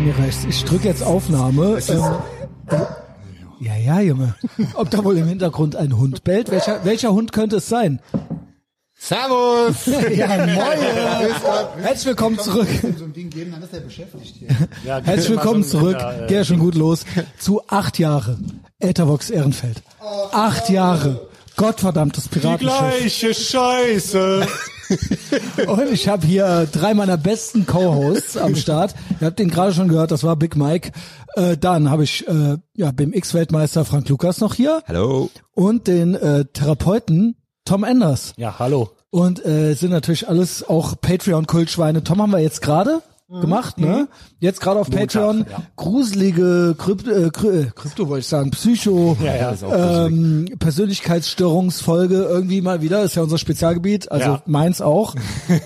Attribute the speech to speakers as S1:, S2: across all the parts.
S1: mir reicht's. Ich drücke jetzt Aufnahme. Ähm, äh, ja, ja, Junge. Ob da wohl im Hintergrund ein Hund bellt? Welcher, welcher Hund könnte es sein?
S2: Servus!
S1: Ja, moin! Herzlich willkommen zurück.
S3: so ein Ding geben, dann ist er beschäftigt hier.
S2: Ja,
S1: Herzlich willkommen zurück. Geht ja schon gut los. Zu acht Jahre. Ethervox Ehrenfeld. Acht Jahre. Gottverdammtes Piratenschiff.
S2: Gleiche Scheiße.
S1: Und ich habe hier äh, drei meiner besten Co-Hosts am Start. Ihr habt den gerade schon gehört, das war Big Mike. Äh, dann habe ich äh, ja, BMX-Weltmeister Frank Lukas noch hier
S4: Hallo.
S1: und den äh, Therapeuten Tom Enders.
S2: Ja, hallo.
S1: Und äh, sind natürlich alles auch Patreon-Kultschweine. Tom haben wir jetzt gerade
S2: Mhm.
S1: gemacht, ne? Jetzt gerade auf Patreon
S2: ja.
S1: gruselige Krypto, äh, Kry äh, Krypto wollte ich sagen, Psycho,
S2: Ja, ja.
S1: ähm, Persönlichkeitsstörungsfolge irgendwie mal wieder, ist ja unser Spezialgebiet, also
S2: Ja.
S1: meins auch.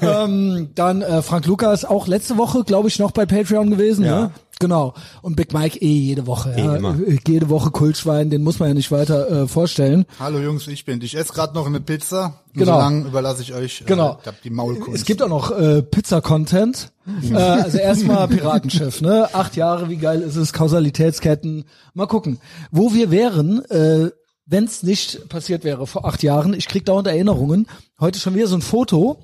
S1: ähm, dann äh, Frank Lukas auch letzte Woche, glaube ich, noch bei Patreon gewesen,
S4: Ja.
S1: ne? Genau. Und Big Mike eh jede Woche, ja.
S4: immer.
S1: Äh, Jede Woche Kultschwein, den muss man ja nicht weiter äh, vorstellen.
S3: Hallo Jungs, ich bin. Ich esse gerade noch eine Pizza. Und
S1: Genau.
S3: So lange überlasse ich euch.
S1: Genau.
S3: Äh, ich hab die Maulkunst. Mhm.
S1: Es gibt auch noch äh, Pizza-Content. äh, also erstmal Piratenschiff, ne? Acht Jahre, wie geil ist es? Kausalitätsketten. Mal gucken, wo wir wären, äh, wenn es nicht passiert wäre vor acht Jahren. Ich krieg dauernd Erinnerungen. Heute schon wieder so ein Foto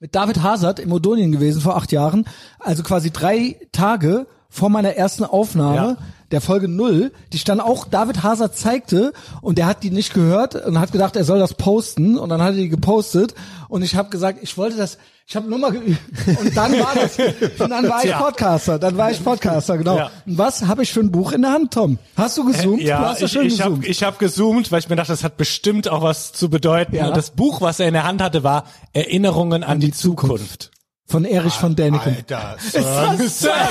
S1: mit David Hazard im Odonien gewesen vor acht Jahren. Also quasi drei Tage vor meiner ersten Aufnahme
S2: Ja.
S1: der Folge null, die stand auch David Hazard zeigte und der hat die nicht gehört und hat gedacht, er soll das posten und dann hat er die gepostet und ich habe gesagt, ich wollte das, ich habe nur mal geübt und dann war das und dann war ich
S2: Tja.
S1: Podcaster, dann war ich Podcaster, genau.
S2: Ja. Äh,
S1: Und was habe ich für ein Buch in der Hand, Tom? Hast du gezoomt? du
S2: Ja,
S1: hast doch
S2: ich,
S1: schön
S2: ich habe
S1: gezoomt.
S2: ich hab gezoomt, weil ich mir dachte, das hat bestimmt auch was zu bedeuten.
S1: Ja.
S2: Und das Buch, was er in der Hand hatte, war Erinnerungen an, die, Zukunft.
S1: Von Erich von Däniken.
S3: Alter.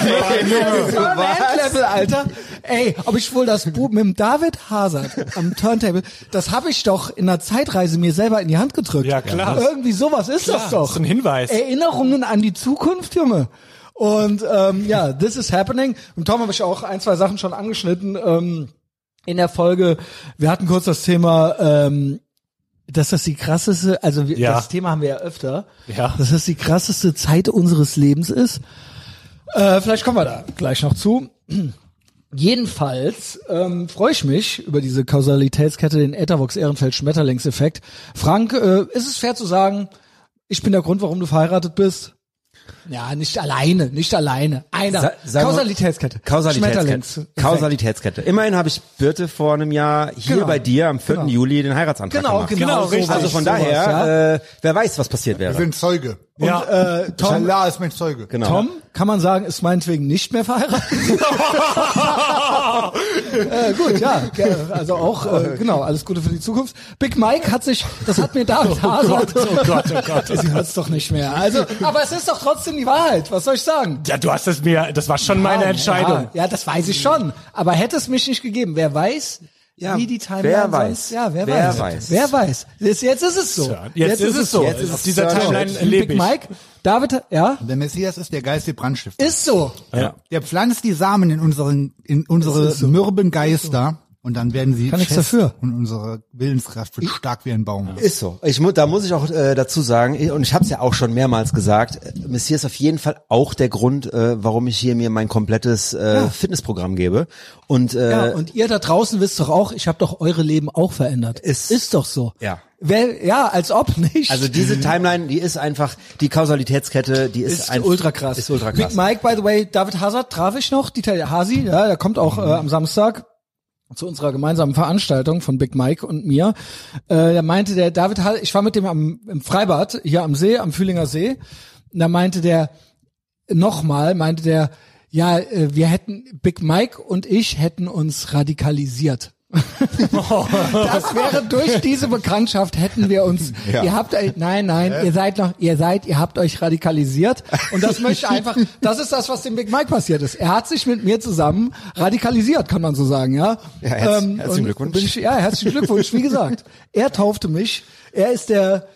S1: So ein Endlevel, Alter. Ey, ob ich wohl das Buch mit dem David Hazard am Turntable, das habe ich doch in einer Zeitreise mir selber in die Hand gedrückt.
S2: Ja, klar.
S1: Irgendwie sowas ist das doch.
S2: das ist ein Hinweis.
S1: Erinnerungen an die Zukunft, Junge. Und ähm, ja, this is happening. Und Tom habe ich auch ein, zwei Sachen schon angeschnitten. Ähm, in der Folge, wir hatten kurz das Thema, ähm, dass das die krasseste, also wir,
S2: Ja.
S1: das Thema haben wir ja öfter,
S2: Ja.
S1: dass das die krasseste Zeit unseres Lebens ist. Äh, vielleicht kommen wir da gleich noch zu. Jedenfalls ähm, freue ich mich über diese Kausalitätskette, den Ethervox Ehrenfeld Schmetterlingseffekt. Frank, äh, ist es fair zu sagen, ich bin der Grund, warum du verheiratet bist? Ja, nicht alleine, nicht alleine. Einer.
S4: Sa- sagen wir-
S1: Kausalitätskette.
S4: Kausalitätskette.
S1: Schmetterlingseffekt.
S4: Kausalitätskette. Immerhin habe ich Birte vor einem Jahr hier
S1: Genau.
S4: bei dir am 4.
S1: Genau.
S4: Juli den Heiratsantrag
S1: Genau,
S4: gemacht.
S1: genau,
S2: Genau,
S1: richtig.
S2: richtig.
S4: Also von daher, äh, wer weiß, was passiert
S3: Ich
S4: wäre.
S3: bin Zeuge.
S2: ja.
S1: äh, Tom,
S3: Schallah ist mein Zeuge.
S4: Genau.
S1: Tom, kann man sagen, ist meinetwegen nicht mehr verheiratet. äh, gut, ja, ge- also auch, äh, genau, alles Gute für die Zukunft. Big Mike hat sich, das hat mir David Hazard,
S2: oh Gott, oh Gott.
S1: sie hört es doch nicht mehr. Also, aber es ist doch trotzdem die Wahrheit, was soll ich sagen?
S2: ja, du hast es mir, das war schon meine Entscheidung.
S1: Ja, ja, das weiß ich schon, aber hätte es mich nicht gegeben, wer weiß,
S4: Ja,
S1: wie die Timeline
S4: wer
S1: sonst,
S4: weiß.
S1: ja, wer,
S4: Wer
S1: weiß.
S4: weiß.
S1: wer weiß, jetzt, jetzt ist es so,
S2: Tja, Jetzt, ist es so.
S4: Jetzt ist
S2: Auf
S4: es
S2: dieser
S4: so.
S2: Timeline
S1: Big
S2: lebe ich.
S1: Mike, David, ja,
S3: Der Messias ist der geistige Brandstifter.
S1: ist so.
S2: Ja.
S3: Der pflanzt die Samen in unseren, in unsere mürben Geister. Und dann werden sie
S1: Kann nichts
S3: fest
S1: dafür.
S3: und unsere Willenskraft wird stark wie ein Baum.
S4: Ist so. Ich mu da muss ich auch äh, dazu sagen, ich- und ich habe es ja auch schon mehrmals gesagt, äh, Messias ist auf jeden Fall auch der Grund, äh, warum ich hier mir mein komplettes äh, Fitnessprogramm gebe. Und, äh,
S1: Ja, und ihr da draußen wisst doch auch, ich habe doch eure Leben auch verändert.
S4: Ist-
S1: ist doch so.
S4: Ja.
S1: Wer, ja, als ob nicht.
S4: also diese Timeline, die ist einfach, die Kausalitätskette, die ist,
S1: ist
S4: ein,
S1: ultra krass.
S4: Ist ultra krass.
S1: Big Mike, by the way, David Hazard traf ich noch, Dieter Hasi, ja, der kommt
S4: Mhm.
S1: auch äh, am Samstag zu unserer gemeinsamen Veranstaltung von Big Mike und mir. Äh, da meinte der David Hazard, ich war mit dem am, im Freibad, hier am See, am Fühlinger See, und da meinte der nochmal, meinte der, ja, äh, wir hätten, Big Mike und ich hätten uns radikalisiert. Das wäre durch diese Bekanntschaft hätten wir uns. Ihr habt euch- nein, nein, ihr seid noch, ihr seid, ihr habt euch radikalisiert und das möchte ich einfach. Das ist das, was dem Big Mike passiert ist. Er hat sich mit mir zusammen radikalisiert, kann man so sagen, ja. Ähm,
S4: Ja, herz- herzlichen
S1: und
S4: Glückwunsch.
S1: Bin ich, ja, herzlichen Glückwunsch. Wie gesagt, er taufte mich. Er ist der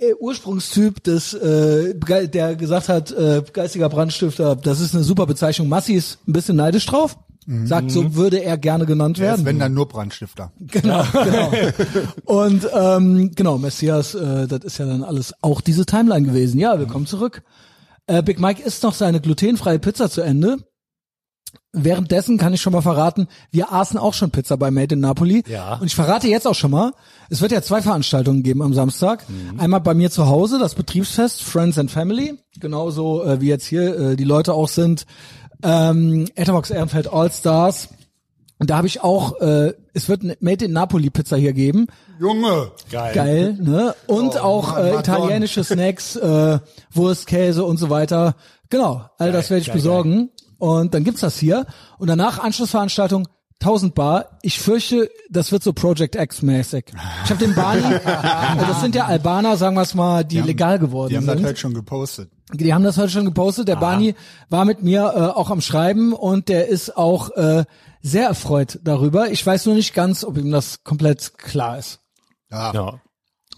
S1: äh, Ursprungstyp des, äh, Ge- der gesagt hat, äh, geistiger Brandstifter. Das ist eine super Bezeichnung. Massi ist ein bisschen neidisch drauf. Sagt, so würde er gerne genannt
S3: Er
S1: werden.
S3: ist, wenn dann nur Brandstifter.
S1: Genau, genau. Und ähm, genau, Messias, äh, das ist ja dann alles auch diese Timeline gewesen. Ja, willkommen zurück. Äh, Big Mike isst noch seine glutenfreie Pizza zu Ende. Währenddessen kann ich schon mal verraten, wir aßen auch schon Pizza bei Made in Napoli.
S2: Ja.
S1: Und ich verrate jetzt auch schon mal, es wird ja zwei Veranstaltungen geben am Samstag. Einmal bei mir zu Hause, das Betriebsfest Friends and Family, genauso äh, wie jetzt hier äh, die Leute auch sind. Ähm, Etherbox Ehrenfeld All Stars. Und da habe ich auch, äh, es wird eine Made in Napoli Pizza hier geben.
S3: Junge.
S2: Geil.
S1: Geil, ne? Und auch äh,
S3: Madonna.
S1: italienische Snacks, äh, Wurst, Käse und so weiter. Genau, all das werde ich
S2: geil,
S1: besorgen. Und dann gibt's das hier. Und danach Anschlussveranstaltung 1000 Bar. Ich fürchte, das wird so Project X mäßig. Ich habe den Bali, also das sind ja Albaner, sagen wir's mal, die, legal geworden
S3: Die haben das
S1: sind.
S3: halt schon gepostet.
S1: Die haben das heute schon gepostet. Der Barney war mit mir äh, auch am Schreiben und der ist auch äh, sehr erfreut darüber. Ich weiß nur nicht ganz, ob ihm das komplett klar ist.
S3: Ja.
S2: Ja.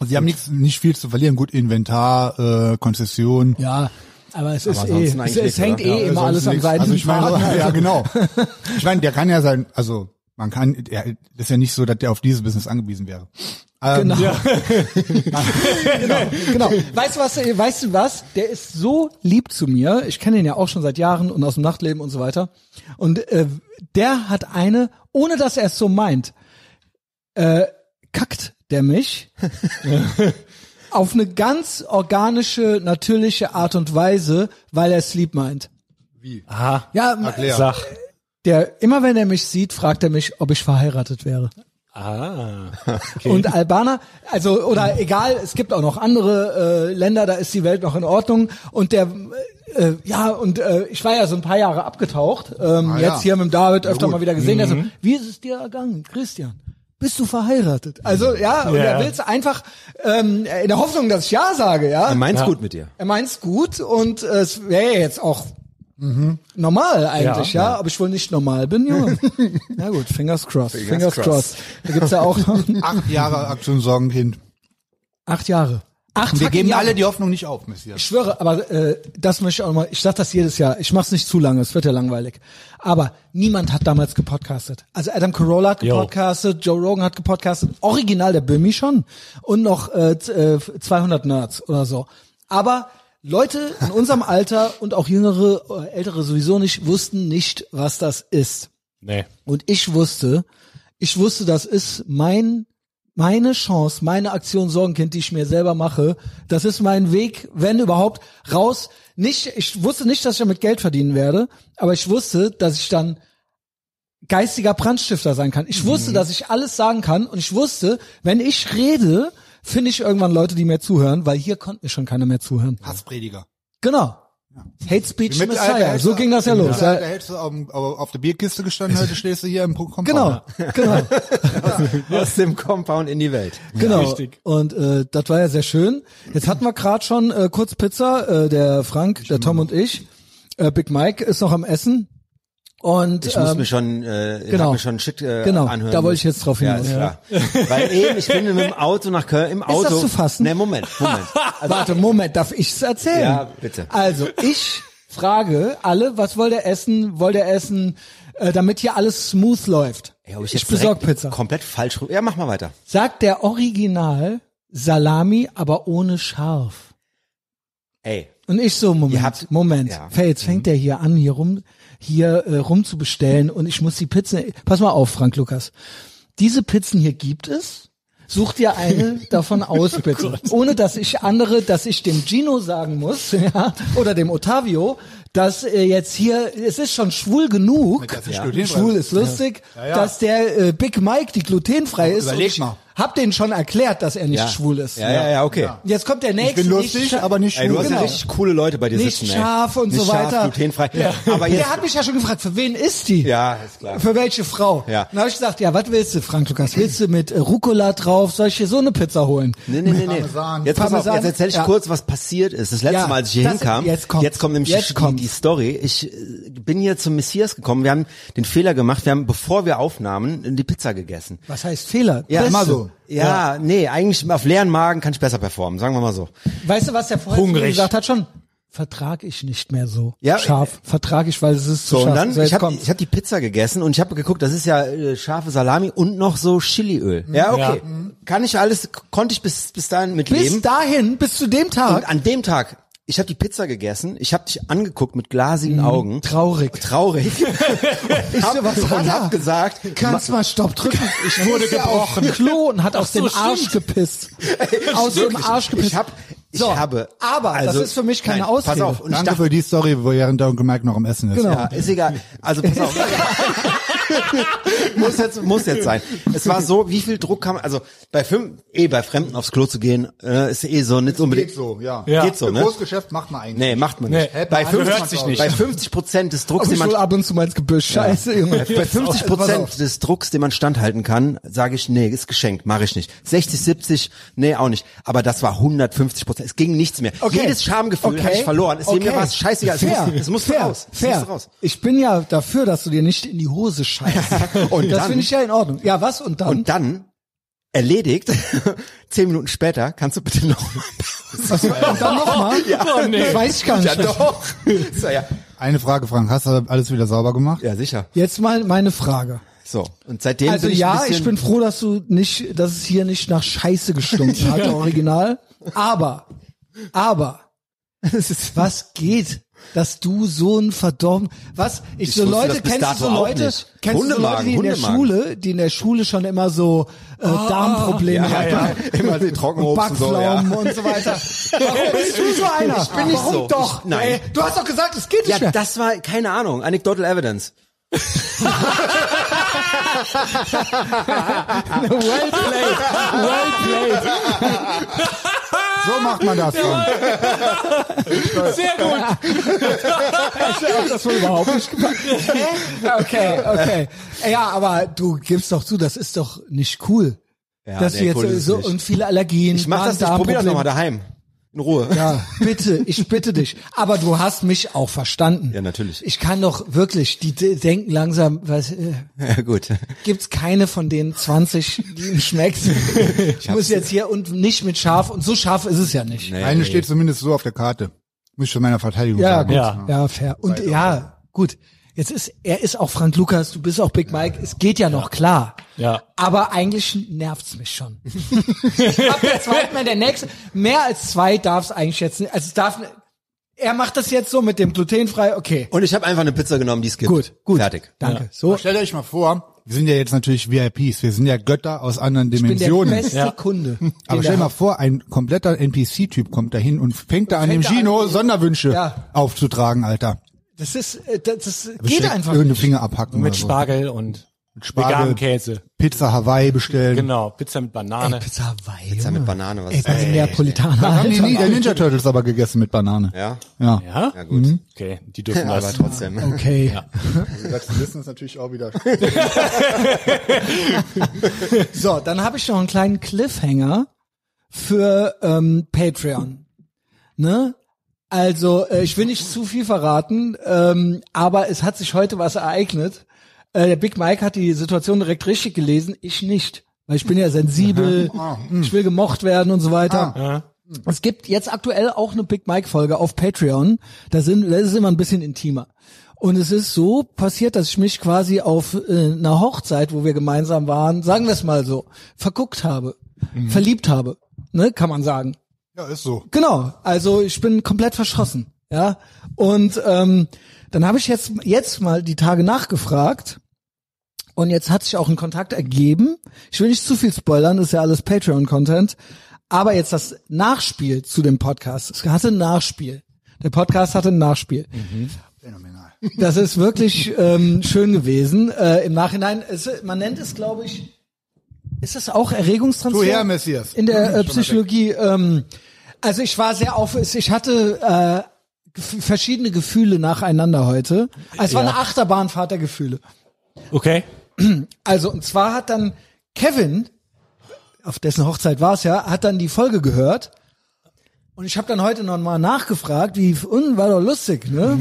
S3: Sie haben nichts, nicht viel zu verlieren. Gut, Inventar, äh, Konzession.
S1: Ja, aber es ist eh, es,
S4: ansonsten eigentlich
S1: es
S4: nicht,
S1: hängt
S4: oder?
S1: eh immer
S3: Sonst
S1: alles am
S3: nix.
S1: Seiten.
S3: Also ich meine, ja genau. Ich meine, der kann ja sein, also man kann, er ist ja nicht so, dass der auf dieses Business angewiesen wäre. Ähm,
S1: Genau. genau, genau. Weißt du was, äh, weißt du was? Der ist so lieb zu mir. Ich kenne ihn ja auch schon seit Jahren und aus dem Nachtleben und so weiter. Und äh, der hat eine, ohne dass er es so meint, äh, kackt der mich auf eine ganz organische, natürliche Art und Weise, weil er es lieb meint.
S2: Aha.
S1: Ja,
S3: Erklär.
S2: Sag.
S1: der immer wenn er mich sieht, fragt er mich, ob ich verheiratet wäre.
S2: Ah.
S1: Und Albaner, also oder egal, es gibt auch noch andere äh, Länder, da ist die Welt noch in Ordnung. Und der, äh, ja, und äh, ich war ja so ein paar Jahre abgetaucht. Ähm,
S3: Ah,
S1: jetzt
S3: ja.
S1: hier mit dem David öfter
S3: gut. Mhm.
S1: mal wieder gesehen. Der so, wie ist es dir ergangen, Christian? Bist du verheiratet? Also ja, und
S2: Ja.
S1: er will's einfach ähm, in der Hoffnung, dass ich ja sage, ja.
S4: Er meint's gut mit dir.
S1: Er meint's gut und äh, es wäre ja jetzt auch mhm, normal eigentlich, ja,
S2: Ja.
S1: Ob ich wohl nicht normal bin, Junge. Na gut, fingers crossed, fingers,
S4: Fingers
S1: crossed. Da gibt's ja auch noch
S3: Acht Jahre Aktion Sorgenkind.
S1: acht Jahre. Acht
S3: Wir
S1: fucking
S3: geben
S1: Jahre.
S3: alle die Hoffnung nicht auf, Messias.
S1: Ich schwöre, aber äh, das möchte ich auch mal. Ich sag das jedes Jahr. Ich mach's nicht zu lange. Es wird ja langweilig. Aber niemand hat damals gepodcastet. Also Adam Carolla hat
S2: Jo.
S1: gepodcastet, Joe Rogan hat gepodcastet. Original der Böhmi schon und noch äh, z- äh, 200 Nerds oder so. Aber Leute in unserem Alter und auch jüngere, äh, ältere sowieso nicht wussten nicht, was das ist.
S2: Nee.
S1: Und ich wusste, ich wusste, das ist mein, meine Chance, meine Aktion Sorgenkind, die ich mir selber mache. Das ist mein Weg, wenn überhaupt, raus. Nicht, ich wusste nicht, dass ich damit Geld verdienen werde, aber ich wusste, dass ich dann geistiger Brandstifter sein kann. Ich wusste, dass ich alles sagen kann und ich wusste, wenn ich rede, finde ich irgendwann Leute, die mir zuhören, weil hier konnte mir schon keiner mehr zuhören.
S3: Hassprediger.
S1: Genau. Hate Speech
S3: Im Mittelalter
S1: Messiah.
S3: hättest
S1: So
S3: du-
S1: ging das ja
S3: im
S1: los.
S3: Mittelalter
S1: Ja,
S3: hättest du auf, dem- auf auf der Bierkiste gestanden, heute stehst du hier im Programm.
S1: Genau, genau.
S4: Aus dem Compound in die Welt.
S1: Genau.
S2: Richtig.
S1: Und äh, das war ja sehr schön. Jetzt hatten wir gerade schon äh, kurz Pizza, äh, der Frank, der Tom und ich. Äh, Big Mike ist noch am Essen. Und
S4: Ich muss
S1: ähm,
S4: mir schon, äh, ich
S1: genau.
S4: hab mir schon shit äh,
S1: Genau,
S4: anhören.
S1: da wollte ich jetzt drauf
S4: hin. Ja,
S1: hinaus.
S4: ist klar. Weil eben, ich bin mit dem Auto nach Köln, im Auto.
S1: das zu fassen?
S4: Nee, Moment, Moment.
S1: warte, Moment, darf ich's erzählen?
S4: Ja, bitte.
S1: Also, ich frage alle, was wollt ihr essen? Wollt ihr essen, äh, damit hier alles smooth läuft?
S4: Ey, ob
S1: ich
S4: jetzt direkt
S1: besorg Pizza.
S4: Komplett falsch rüber. Ja, mach mal weiter.
S1: Sagt der Original Salami, aber ohne scharf.
S4: Ey,
S1: Und ich so, Moment,
S4: Ihr habt-
S1: Moment,
S4: ja.
S1: Faye, jetzt
S3: Mhm.
S1: fängt der hier an, hier rum, hier äh, rumzubestellen und ich muss die Pizzen, pass mal auf, Frank Lukas, diese Pizzen hier gibt es, such dir eine davon aus,
S3: Oh
S1: bitte. Ohne, dass ich andere, dass ich dem Gino sagen muss, ja, oder dem Ottavio, dass äh, jetzt hier, es ist schon schwul genug,
S3: Mit der sich
S1: ja.
S3: glutenfrei-
S1: schwul ist lustig,
S3: Ja, ja.
S1: dass der äh, Big Mike, die glutenfrei ist,
S3: Überleg
S1: ich
S3: mal.
S1: hab den schon erklärt, dass er nicht
S4: ja.
S1: schwul ist.
S4: Ja, ja, ja, okay.
S1: Jetzt kommt der nächste.
S3: Ich bin lustig,
S1: scha-
S3: aber nicht
S4: Ey, du hast ja
S1: Genau.
S4: richtig coole Leute bei dir
S1: Nicht
S4: sitzen, ey.
S1: scharf und
S4: Nicht
S1: so weiter.
S4: Scharf, glutenfrei. Aber jetzt,
S1: Der hat mich ja schon gefragt, für wen ist die?
S4: ja, ist klar.
S1: Für welche Frau?
S4: Ja.
S1: Dann habe ich gesagt, ja, was willst du, Frank Lukas? Willst du mit äh, Rucola drauf? Soll ich hier so eine Pizza holen?
S4: Nee, nee, nee, nee.
S3: Parmesan.
S4: Jetzt, pass auf,
S1: Parmesan,
S4: jetzt erzähl ich
S1: ja.
S4: kurz, was passiert ist. Das letzte
S1: Ja,
S4: Mal, als ich hier
S1: das-
S4: hinkam,
S1: jetzt kommt's.
S4: jetzt kommt nämlich
S1: Jetzt
S4: die,
S1: kommt's.
S4: die Story. Ich äh, bin hier zum Messias gekommen. Wir haben den Fehler gemacht. Wir haben, bevor wir aufnahmen, die Pizza gegessen.
S1: Was heißt Fehler?
S4: Ja,
S1: Beste.
S3: immer so.
S4: Ja, nee, eigentlich auf leeren Magen kann ich besser performen, sagen wir mal so.
S1: Weißt du, was der vorher zu mir
S2: Hungrig.
S1: gesagt hat schon? Vertrag ich nicht mehr so
S4: Ja,
S1: scharf. Vertrag ich, weil es ist zu
S4: So,
S1: scharf.
S4: und dann,
S1: so,
S4: ich
S1: jetzt
S4: habe
S1: kommt's.
S4: ich hab die Pizza gegessen und ich habe geguckt, das ist ja äh, scharfe Salami und noch so Chiliöl.
S1: Mhm.
S4: Ja, okay.
S2: Ja.
S4: Kann ich alles, konnte ich bis, bis dahin
S1: bis
S4: mitleben.
S1: dahin, bis zu dem
S4: und
S1: Tag,
S4: an dem Tag ich habe die Pizza gegessen, ich habe dich angeguckt mit glasigen
S1: Mhm.
S4: Augen.
S1: Traurig.
S4: Traurig. ich
S1: so, was war
S4: und
S1: da?
S4: hab gesagt,
S2: Genau.
S1: Kannst mal Stopp drücken. Ich wurde gebrochen. Klon hat aus
S2: so,
S1: dem Arsch
S2: stimmt.
S1: gepisst. aus dem
S4: wirklich,
S1: Arsch gepisst.
S4: Ich, hab, ich
S1: So,
S4: habe. also,
S1: aber das ist für mich keine
S4: Pass
S1: Ausrede.
S4: auf, und ich
S3: Danke
S4: dachte,
S3: für die Story, wo während Duncan Mike noch am Essen ist.
S1: Genau.
S4: Ja, ist egal. Also pass auf. muss jetzt muss jetzt sein. Es war so, wie viel Druck kam also bei fünf eh bei Fremden aufs Klo zu gehen, äh, ist eh so nicht unbedingt
S3: Geht so, ja.
S2: Ja.
S4: Geht so, ne?
S3: Großgeschäft macht man eigentlich.
S4: Nee, macht man nicht.
S2: Nee,
S4: bei
S2: man hört
S4: 50
S2: sich nicht.
S4: Bei 50 Prozent des Drucks,
S1: Komm
S4: den
S1: ich wohl
S4: man
S1: ab und zu mal ins Gebüsch. Scheiße, Junge.
S4: bei 50 Prozent des Drucks, den man standhalten kann, sage ich, nee, ist geschenkt, mache ich nicht. 60, 70, nee, auch nicht. Aber das war 150 Prozent. Es ging nichts mehr.
S1: Okay.
S4: Jedes Schamgefühl
S1: Okay.
S4: habe ich verloren. Es
S1: Okay.
S4: mir war es scheißegal. Es
S1: Fair.
S4: musste, es musste
S1: Fair.
S4: raus. Es
S1: Fair.
S4: musste raus.
S1: Ich bin ja dafür, dass du dir nicht in die Hose scheißt.
S4: Und
S1: das
S4: dann-
S1: finde ich ja in Ordnung. Ja, was und dann?
S4: Und dann erledigt. Zehn Minuten später kannst du bitte noch.
S1: was, und dann nochmal?
S2: Oh, nee.
S1: Das weiß ich gar nicht.
S4: doch. So, ja.
S3: Eine Frage, Frank. Hast du alles wieder sauber gemacht?
S4: ja, sicher.
S1: Jetzt mal meine Frage.
S4: So. Und seitdem
S1: Also
S4: bin ich ein
S1: ja,
S4: bisschen,
S1: ich bin froh, dass du nicht, dass es hier nicht nach Scheiße gestunken hat, original. Aber, aber, was geht, dass du so ein verdorben, was, ich,
S4: Ich
S1: so
S4: wusste das
S1: Leute,
S4: bis
S1: kennst du
S4: dato
S1: so
S4: auch
S1: Leute,
S4: nicht.
S1: kennst du so Leute,
S4: Hundemagen,
S1: die in der
S4: Hundemagen. Ah.
S1: Schule, die in der Schule schon immer so, äh, Darmprobleme
S4: ja,
S1: hatten?
S4: ja, immer die Trockenobst und so, ja.
S1: Backpflaumen und so weiter. Warum bist du so einer? Ich
S4: bin nicht
S1: Warum
S4: so.
S1: doch?
S4: Ich- nein.
S1: Ey, du hast doch gesagt, es geht nicht
S4: Ja,
S1: mehr.
S4: das war, keine Ahnung, anecdotal evidence.
S1: well played. Well played.
S3: So macht man das. Frank.
S2: Sehr gut.
S1: Ich hab das wohl überhaupt nicht gemacht. Okay, okay. Ja, aber du gibst doch zu, das ist doch nicht cool.
S4: Ja,
S1: dass
S4: nee,
S1: du jetzt
S4: cool ist es
S1: so
S4: nicht.
S1: und viele Allergien.
S4: Ich mach das nicht, probier das nochmal daheim. In Ruhe.
S1: Ja, bitte, ich bitte dich. Aber du hast mich auch verstanden.
S4: Ja, natürlich.
S1: Ich kann doch wirklich, die d- denken langsam, was, äh,
S4: Ja, gut.
S1: gibt's keine von den 20, die ihm schmeckt. Ich muss jetzt hier und nicht mit scharf und so scharf ist es ja nicht.
S4: Nee,
S3: Eine
S4: nee.
S3: steht zumindest so auf der Karte. Muss ich schon meiner Verteidigung
S1: Ja, genau.
S3: sagen.
S1: gut.
S2: Ja.
S1: Ja, fair. Und ja, gut. Jetzt ist, er ist auch Frank Lukas, du bist auch Big Mike, es geht ja noch klar.
S2: Ja.
S1: Aber eigentlich nervt's mich schon. Ab der zweiten, Mal der nächste, mehr als zwei darf's eigentlich jetzt nicht, also es darf, er macht das jetzt so mit dem glutenfrei, okay.
S4: Und ich habe einfach eine Pizza genommen, die es gibt.
S1: Gut, gut.
S4: Fertig.
S1: Danke. So, ich
S3: Stellt euch mal vor, wir sind ja jetzt natürlich VIPs. Wir sind ja Götter aus anderen
S1: bin der Genau.
S3: Dimensionen.
S1: beste
S2: Ja.
S1: Kunde.
S3: Aber
S1: den
S3: stell
S1: wir
S3: dir mal
S1: haben.
S3: vor, ein kompletter NPC-Typ kommt dahin und fängt da an dem
S1: Fängt da
S3: Gino
S1: an-
S3: Sonderwünsche
S1: Ja.
S3: aufzutragen, Alter.
S1: Das ist, äh, das, das geht
S3: Stell-
S1: einfach
S3: Irgendeine
S1: nicht.
S3: Finger abhacken.
S2: Mit
S3: oder so.
S2: Spargel und
S3: Spargel.
S2: veganem Käse.
S3: Pizza Hawaii bestellen.
S2: Genau. Pizza mit Banane.
S1: Pizza Hawaii.
S4: Pizza
S1: Junge.
S4: mit Banane, was
S1: Ey, das sind Neapolitaner.
S3: Haben die
S1: Alter.
S3: nie der Ninja Turtles aber gegessen mit Banane.
S4: Ja.
S3: Ja.
S2: ja?
S4: Ja, gut.
S2: Okay, die dürfen
S4: Aber
S2: das.
S4: trotzdem.
S1: Okay.
S3: Das wissen es natürlich auch wieder.
S1: So, dann habe ich noch einen kleinen Cliffhanger für ähm, Patreon. Ne? Also, äh, ich will nicht zu viel verraten, ähm, aber es hat sich heute was ereignet. Äh, der Big Mike hat die Situation direkt richtig gelesen, ich nicht. Weil ich bin ja sensibel, ich will gemocht werden und so weiter. Es gibt jetzt aktuell auch eine Big Mike Folge auf Patreon. Da sind, das ist immer ein bisschen intimer. Und es ist so passiert, dass ich mich quasi auf äh, einer Hochzeit, wo wir gemeinsam waren, sagen wir es mal so, verguckt habe, verliebt habe, ne, kann man sagen.
S3: Ja, ist so.
S1: Genau, also ich bin komplett verschossen, ja. Und ähm, dann habe ich jetzt jetzt mal die Tage nachgefragt und jetzt hat sich auch ein Kontakt ergeben. Ich will nicht zu viel spoilern, ist ja alles Patreon-Content. Aber jetzt das Nachspiel zu dem Podcast. Es hatte ein Nachspiel. Der Podcast hatte ein Nachspiel.
S3: Phänomenal.
S1: Das ist wirklich ähm, schön gewesen. Äh, Im Nachhinein, es, man nennt es, glaube ich, ist es auch Erregungstransfer?
S3: Du her, Messias.
S1: In der äh, Psychologie. Ähm, also ich war sehr auf, ich hatte äh, gef- verschiedene Gefühle nacheinander heute. Also es war eine Achterbahnfahrt der Gefühle.
S2: Okay.
S1: Also und zwar hat dann Kevin, auf dessen Hochzeit war es ja, hat dann die Folge gehört. Und ich habe dann heute nochmal nachgefragt, wie und war doch lustig, ne?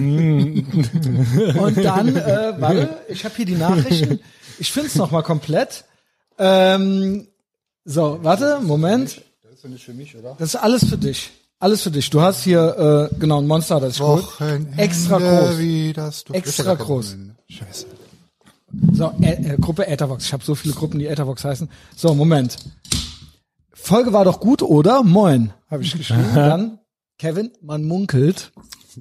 S1: und dann, äh, warte, ich habe hier die Nachrichten. Ich find's noch mal komplett. Ähm, so, warte, Moment. Das ist alles für dich. Alles für dich. Du hast hier äh, genau ein Monster, das ist gut.
S3: Wochenende,
S1: Extra groß.
S3: Wie das du
S1: Extra
S3: Ist ja gar kein
S1: groß.
S3: Wochenende. Scheiße.
S1: So, Ä äh, Gruppe Ethervox. Ich habe so viele Gruppen, die Ethervox heißen. So, Moment. Folge war doch gut, oder? Moin, habe ich geschrieben. Dann Kevin, man munkelt.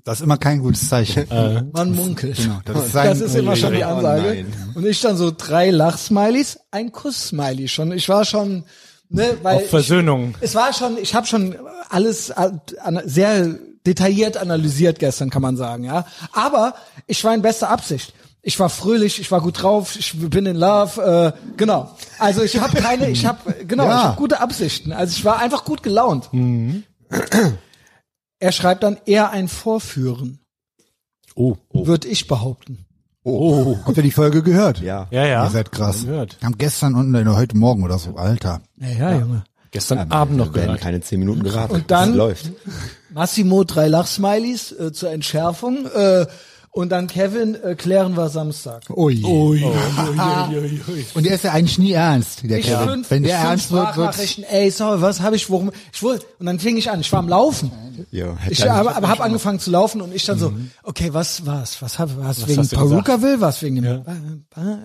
S3: Das ist immer kein gutes Zeichen.
S1: Man munkelt.
S3: Genau, das ist sein-
S1: Das ist immer schon die
S4: Oh
S1: Ansage.
S4: nein.
S1: und ich dann so drei Lach-Smileys, ein Kuss-Smiley schon. Ich war schon, ne, weil
S2: Auf Versöhnung.
S1: ich, es war schon, ich habe schon alles an, an- sehr detailliert analysiert gestern, kann man sagen, ja. Aber ich war in bester Absicht. Ich war fröhlich, ich war gut drauf, ich bin in Love, äh, genau. Also ich habe keine, ich habe genau,
S3: Ja.
S1: ich hab gute Absichten. Also ich war einfach gut gelaunt.
S2: Mhm.
S1: Er schreibt dann eher ein Vorführen,
S2: Oh, oh.
S1: würde ich behaupten.
S3: Oh, habt ihr die Folge gehört?
S4: Ja.
S2: Ja, ja.
S3: Ihr seid krass.
S2: Gehört.
S3: Haben gestern und oder heute Morgen oder so, Alter.
S1: Naja, ja. Junge.
S2: Gestern Abend noch
S4: werden
S2: gehört.
S4: keine zehn Minuten geraten.
S1: Und dann-
S4: Das läuft.
S1: Massimo drei Lachsmileys äh, zur Entschärfung äh, und dann Kevin äh, klären wir Samstag.
S2: Ui,
S3: Ui.
S2: ui, ui, ui, ui.
S3: Und der ist ja eigentlich nie ernst, der
S1: Ich
S3: Kevin.
S1: fünf,
S3: Wenn
S1: ich
S3: der
S1: fünf
S3: ernst wird, wird's.
S1: Sprachnachrichten, ey, sorry, was habe ich, worum, ich wollte, und dann fing ich an, ich war am Laufen.
S4: Ja,
S1: Ich habe aber hab angefangen zu laufen und ich dann so, okay, was was, was hab, was, wegen
S2: hast du
S1: Paruka will, was wegen dem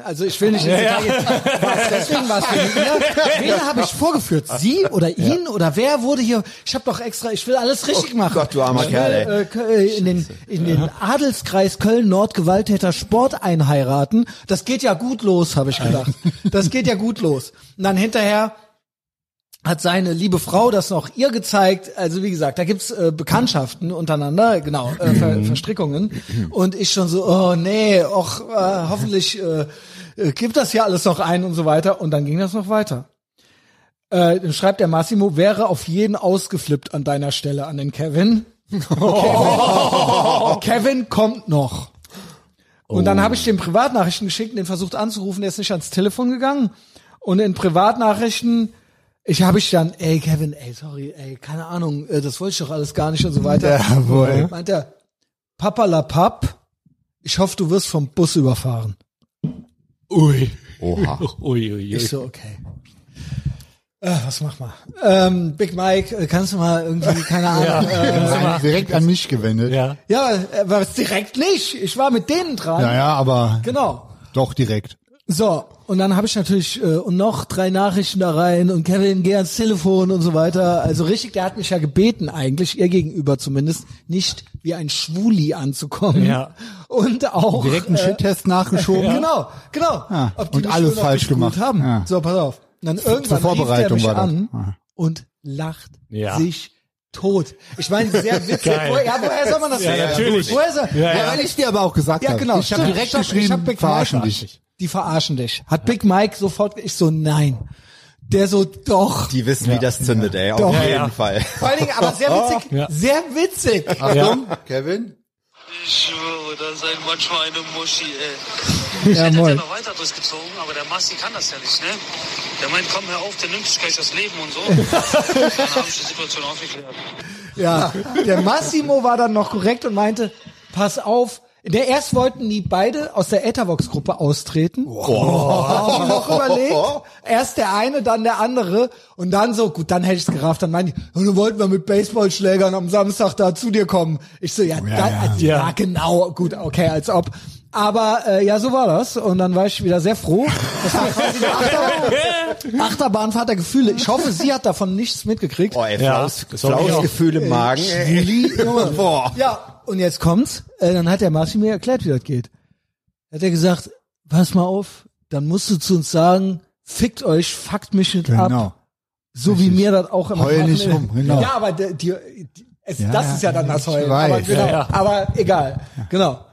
S1: Also ich will nicht ins Detail gehen. Was deswegen was wegen ihr? Wen habe ich vorgeführt? Sie oder ihn oder wer wurde hier? Ich habe doch extra, ich will alles richtig machen.
S4: Oh Gott, du armer
S1: Ich will,
S4: Kerl, ey.
S1: äh, Kö- äh, in den in den Adelskreis Köln Nord Gewalttäter Sport einheiraten. Das geht ja gut los, habe ich gedacht. Das geht ja gut los. Und dann hinterher hat seine liebe Frau das noch ihr gezeigt. Also wie gesagt, da gibt's äh, Bekanntschaften untereinander, genau, äh,
S4: Mhm.
S1: Ver Verstrickungen. Und ich schon so, oh nee, och, äh, hoffentlich äh, äh, gibt das hier alles noch ein und so weiter. Und dann ging das noch weiter. Äh, dann schreibt der Massimo, wäre auf jeden ausgeflippt an deiner Stelle, an den Kevin.
S3: Oh.
S1: Kevin, Kevin kommt noch. Und dann habe ich den Privatnachrichten geschickt, den versucht anzurufen, der ist nicht ans Telefon gegangen. Und in Privatnachrichten, ich habe ich dann, ey Kevin, ey sorry, ey keine Ahnung, äh, das wollte ich doch alles gar nicht und so weiter.
S3: Jawohl.
S1: Meint er, Papa la Papp, ich hoffe, du wirst vom Bus überfahren.
S2: Ui.
S4: Oha.
S2: Ui, ui,
S1: Ich
S2: ui.
S1: so, okay. Äh, was mach mal? Ähm, Big Mike, äh, kannst du mal irgendwie, keine Ahnung. ja. Äh,
S3: Ja, direkt an mich gewendet.
S2: Ja.
S1: ja, äh, was direkt nicht. Ich war mit denen dran.
S3: Ja, ja, aber
S1: Genau.
S3: doch direkt.
S1: So, und dann habe ich natürlich äh, und noch drei Nachrichten da rein und Kevin, geh ans Telefon und so weiter. Also richtig, der hat mich ja gebeten eigentlich, ihr gegenüber zumindest, nicht wie ein Schwuli anzukommen.
S2: Ja.
S1: Und auch äh,
S3: Direkt einen Shittest nachgeschoben.
S1: Genau, genau.
S3: Ja,
S1: die
S3: Ah, und
S1: mich
S3: alles
S1: wohl noch
S3: falsch
S1: nicht gut
S3: gemacht.
S1: Haben.
S3: Ja.
S1: So, pass auf. Und dann irgendwann
S3: Vorbereitung
S1: rief der
S3: war
S1: mich
S3: das. Ah.
S1: an
S3: Ja.
S1: und lacht
S2: Ja.
S1: sich tot. Ich meine, sehr witzig.
S2: Geil.
S1: Woher, ja, woher soll man das
S2: Ja,
S1: wissen?
S2: natürlich.
S1: Woher soll,
S2: Ja,
S3: Ja, weil ich dir aber auch gesagt
S1: ja,
S3: habe.
S1: genau.
S3: Ich habe
S1: Stimmt,
S3: direkt
S1: stopp,
S3: geschrieben,
S1: ich hab Big
S3: verarschen
S1: Mike-
S3: dich.
S1: Die verarschen dich. Hat Big Mike sofort, ich so, nein. Der so, doch.
S4: Die wissen, wie das zündet, ey. Auf
S1: Doch.
S4: jeden
S2: Ja, ja.
S4: Fall.
S1: Vor allen Dingen, aber sehr witzig.
S2: Ja.
S1: Sehr witzig.
S3: Achtung, Kevin.
S5: Ich schwöre, das ist ein Matsch für eine Muschi, ey. Ich
S1: Ja,
S5: hätte
S1: moin.
S5: das ja noch weiter durchgezogen, aber der Massi kann das ja nicht, ne? Der meint, komm, hör auf, der nimmt sich gleich das Leben und so. Dann habe ich die Situation aufgeklärt.
S1: Ja, der Massimo war dann noch korrekt und meinte, pass auf, der erst wollten die beide aus der Ethervox-Gruppe austreten. Hab ich mir noch überlegt. Erst der eine, dann der andere. Und dann so, gut, dann hätte ich's gerafft. Dann meinte ich, und dann wollten wir mit Baseballschlägern am Samstag da zu dir kommen. Ich so, ja, da, ja.
S2: ja.
S1: genau, gut, okay, als ob. Aber äh, ja, so war das. Und dann war ich wieder sehr froh. Das war quasi eine Achterbahn, Achterbahnfahrt der Gefühle. Ich hoffe, sie hat davon nichts mitgekriegt.
S4: Oh, ey,
S2: Ja.
S4: flaues,
S2: Das hoffe ich
S4: flaues
S2: auch.
S4: Gefühl im Magen. ey. Boah.
S1: Ja, und jetzt kommt's. Äh, dann hat der Marci mir erklärt, wie das geht. Hat er gesagt, pass mal auf, dann musst du zu uns sagen, fickt euch, fuckt mich nicht
S3: Genau.
S1: ab. So wie mir das auch immer
S3: Heul
S1: machen
S3: nicht
S1: will.
S3: rum, genau.
S1: Ja, aber die, die, die, es,
S3: Ja,
S1: das ist ja dann das
S3: ich
S1: Heulen.
S3: weiß.
S1: Aber, genau,
S2: Ja, ja.
S1: aber egal. Genau.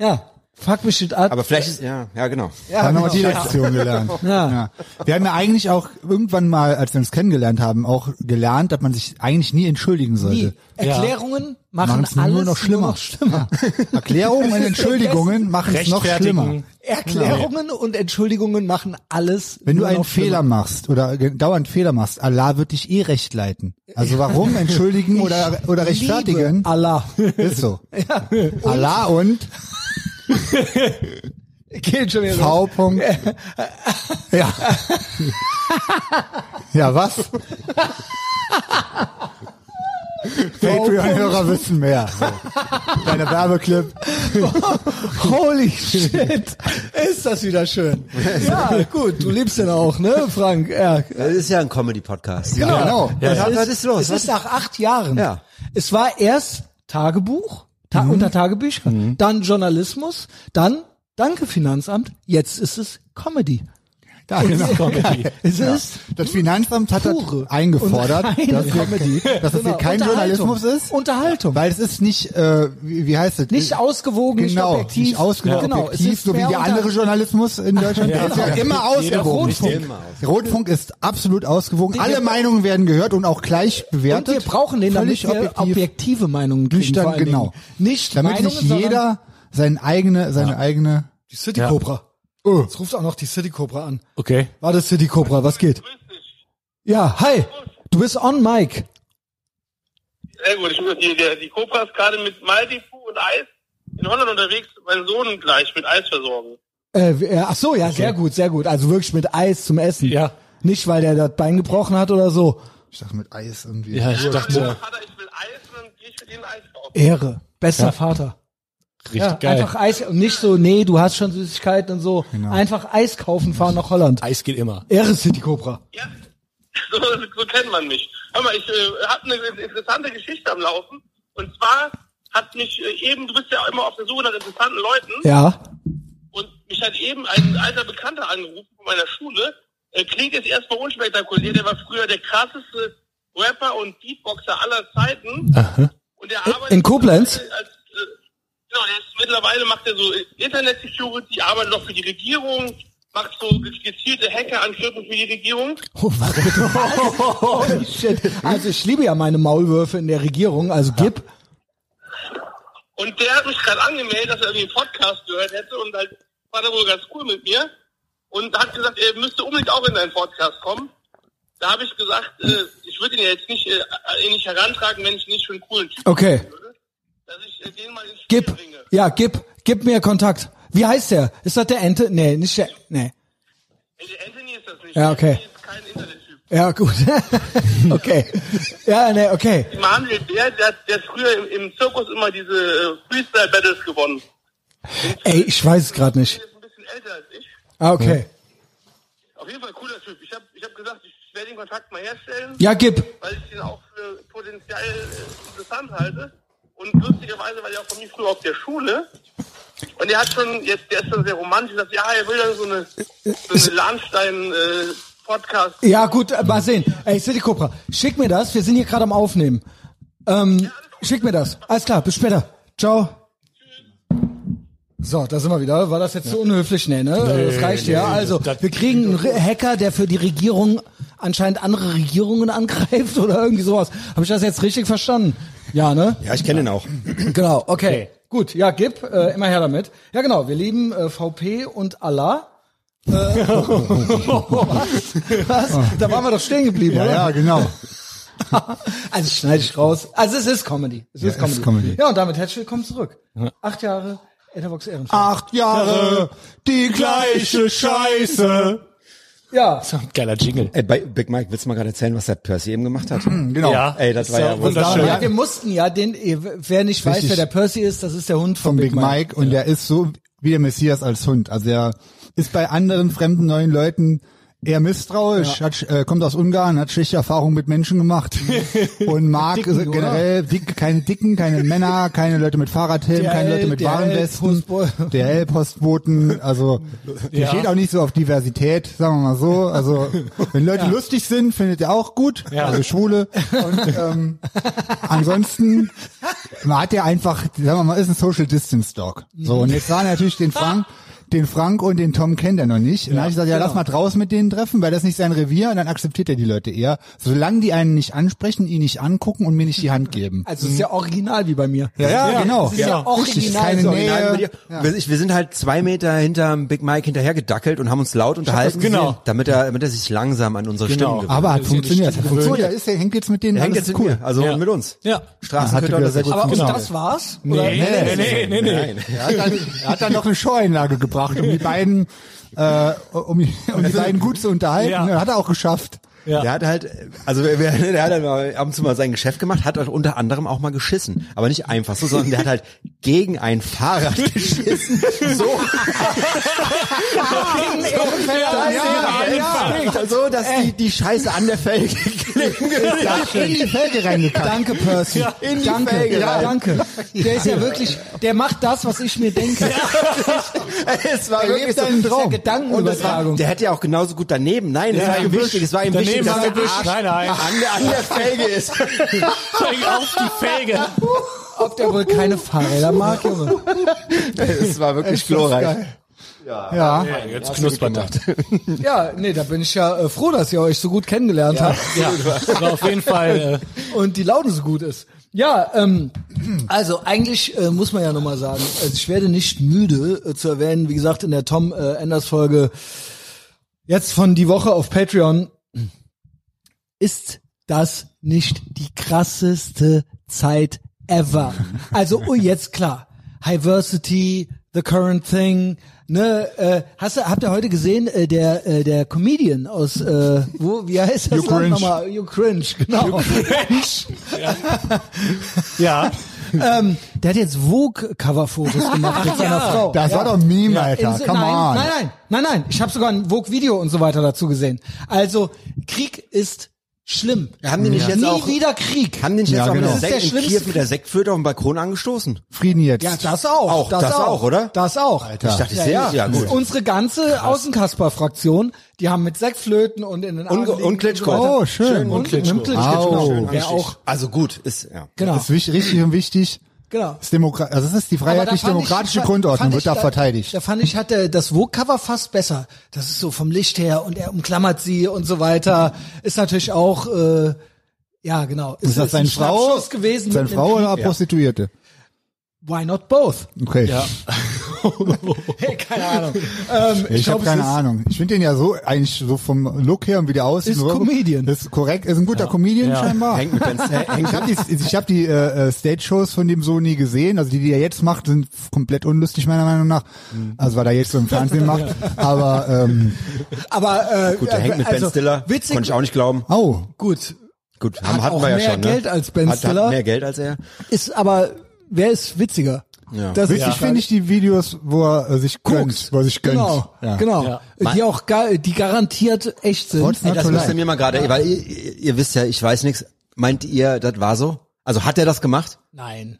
S1: Ja, fuck mich nicht ab.
S4: Aber vielleicht ist, ja, ja, genau.
S1: ja,
S3: Dann haben wir die
S1: genau.
S3: Lektion gelernt.
S1: Ja.
S3: Wir haben ja eigentlich auch irgendwann mal, als wir uns kennengelernt haben, auch gelernt, dass man sich eigentlich nie entschuldigen
S1: Die
S3: sollte.
S1: Erklärungen machen
S3: Machen's nur
S1: alles
S3: noch schlimmer.
S1: Nur noch schlimmer.
S3: Erklärungen und Entschuldigungen machen es noch
S2: Rechtfertigen.
S3: schlimmer.
S1: Erklärungen und Entschuldigungen machen alles
S3: Genau. Wenn du
S1: nur
S3: einen
S1: noch
S3: Fehler
S1: schlimmer.
S3: machst oder ge- dauernd Fehler machst, Allah wird dich eh recht leiten. Also warum entschuldigen oder, oder rechtfertigen?
S1: Liebe Allah.
S3: Ist so. Allah und
S1: Geht schon wieder los.
S3: V. -Punkt. Ja. Ja, was? Patreon-Hörer wissen mehr. So. Deine Werbeclip.
S1: Holy shit, ist das wieder schön. Ja, gut, du liebst den auch, ne, Frank? Ja,
S4: Das ist ja ein Comedy-Podcast.
S3: Ja, genau.
S4: Was,
S1: Es
S4: was ist los?
S1: Es ist nach acht Jahren.
S4: Ja.
S1: Es war erst Tagebuch, ta
S3: Mhm.
S1: unter Tagebücher, dann Journalismus, dann Danke Finanzamt, jetzt ist es Comedy.
S3: Da, genau.
S2: Comedy.
S1: Es ist
S3: Das Finanzamt hat das
S1: pure
S3: eingefordert,
S1: und reine
S3: dass
S1: Comedy.
S3: wir, dass das hier
S1: Genau,
S3: kein
S1: Unterhaltung.
S3: Journalismus ist,
S1: Unterhaltung.
S3: weil es ist nicht, äh, wie, wie heißt es?
S1: nicht ausgewogen,
S3: genau,
S1: nicht objektiv.
S3: Nicht ausgewogen,
S1: genau, es
S3: objektiv,
S1: ist
S3: so wie
S1: mehr
S3: der
S1: unter-
S3: andere Journalismus in Deutschland. Der ist ja immer ausgewogen.
S1: Rundfunk.
S4: Immer
S3: Der Rundfunk ist absolut ausgewogen.
S1: Die-
S3: Alle Meinungen werden gehört und auch gleich
S1: Und
S3: bewertet.
S1: wir brauchen den, damit
S3: Völlig
S1: wir objektive Meinungen kriegen.
S3: Nüchtern,
S1: vor allen
S3: genau.
S1: Dingen. Nicht
S3: Damit
S1: Meinungen,
S3: nicht jeder seine eigene, seine eigene.
S1: Die City Cobra. Oh. Jetzt ruft auch noch die City Cobra an.
S2: Okay.
S1: Warte, City Cobra, was geht? Ja, Ah, hi. Du bist on mic.
S5: Sehr gut, ich muss die, der, die Cobra ist gerade mit Maldifu und Eis in Holland unterwegs, meinen Sohn gleich mit Eis versorgen.
S1: Äh, w- äh, ach so, ja, sehr gut, sehr gut. Also wirklich mit Eis zum Essen.
S2: Ja.
S1: Nicht, weil der das Bein gebrochen hat oder so.
S3: Ich dachte mit Eis irgendwie.
S2: Ja, ich dachte,
S5: Vater, ich will Eis und dann gehe ich mit Ihnen Eis kaufen.
S1: Ehre. Bester Vater.
S2: richtig
S1: Ja,
S2: geil.
S1: einfach Eis und nicht so, nee, du hast schon Süßigkeiten und so. Einfach Eis kaufen, fahren nach Holland.
S2: Eis geht immer.
S1: Ehre City Cobra.
S5: Ja, so, so kennt man mich. Hör mal, ich äh, habe eine interessante Geschichte am Laufen. Und zwar hat mich äh, eben, du bist ja immer auf der Suche nach interessanten Leuten.
S1: Ja.
S5: Und mich hat eben ein alter Bekannter angerufen von meiner Schule. Äh, klingt jetzt erstmal unspektakulär. Der war früher der krasseste Rapper und Beatboxer aller Zeiten. Und der arbeitet
S1: in Koblenz?
S5: Als, äh, genau, der ist, mittlerweile macht er so Internet-Security, arbeitet noch für die Regierung, macht so gezielte Hackerangriffe für die Regierung.
S1: Oh, was bitte? Holy shit. Also ich liebe ja meine Maulwürfe in der Regierung, also gib.
S5: Und der hat mich gerade angemeldet, dass er irgendwie einen Podcast gehört hätte und halt war da wohl ganz cool mit mir und hat gesagt, er müsste unbedingt auch in deinen Podcast kommen. Da habe ich gesagt, äh, ich würde ihn ja jetzt nicht, äh, ihn nicht herantragen, wenn ich ihn nicht für einen coolen Typen
S1: Okay.
S5: halten würde, dass ich äh, den mal ins Spiel
S1: Gib.
S5: bringe.
S1: Ja, gib. Gib mir Kontakt. Wie heißt der? Ist das der Ente? Nee, nicht der. Nee.
S5: Äh, der Anthony ist das nicht.
S1: Ja, okay.
S5: Anthony ist kein Internettyp.
S1: Ja, gut. okay. Ja, nee, okay.
S5: Manuel Bär, der, hat- der hat früher im, im Zirkus immer diese äh, Freestyle-Battles gewonnen.
S1: Ey, ich weiß es gerade nicht.
S5: Der ist ein bisschen älter als ich.
S1: Ah, okay.
S5: Auf jeden Fall cooler Typ. Ich habe ich hab gesagt, ich werde den Kontakt mal herstellen.
S1: Ja, gib.
S5: weil ich ihn auch für potenziell äh, interessant halte. Und lustigerweise war der auch von mir früher auf der Schule. Und er hat schon, jetzt, der ist schon sehr romantisch, sagt, ja, er will dann so eine, so eine äh, Lahnstein-Podcast.
S1: Ja, gut, äh, mal sehen. Ey, City Cobra, schick mir das. Wir sind hier gerade am Aufnehmen. Ähm, schick mir das. Alles klar, bis später. Ciao. So, da sind wir wieder. War das jetzt zu unhöflich? Nee, ne? das reicht ja. Also, wir kriegen einen Re- Hacker, der für die Regierung anscheinend andere Regierungen angreift oder irgendwie sowas. Habe ich das jetzt richtig verstanden? Ja, ne?
S4: Ja, ich kenne ihn auch.
S1: Genau, okay. Gut, ja, gib, äh, immer her damit. Ja, genau, wir lieben äh, VP und Allah. Äh, was? was? Da waren wir doch stehen geblieben,
S3: Ja,
S1: oder?
S3: ja, genau.
S1: Also schneide ich raus. Also es ist Comedy. Es ist,
S3: es
S1: Comedy.
S3: ist Comedy.
S1: Ja, und damit herzlich willkommen zurück. Acht Jahre Etherbox Ehrenfeld.
S3: Acht Jahre, die gleiche Scheiße.
S1: Ja,
S2: Geiler Jingle.
S4: Ey, bei Big Mike, willst du mal gerade erzählen, was der Percy eben gemacht hat?
S3: Genau.
S2: Ja.
S4: Ey, das war
S2: So,
S4: ja
S2: wunderschön.
S1: ja, wir mussten ja den, eh, wer nicht weiß,
S3: Richtig.
S1: wer der Percy ist, das ist der Hund von,
S3: Vom Big Mike und der ist so wie der Messias als Hund. Also er ist bei anderen fremden neuen Leuten eher misstrauisch, hat, äh, kommt aus Ungarn, hat schlechte Erfahrungen mit Menschen gemacht und mag
S1: Dicken,
S3: generell dick, keine Dicken, keine Männer, keine Leute mit Fahrradhelm,
S1: DHL,
S3: keine Leute mit
S1: DHL,
S3: Warenwesten,
S1: Postbo-
S3: DL-Postboten, also der
S2: Ja.
S3: steht auch nicht so auf Diversität, sagen wir mal so. Also wenn Leute lustig sind, findet er auch gut,
S2: Ja.
S3: also Schwule. Und ähm, ansonsten man hat ja einfach, sagen wir mal, ist ein Social Distance Dog. So, und jetzt war natürlich den Frank, den Frank und den Tom kennt er noch nicht. Und dann habe ich gesagt, ja, lass mal draußen mit denen treffen, weil das ist nicht sein Revier und dann akzeptiert er die Leute eher. Solange die einen nicht ansprechen, ihn nicht angucken und mir nicht die Hand geben.
S1: Also es ist ja original wie bei mir.
S3: Mhm. ja, genau.
S1: Es ist ja,
S2: Ja.
S3: Richtig,
S1: original.
S3: keine
S1: so.
S3: Nähe.
S4: Nein, mit ihr- wir, ich- wir sind halt zwei Meter hinterm Big Mike hinterher gedackelt und haben uns laut unterhalten,
S2: das genau.
S4: gesehen, damit er, damit er sich langsam an unsere
S2: Genau.
S4: Stimmen gewöhnt.
S3: Aber hat
S2: Das ist ja
S3: funktioniert.
S2: nicht
S3: Hat funktioniert. Ist, der hängt jetzt mit denen.
S4: Er hängt
S3: alles
S4: jetzt
S3: ist
S4: mit
S3: cool.
S4: mir, also
S2: Ja.
S4: mit uns.
S2: Ja.
S4: Straßenköter
S3: Hat er
S4: oder
S3: sehr gut
S4: sehr gut.
S1: Aber
S2: Genau.
S1: und das war's?
S2: Nee,
S1: Oder?
S2: nee, nee, nee, nee.
S3: Er hat, dann, er hat dann noch eine Showeinlage gebracht, um die beiden, äh, um, die- um die beiden gut zu unterhalten.
S2: Ja.
S3: Hat er auch geschafft.
S2: Ja.
S4: Der hat halt, also wer- wer- der hat halt mal ab und zu mal sein Geschäft gemacht, hat halt unter anderem auch mal geschissen. Aber nicht einfach so, sondern der hat halt gegen ein Fahrrad geschissen. So.
S1: Ja, ja,
S4: so, dass die, die Scheiße an der Felge
S3: in die Felge reingekackt.
S1: Danke, Percy.
S4: in die
S1: danke,
S4: Felge
S1: ja,
S4: rein.
S1: danke. Der ist ja wirklich, der macht das, was ich mir denke.
S4: Es war
S3: Er lebt
S4: wirklich so.
S3: seinen Traum.
S1: Gedankenübertragung.
S4: Der hätte ja auch genauso gut daneben. Nein, es
S2: Ja,
S4: war ihm
S2: Gebüsch.
S4: wichtig. Es war ihm
S2: Daneben
S4: wichtig, dass
S2: war
S4: der
S2: Gebüsch.
S4: Arsch
S2: Nein, nein.
S4: An, der, an der Felge ist.
S2: auf die Felge.
S1: Ob der wohl keine Fahrräder mag, Junge.
S4: Es war wirklich glorreich.
S3: Ja.
S2: Ja, jetzt knuspert das.
S1: Ja, nee, da bin ich ja äh, froh, dass ihr euch so gut kennengelernt habt.
S2: Ja, war auf jeden Fall. äh,
S1: und die Laune so gut ist. Ja, ähm, also eigentlich äh, muss man ja nochmal sagen, also ich werde nicht müde äh, zu erwähnen, wie gesagt, in der Tom äh, Enders Folge jetzt von die Woche auf Patreon ist das nicht die krasseste Zeit ever. Also oh, jetzt klar, Diversity, the current thing, ne, äh, hast du, habt ihr heute gesehen, äh, der äh, der Comedian aus äh, wo wie heißt das
S3: You
S1: Land
S3: cringe.
S1: nochmal? You cringe, genau.
S2: Äh, ja.
S1: ähm, der hat jetzt Vogue-Cover-Fotos gemacht mit seiner Frau.
S3: Das war doch ein Meme, Alter.
S1: In-
S3: Come
S1: nein,
S3: on.
S1: Nein, nein, nein, nein. Ich habe sogar ein Vogue-Video und so weiter dazu gesehen. Also Krieg ist schlimm.
S4: Haben die nicht jetzt
S1: Nie
S4: auch-
S1: wieder Krieg.
S4: Haben den jetzt
S3: Ja,
S4: auch
S3: genau.
S4: mit
S1: Das ist
S4: der
S1: der
S4: Sekt in
S1: schlimmste
S4: Kiew mit der Sektflöte auf dem Balkon angestoßen?
S3: Frieden jetzt.
S1: ja, das auch.
S4: Auch,
S1: das,
S4: das
S1: auch.
S4: auch, oder?
S1: Das auch.
S3: Alter.
S4: Ich dachte, ich
S1: ja,
S4: sehe
S1: ja.
S4: es. Ja, gut.
S1: Unsere ganze Außenkasper-Fraktion, die haben mit Sektflöten und in den Armen
S4: Und, und Klitschko.
S3: Oh,
S1: und,
S3: schön.
S1: und Klitschko. Und Klitschko.
S3: Au.
S1: Schön
S4: Ja,
S1: angeschickt.
S4: auch. Also gut, ist, ja.
S1: Oh, Genau.
S3: Das ist wichtig, richtig und wichtig.
S1: genau.
S3: Das, Demokra also das ist die
S1: Aber da fand
S3: freiheitlich-demokratische
S1: ich-
S3: Grundordnung,
S1: fand
S3: wird
S1: ich
S3: da verteidigt.
S1: Da fand ich, hat der, das Vogue-Cover fast besser. Das ist so vom Licht her und er umklammert sie und so weiter. Ist natürlich auch, äh, ja genau.
S3: Ist das seine
S1: ein
S3: Frau,
S1: Schnappschuss gewesen?
S3: seine
S1: mit
S3: Frau
S1: einem-
S3: oder eine Prostituierte?
S1: Why not both?
S3: Okay.
S1: Hey, keine Ahnung. Ähm,
S3: Ich,
S1: glaub,
S3: habe
S1: es
S3: keine
S1: ist-
S3: Ahnung. Ich finde den ja so eigentlich so vom Look her und wie der aussieht.
S1: Ist
S3: so-
S1: Comedian.
S3: Ist korrekt. Ist ein guter Comedian
S2: Ja.
S3: scheinbar.
S4: Hängt mit den,
S3: Ich habe die, ich hab die äh, äh, Stage-Shows von dem so nie gesehen. Also die, die er jetzt macht, sind komplett unlustig meiner Meinung nach.
S1: Mhm.
S3: Also weil er jetzt so im Fernsehen macht. Aber ähm,
S1: Aber äh,
S4: gut, der hängt mit
S1: also,
S4: Ben Stiller.
S1: Witzig.
S4: Konnte ich auch nicht glauben.
S3: oh,
S1: Gut,
S4: Gut,
S1: Hat
S4: haben, hatten
S1: auch
S4: wir ja
S1: mehr
S4: schon, ne?
S1: Geld als Ben
S4: hat,
S1: Stiller.
S4: Hat mehr Geld als er.
S1: ist aber wer ist witziger?
S4: Ja.
S1: Das
S3: witzig
S1: ist-
S3: finde ich die Videos, wo er äh, sich gönnt, wo er sich gönnt.
S1: Genau,
S3: Ja.
S1: genau.
S4: Ja.
S1: Die auch gar, die garantiert echt sind.
S3: What's
S1: Ey,
S3: not
S1: das
S3: to
S1: muss
S3: like?
S4: Müsst ihr mir mal gerade, weil ihr, ihr wisst ja, ich weiß nichts. Meint ihr, das war so? Also hat er das gemacht?
S1: Nein.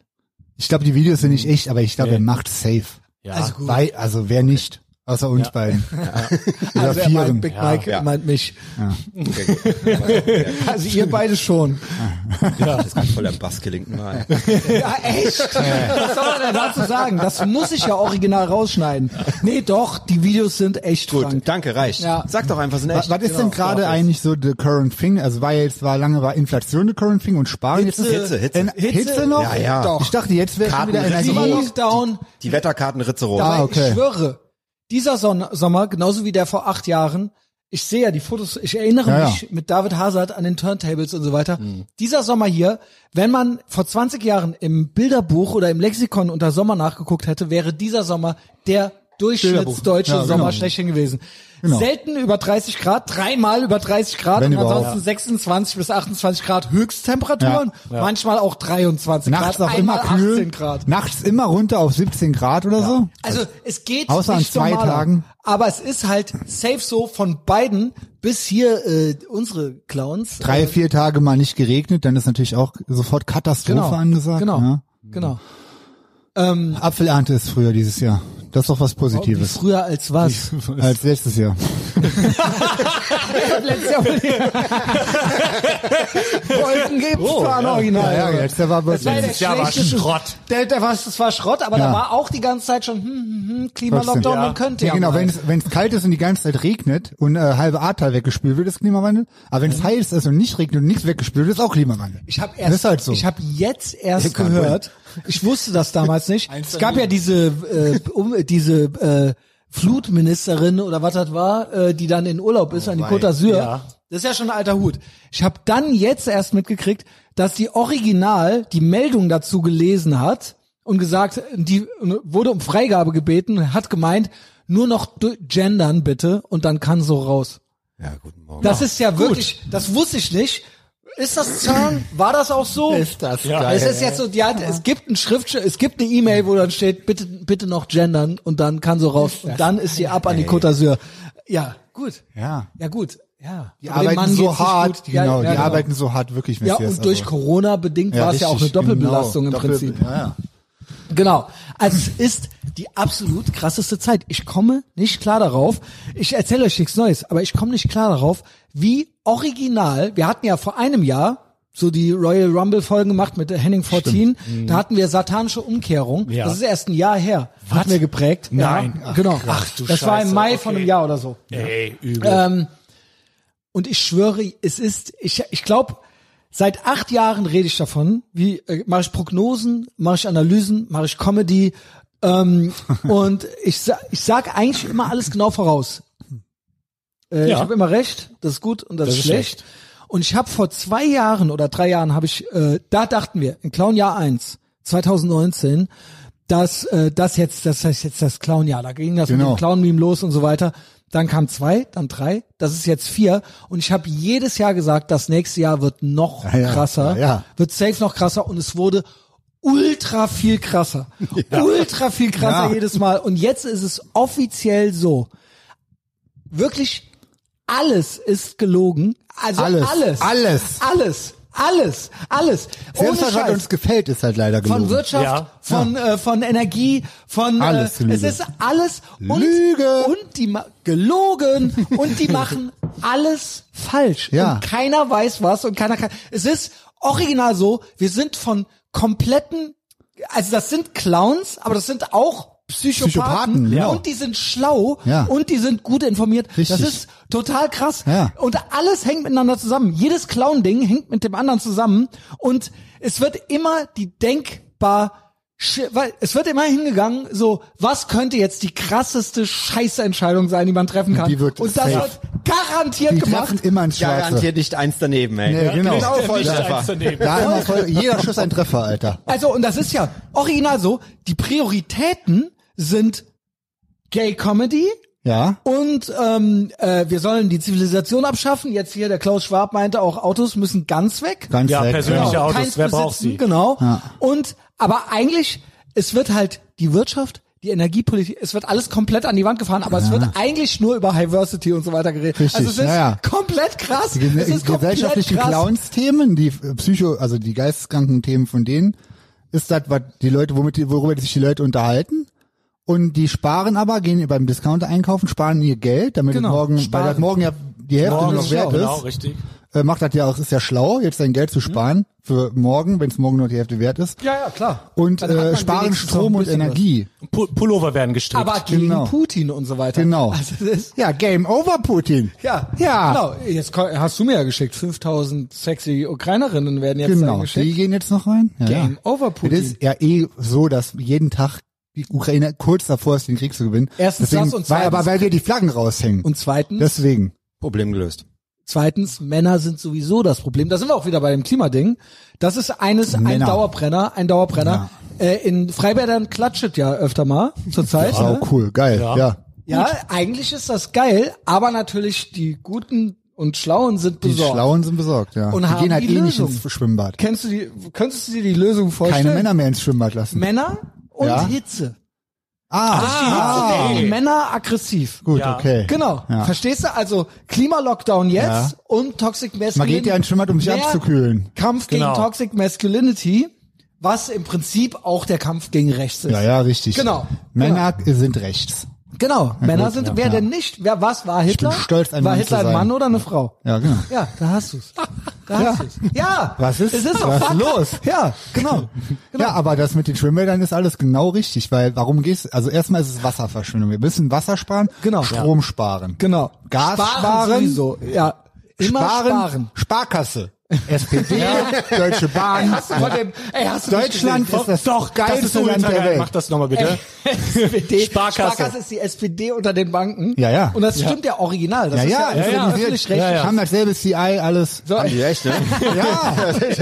S3: Ich glaube, die Videos sind nicht echt, aber ich glaube, er macht safe.
S2: Ja.
S1: Also gut.
S3: Weil, also wer nicht? Außer uns beiden. Oder
S1: Also er meint
S3: vieren.
S1: Big Mike,
S4: Ja.
S1: meint mich. Also ihr beide schon.
S4: Ah, Das ist gerade voll am Bass gelingt. Nein.
S1: Ja, echt? Was soll man denn dazu sagen? Das muss ich ja original rausschneiden. Nee, doch, die Videos sind echt
S4: Gut,
S1: krank.
S4: danke, reicht.
S1: Ja.
S4: Sag doch einfach, ne, sind
S3: Wa-
S4: echt.
S3: Was ist
S1: genau.
S3: denn gerade eigentlich so the current thing? Also war jetzt war lange war Inflation the current thing und Sparen
S1: Hitze.
S3: jetzt
S4: Hitze,
S3: ist,
S4: Hitze.
S3: Äh, Hitze, noch?
S4: Ja, ja.
S3: Doch. Ich dachte, jetzt wäre schon wieder
S4: Karten-
S3: Energie.
S4: Hitze-
S1: also Die down.
S4: Die Wetterkartenritze rot.
S1: Dabei,
S3: Ah, okay.
S1: Ich schwöre, dieser Son Sommer, genauso wie der vor acht Jahren, ich sehe ja die Fotos, ich erinnere
S3: Ja, Mhm. ja.
S1: mich mit David Hazard an den Turntables und so weiter. Dieser Sommer hier, wenn man vor 20 Jahren im Bilderbuch oder im Lexikon unter Sommer nachgeguckt hätte, wäre dieser Sommer der durchschnittsdeutsche
S3: Ja, genau.
S1: Sommer schlechthin gewesen.
S3: Genau.
S1: Selten über 30 Grad, dreimal über 30 Grad
S3: Wenn
S1: und
S3: überhaupt.
S1: ansonsten 26 bis 28 Grad Höchsttemperaturen, manchmal auch 23
S3: Nachts
S1: Grad,
S3: auch immer
S1: einmal
S3: kühl.
S1: 18 Grad.
S3: Nachts immer runter auf 17 Grad oder so.
S1: Also es geht
S3: Außer an
S1: nicht
S3: zwei
S1: normaler,
S3: Tagen.
S1: Aber es ist halt safe so von beiden bis hier äh, unsere Clowns.
S3: Drei, vier Tage mal nicht geregnet, dann ist natürlich auch sofort Katastrophe
S1: genau,
S3: angesagt.
S1: Genau,
S3: Ja.
S1: genau.
S3: Apfelernte ist früher dieses Jahr. Das ist doch
S1: Oh,
S3: was
S1: Wie
S3: Positives.
S1: früher als was?
S3: Als letztes Jahr.
S1: Letztes Jahr Wolken gibt's oh, zwar ja. original.
S3: Ja, ja,
S1: aber-
S3: letztes Jahr war
S1: das war der
S3: wirklich.
S2: Letztes Jahr war
S1: schlechteste-
S2: Schrott.
S1: Der, der war, das war Schrott, aber da
S3: Ja.
S1: war auch die ganze Zeit schon hm, hm, hm, Klimalockdown,
S2: Ja.
S1: man könnte
S3: Ja,
S1: ja.
S3: genau,
S1: mal.
S3: wenn es, wenn es kalt ist und die ganze Zeit regnet und äh, halbe Ahrtal weggespült wird, ist Klimawandel. Aber wenn es heiß ist und nicht regnet und nichts weggespült wird, ist auch Klimawandel.
S1: Mhm. Ich habe
S3: Das
S1: erst,
S3: ist halt so.
S1: ich habe jetzt erst
S3: kann
S1: gehört. Ich wusste das damals nicht. es gab ja diese, äh, um, diese äh, Flutministerin oder was das war, äh, die dann in Urlaub ist an die
S3: wei.
S1: Côte d'Azur.
S2: Ja.
S1: Das ist ja schon ein alter Hut. Ich habe dann jetzt erst mitgekriegt, dass die Original die Meldung dazu gelesen hat und gesagt, die wurde um Freigabe gebeten, und hat gemeint, nur noch du- gendern bitte und dann kann so raus.
S4: Ja, guten Morgen.
S1: Das ist ja wirklich, das wusste ich nicht. Ist das Zahn? War das auch so?
S3: Ist das
S1: ja.
S3: geil.
S1: Es ist jetzt so, die hat, es gibt ein Schrift, es gibt eine E-Mail, wo dann steht, bitte, bitte noch gendern und dann kann so raus. Und dann ist sie ab an die Côte d'Azur. Ja, gut.
S3: Ja.
S1: Ja, gut. Ja.
S3: Die
S1: Aber dem
S3: arbeiten
S1: Mann
S3: so
S1: geht's nicht
S3: hart,
S1: gut.
S3: die, genau, die
S1: genau.
S3: arbeiten so hart, wirklich,
S1: Ja,
S3: Messias,
S1: und durch
S3: also.
S1: Corona bedingt war es ja auch eine
S3: richtig,
S1: Doppelbelastung
S3: genau.
S1: im
S3: Doppel-
S1: Prinzip.
S3: Ja, ja.
S1: Genau. Also es ist die absolut krasseste Zeit. Ich komme nicht klar darauf. Ich erzähle euch nichts Neues, aber ich komme nicht klar darauf, wie original, wir hatten ja vor einem Jahr so die Royal Rumble Folgen gemacht mit Henning 14. Da hatten wir satanische Umkehrung.
S2: Mhm. Ja.
S1: Das ist erst ein Jahr her. Was? Hat mir geprägt.
S2: Nein.
S1: Ja, genau. Ach, du das war im
S2: Scheiße,
S1: Mai von einem
S2: okay.
S1: Jahr oder so.
S2: Ey, übel.
S1: Ähm, und ich schwöre, es ist, ich, ich glaube, seit acht Jahren rede ich davon, wie äh, mache ich Prognosen, mache ich Analysen, mache ich Comedy ähm, und ich, sa- ich sag eigentlich immer alles genau voraus. Äh, Ich
S2: Ja.
S1: habe immer recht, das ist gut und das,
S2: Das
S1: ist
S2: ist
S1: schlecht. Und ich habe vor zwei Jahren oder drei Jahren habe ich, äh, da dachten wir, in Clown Jahr 1, 2019, dass äh, das jetzt, das heißt jetzt das Clown Jahr, da ging das mit
S3: Genau.
S1: dem Clown Meme los und so weiter. Dann kam zwei, dann drei, das ist jetzt vier. Und ich habe jedes Jahr gesagt, das nächste Jahr wird noch
S3: Ja, ja.
S1: krasser,
S3: Ja, ja.
S1: wird safe noch krasser und es wurde ultra viel krasser. Ultra viel krasser
S3: Ja.
S1: jedes Mal. Und jetzt ist es offiziell so. Wirklich alles ist gelogen. Also
S3: Alles.
S1: alles.
S3: Alles.
S1: Alles. Alles. Alles. Ohne
S3: Selbst das, was
S1: Scheiß.
S3: uns gefällt, ist halt leider gelogen.
S1: Von Wirtschaft,
S2: Ja.
S1: von, Äh, von Energie, von
S3: Alles
S1: äh,
S3: Lüge.
S1: es ist alles und,
S3: Lüge.
S1: und die ma- gelogen und die machen alles falsch.
S3: Ja.
S1: Und keiner weiß was und keiner kann. Es ist original so, wir sind von kompletten, also das sind Clowns, aber das sind auch Psychopathen,
S3: Psychopathen, genau.
S1: und die sind schlau
S3: Ja.
S1: und die sind gut informiert. Das
S3: Richtig.
S1: ist total krass.
S3: Ja.
S1: Und alles hängt miteinander zusammen. Jedes Clown-Ding hängt mit dem anderen zusammen. Und es wird immer die denkbar, sch- weil es wird immer hingegangen, so, was könnte jetzt die krasseste Scheißentscheidung sein, die man treffen kann?
S3: die wird
S1: Und das
S3: safe.
S1: wird garantiert
S3: Die
S1: gemacht.
S3: treffen immer ins Schwarze.
S4: Garantiert nicht eins daneben, ey.
S3: Nee, genau.
S4: Genau, voll
S2: nicht
S4: Treffer.
S2: eins daneben.
S3: Da immer voll, jeder Schuss ein Treffer, Alter.
S1: Also, und das ist ja original so, die Prioritäten sind Gay Comedy,
S3: Ja.
S1: Und ähm, äh, wir sollen die Zivilisation abschaffen. Jetzt hier, der Klaus Schwab meinte auch, Autos müssen ganz weg.
S3: Ganz
S2: Ja,
S3: weg.
S2: persönliche
S3: Genau.
S2: Autos,
S1: Keins
S2: wer braucht sie?
S1: Genau.
S3: Ja.
S1: Und aber eigentlich, es wird halt die Wirtschaft, die Energiepolitik, es wird alles komplett an die Wand gefahren, aber es wird eigentlich nur über Diversity und so weiter geredet.
S3: Richtig,
S1: also es ist
S3: ja, ja.
S1: komplett krass.
S3: Die
S1: es ist komplett
S3: gesellschaftlichen
S1: krass.
S3: Clowns-Themen, die äh, Psycho, also die geisteskranken Themen von denen, ist das, was die Leute, womit die, worüber sich die Leute unterhalten. Und die sparen aber, gehen beim Discounter einkaufen, sparen ihr Geld, damit
S1: Genau,
S3: es morgen,
S1: sparen.
S3: weil das morgen ja die Hälfte
S1: Morgen
S3: noch
S1: ist
S3: wert
S1: schlau,
S2: Genau,
S3: ist,
S2: richtig.
S3: äh, macht das ja auch, ist ja schlau, jetzt sein Geld zu sparen für morgen, wenn es morgen nur die Hälfte wert ist.
S1: Mhm. Ja, ja, klar.
S3: Und
S1: Dann hat
S3: äh,
S1: man
S3: sparen
S1: wenigstens noch
S3: Strom
S1: ein
S3: und
S1: bisschen was.
S3: Energie.
S2: Pu- Pullover werden gestrickt.
S1: Aber gegen
S3: Genau.
S1: Putin und so weiter.
S3: Genau.
S1: Also das ist,
S3: Ja, Game over, Putin.
S1: Ja,
S3: Ja.
S1: Genau, jetzt ko- hast du mir ja geschickt, 5000 sexy Ukrainerinnen werden jetzt
S3: Genau, die
S1: eingeschickt.
S3: gehen jetzt noch rein. Ja,
S1: Game
S3: ja.
S1: over, Putin.
S3: Es ist ja eh so, dass jeden Tag die Ukraine kurz davor ist, den Krieg zu gewinnen.
S1: Erstens
S3: Deswegen,
S1: das und
S3: weil,
S1: zweitens-
S3: aber weil wir die Flaggen raushängen.
S1: Und zweitens,
S3: Deswegen.
S4: Problem gelöst.
S1: zweitens, Männer sind sowieso das Problem. Da sind wir auch wieder bei dem Klimading. Das ist eines, ein
S3: Männer.
S1: Dauerbrenner, ein Dauerbrenner. Äh, in Freibädern klatschet ja öfter mal zurzeit.
S3: Sau
S1: ne?
S3: cool, geil. Ja.
S1: Ja, eigentlich ist das geil, aber natürlich die Guten und Schlauen sind
S3: Die
S1: besorgt.
S3: Schlauen sind besorgt, ja.
S1: Und
S3: die
S1: haben
S3: gehen halt
S1: die
S3: eh nicht
S1: Lösung.
S3: ins Schwimmbad.
S1: Kennst du die, könntest du dir die Lösung vorstellen?
S3: Keine Männer mehr ins Schwimmbad lassen.
S1: Männer und
S3: Ja.
S1: Hitze.
S3: ah,
S1: Die Männer aggressiv.
S3: gut,
S2: Ja.
S3: okay.
S1: Genau.
S3: Ja.
S1: Verstehst du? Also Klima-Lockdown jetzt
S3: Ja.
S1: und Toxic Masculinity.
S3: Man geht ja ins Schwimmbad, um sich
S1: Mehr
S3: abzukühlen.
S1: Kampf gegen
S2: Genau.
S1: Toxic Masculinity, was im Prinzip auch der Kampf gegen rechts ist.
S3: Ja, ja, richtig.
S1: Genau.
S3: Männer sind rechts.
S1: Genau. Männer sind, wer denn nicht? Wer, was war Hitler?
S3: bin stolz, ein
S1: war
S3: Mann
S1: Hitler
S3: zu
S1: ein
S3: sein.
S1: Mann oder eine Frau?
S3: Ja, genau.
S1: Ja, da hast du's. Da hast du's. Ja.
S3: Was ist-
S1: es ist
S3: was
S1: doch
S3: ist
S1: los? Ja, genau.
S3: Ja, aber das mit den Schwimmbädern ist alles genau richtig, weil warum gehst also erstmal ist es Wasserverschwendung. Wir müssen Wasser sparen,
S1: Genau.
S3: Strom sparen.
S1: Genau.
S3: Gas sparen.
S1: sowieso. Ja. Immer sparen.
S3: Sparkasse. SPD, Deutsche Bahn.
S1: Hast du von dem, ey, hast du
S3: Deutschland
S1: nicht
S3: ist das doch
S2: das ist
S3: geilste
S2: so
S3: Land der
S2: ultrageil.
S3: Welt.
S2: Mach das nochmal bitte.
S1: SPD.
S2: Sparkasse.
S1: Sparkasse ist die SPD unter den Banken.
S3: Ja, ja.
S1: Und das stimmt ja original. Das
S3: ja,
S1: ist ja,
S3: ja,
S1: alles
S2: ja, ja.
S1: öffentlich rechtlich.
S2: Ja, ja.
S3: Haben dasselbe CI, alles.
S1: So,
S4: Haben die echt, ne?
S3: Ja. Verdi,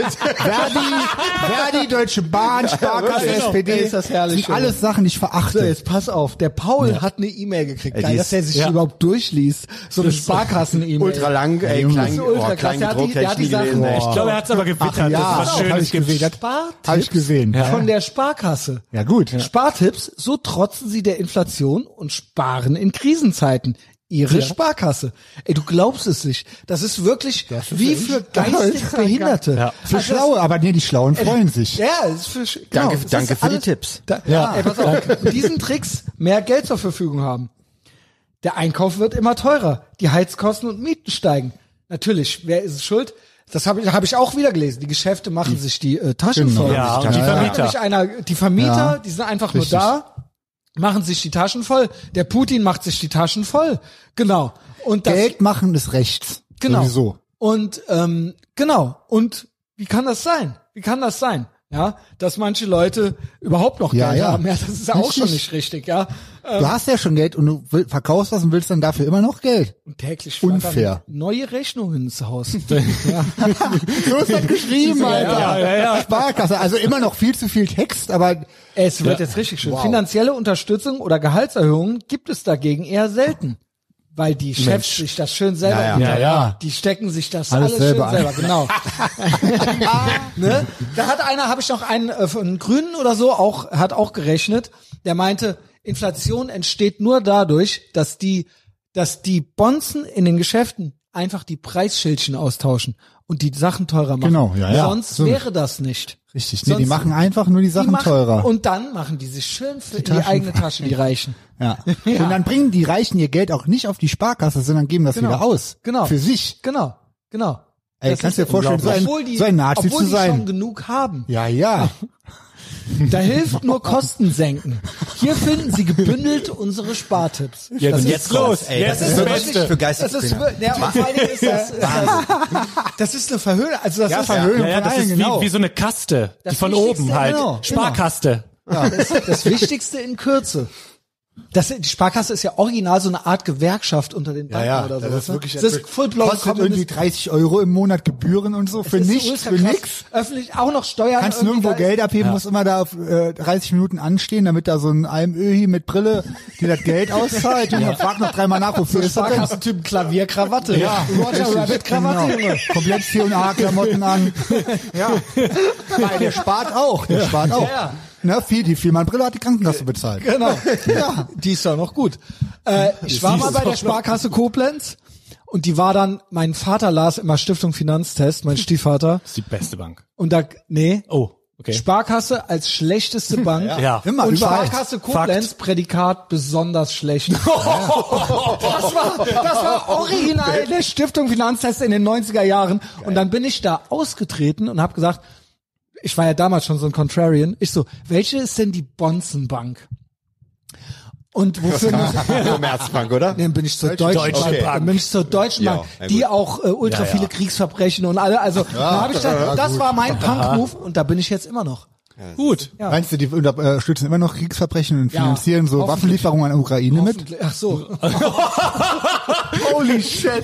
S3: Verdi, Deutsche Bahn, Sparkasse,
S1: Ja, genau.
S3: SPD.
S1: Ey, ist das herrlich,
S3: Sind alles Sachen, die ich
S1: So,
S3: verachte.
S1: jetzt pass auf, der Paul hat eine E-Mail gekriegt.
S4: Ey, die
S1: Geil,
S4: ist-
S1: dass er sich
S2: ja.
S1: überhaupt durchliest. So eine Sparkassen-E-Mail.
S4: Ultra lang, ey,
S1: Das
S4: klein,
S1: ist ultra
S4: oh,
S1: krass.
S4: klein
S1: Der hat die,
S4: gedruckt, hätte
S1: der
S4: ich
S1: hat die
S4: nie
S1: Sachen
S4: in echt.
S2: Ich glaube, er hat es aber gewittert.
S3: Ach
S1: Ah,
S3: ja,
S2: das ist was
S3: hab
S2: Schönes
S3: ich gesehen.
S2: gibt.
S3: Das Habe ich gesehen. Ja,
S1: von der Sparkasse.
S3: ja gut.
S1: Spartipps, so trotzen sie der Inflation und sparen in Krisenzeiten. Ihre Sparkasse. Ey, du glaubst es nicht. Das ist wirklich wie für geistig
S3: ultra
S1: Behinderte.
S2: Ja.
S3: Für Schlaue, aber nee, die Schlauen freuen sich.
S1: Ja, es ist für, sch- genau,
S4: Danke-
S1: es ist
S4: danke für die
S1: alles-
S4: Tipps.
S1: Da, ja, ey, pass auf, mit diesen Tricks mehr Geld zur Verfügung haben. Der Einkauf wird immer teurer, die Heizkosten und Mieten steigen. Natürlich, wer ist es schuld? Das habe ich, hab ich auch wieder gelesen. Die Geschäfte machen sich die äh, Taschen voll.
S2: Ja, und
S1: Da
S2: die
S1: kann
S2: Vermieter.
S1: nämlich Einer, die Vermieter,
S3: Ja,
S1: die sind einfach
S3: richtig.
S1: nur da, machen sich die Taschen voll. Der Putin macht sich die Taschen voll. Genau. Und das,
S3: Geld machen ist rechts.
S1: Genau.
S3: Sowieso.
S1: Und ähm, genau. Und wie kann das sein? Wie kann das sein? Ja, dass manche Leute überhaupt noch
S3: Ja,
S1: Geld
S3: ja.
S1: haben. Ja, das ist ja auch schon
S3: Richtig.
S1: nicht richtig, ja. Äh,
S3: Du hast ja schon Geld und du will- verkaufst was und willst dann dafür immer noch Geld.
S1: und täglich
S3: Unfair.
S1: flattern neue Rechnungen ins Haus.
S3: So ist das geschrieben, Alter.
S2: ja, ja, ja.
S3: Sparkasse. Also immer noch viel zu viel Text, aber
S1: es wird jetzt richtig schön. Finanzielle Unterstützung oder Gehaltserhöhungen gibt es dagegen eher selten. Weil die Chefs sich das schön selber
S3: Ja, ja.
S1: machen.
S2: Ja, ja.
S1: die stecken sich das
S3: Alles
S1: alles,
S3: selber
S1: schön
S3: ein.
S1: selber, genau. ne? Da hat einer, habe ich noch einen äh, von Grünen oder so, auch hat auch gerechnet, der meinte, Inflation entsteht nur dadurch, dass die, dass die Bonzen in den Geschäften einfach die Preisschildchen austauschen und die Sachen teurer machen.
S3: Genau, ja, ja.
S1: Sonst
S3: So.
S1: wäre das nicht.
S3: richtig. Nee, die
S1: Sonst-
S3: machen einfach nur die
S1: Die
S3: Sachen
S1: machen-
S3: teurer.
S1: Und dann machen die sich schön für die,
S3: Taschen-
S1: eigene Tasche, die Reichen.
S3: ja. Und dann bringen die Reichen ihr Geld auch nicht auf die Sparkasse, sondern geben das
S1: Genau.
S3: wieder aus.
S1: Genau.
S3: Für sich.
S1: Genau, genau.
S3: Ey,
S1: Das
S3: kannst
S1: ist
S3: dir vorstellen, so ein-
S1: unglaublich. Obwohl die-
S3: so ein Nazi
S1: obwohl
S3: zu
S1: die
S3: sein.
S1: schon genug haben.
S3: Ja, ja.
S1: Da hilft nur Kosten senken. Hier finden Sie gebündelt unsere Spartipps.
S2: Jetzt,
S1: Das
S2: und
S1: ist-
S2: jetzt los.
S4: Ey,
S2: jetzt
S4: das
S2: ist
S4: ist
S2: das
S4: wirklich
S2: Beste.
S4: für
S1: Das ist,
S4: Geistesbilder.
S1: ja, und vor allen Dingen ist das, ist das, das ist eine Verhöhnung. Also das
S3: Ja,
S1: ist
S3: Verhöhnung
S2: Ja, ja,
S3: von
S2: das
S3: allen,
S2: ist wie,
S3: genau.
S2: wie so eine Kaste.
S1: Das
S2: die von
S1: Wichtigste,
S2: oben halt.
S1: genau, genau.
S2: Sparkaste.
S1: das, das Wichtigste in Kürze. Das, die Sparkasse ist ja original so eine Art Gewerkschaft unter den Banken oder so. das ist full blown
S3: also kostet irgendwie 30 Euro im Monat Gebühren und so für nichts, für nix.
S1: Öffentlich auch noch Steuern.
S3: Kannst
S1: irgendwie
S3: nirgendwo
S1: da-
S3: Geld abheben, musst immer da auf, äh, 30 Minuten anstehen, damit da so ein Almöhi mit Brille dir das Geld auszahlt. Und dann fragt noch dreimal nach, wofür ist das denn?
S1: Sparkassentyp Klavier, Krawatte. Roger Rabbit, Krawatte,
S3: genau.
S1: Junge.
S3: Komplett C&A-Klamotten an. ja. Nein, der spart auch, der spart auch.
S1: ja.
S3: Na, viel, die viel Brille hat die Krankenkasse bezahlt.
S1: Genau. ja. Die ist ja noch gut. Äh, ich war mal bei der Sparkasse Koblenz und die war dann, mein Vater las immer Stiftung Finanztest, mein Stiefvater.
S2: Das ist die beste Bank.
S1: Und da, nee,
S2: Oh, okay.
S1: Sparkasse als schlechteste Bank.
S2: Ja.
S3: Immer,
S1: und
S3: überall.
S1: Sparkasse Koblenz, Prädikat besonders schlecht. das, war, das war original in der Stiftung Finanztest in den 90er Jahren. Und dann bin ich da ausgetreten und habe gesagt, ich war ja damals schon so ein Contrarian. Ich so, welche ist denn die Bonzenbank? Und wofür muss
S4: Commerzbank, oder?
S1: dann bin ich zur Deutschen,
S2: Deutsche
S1: Bank.
S2: Bank.
S1: Dann bin ich zur Deutschen
S4: Ja,
S1: Bank,
S4: na gut.
S1: die auch äh, ultra
S2: Ja, ja.
S1: viele Kriegsverbrechen und alle. Also da hab ich dann, das war mein Punk-Move und da bin ich jetzt immer noch.
S2: Gut.
S1: Ja.
S3: Meinst du, die unterstützen immer noch Kriegsverbrechen und
S1: Ja.
S3: finanzieren so
S1: Hoffentlich.
S3: Waffenlieferungen an Ukraine mit?
S1: Hoffentlich- Ach so.
S3: Holy shit.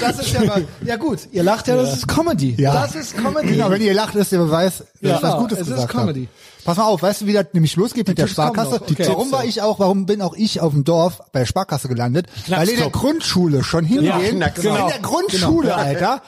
S1: Das ist ja mal, ja gut, ihr lacht ja, das ist Comedy.
S3: Ja.
S1: Das ist Comedy.
S3: Genau, wenn ihr lacht, ist der Beweis, dass
S1: Ja.
S3: ich was Gutes
S1: Es ist
S3: gesagt
S1: Comedy.
S3: Hab. Pass mal auf, weißt du, wie das nämlich losgeht mit der
S1: Tipps kommen
S3: Sparkasse?
S1: noch. Die
S3: Warum
S1: Tipps,
S3: war ich auch, warum bin auch ich auf dem Dorf bei der Sparkasse gelandet? Weil in der
S2: Knacksclub.
S3: Grundschule schon hingehen.
S2: Knacks, genau.
S3: In der Grundschule, Alter.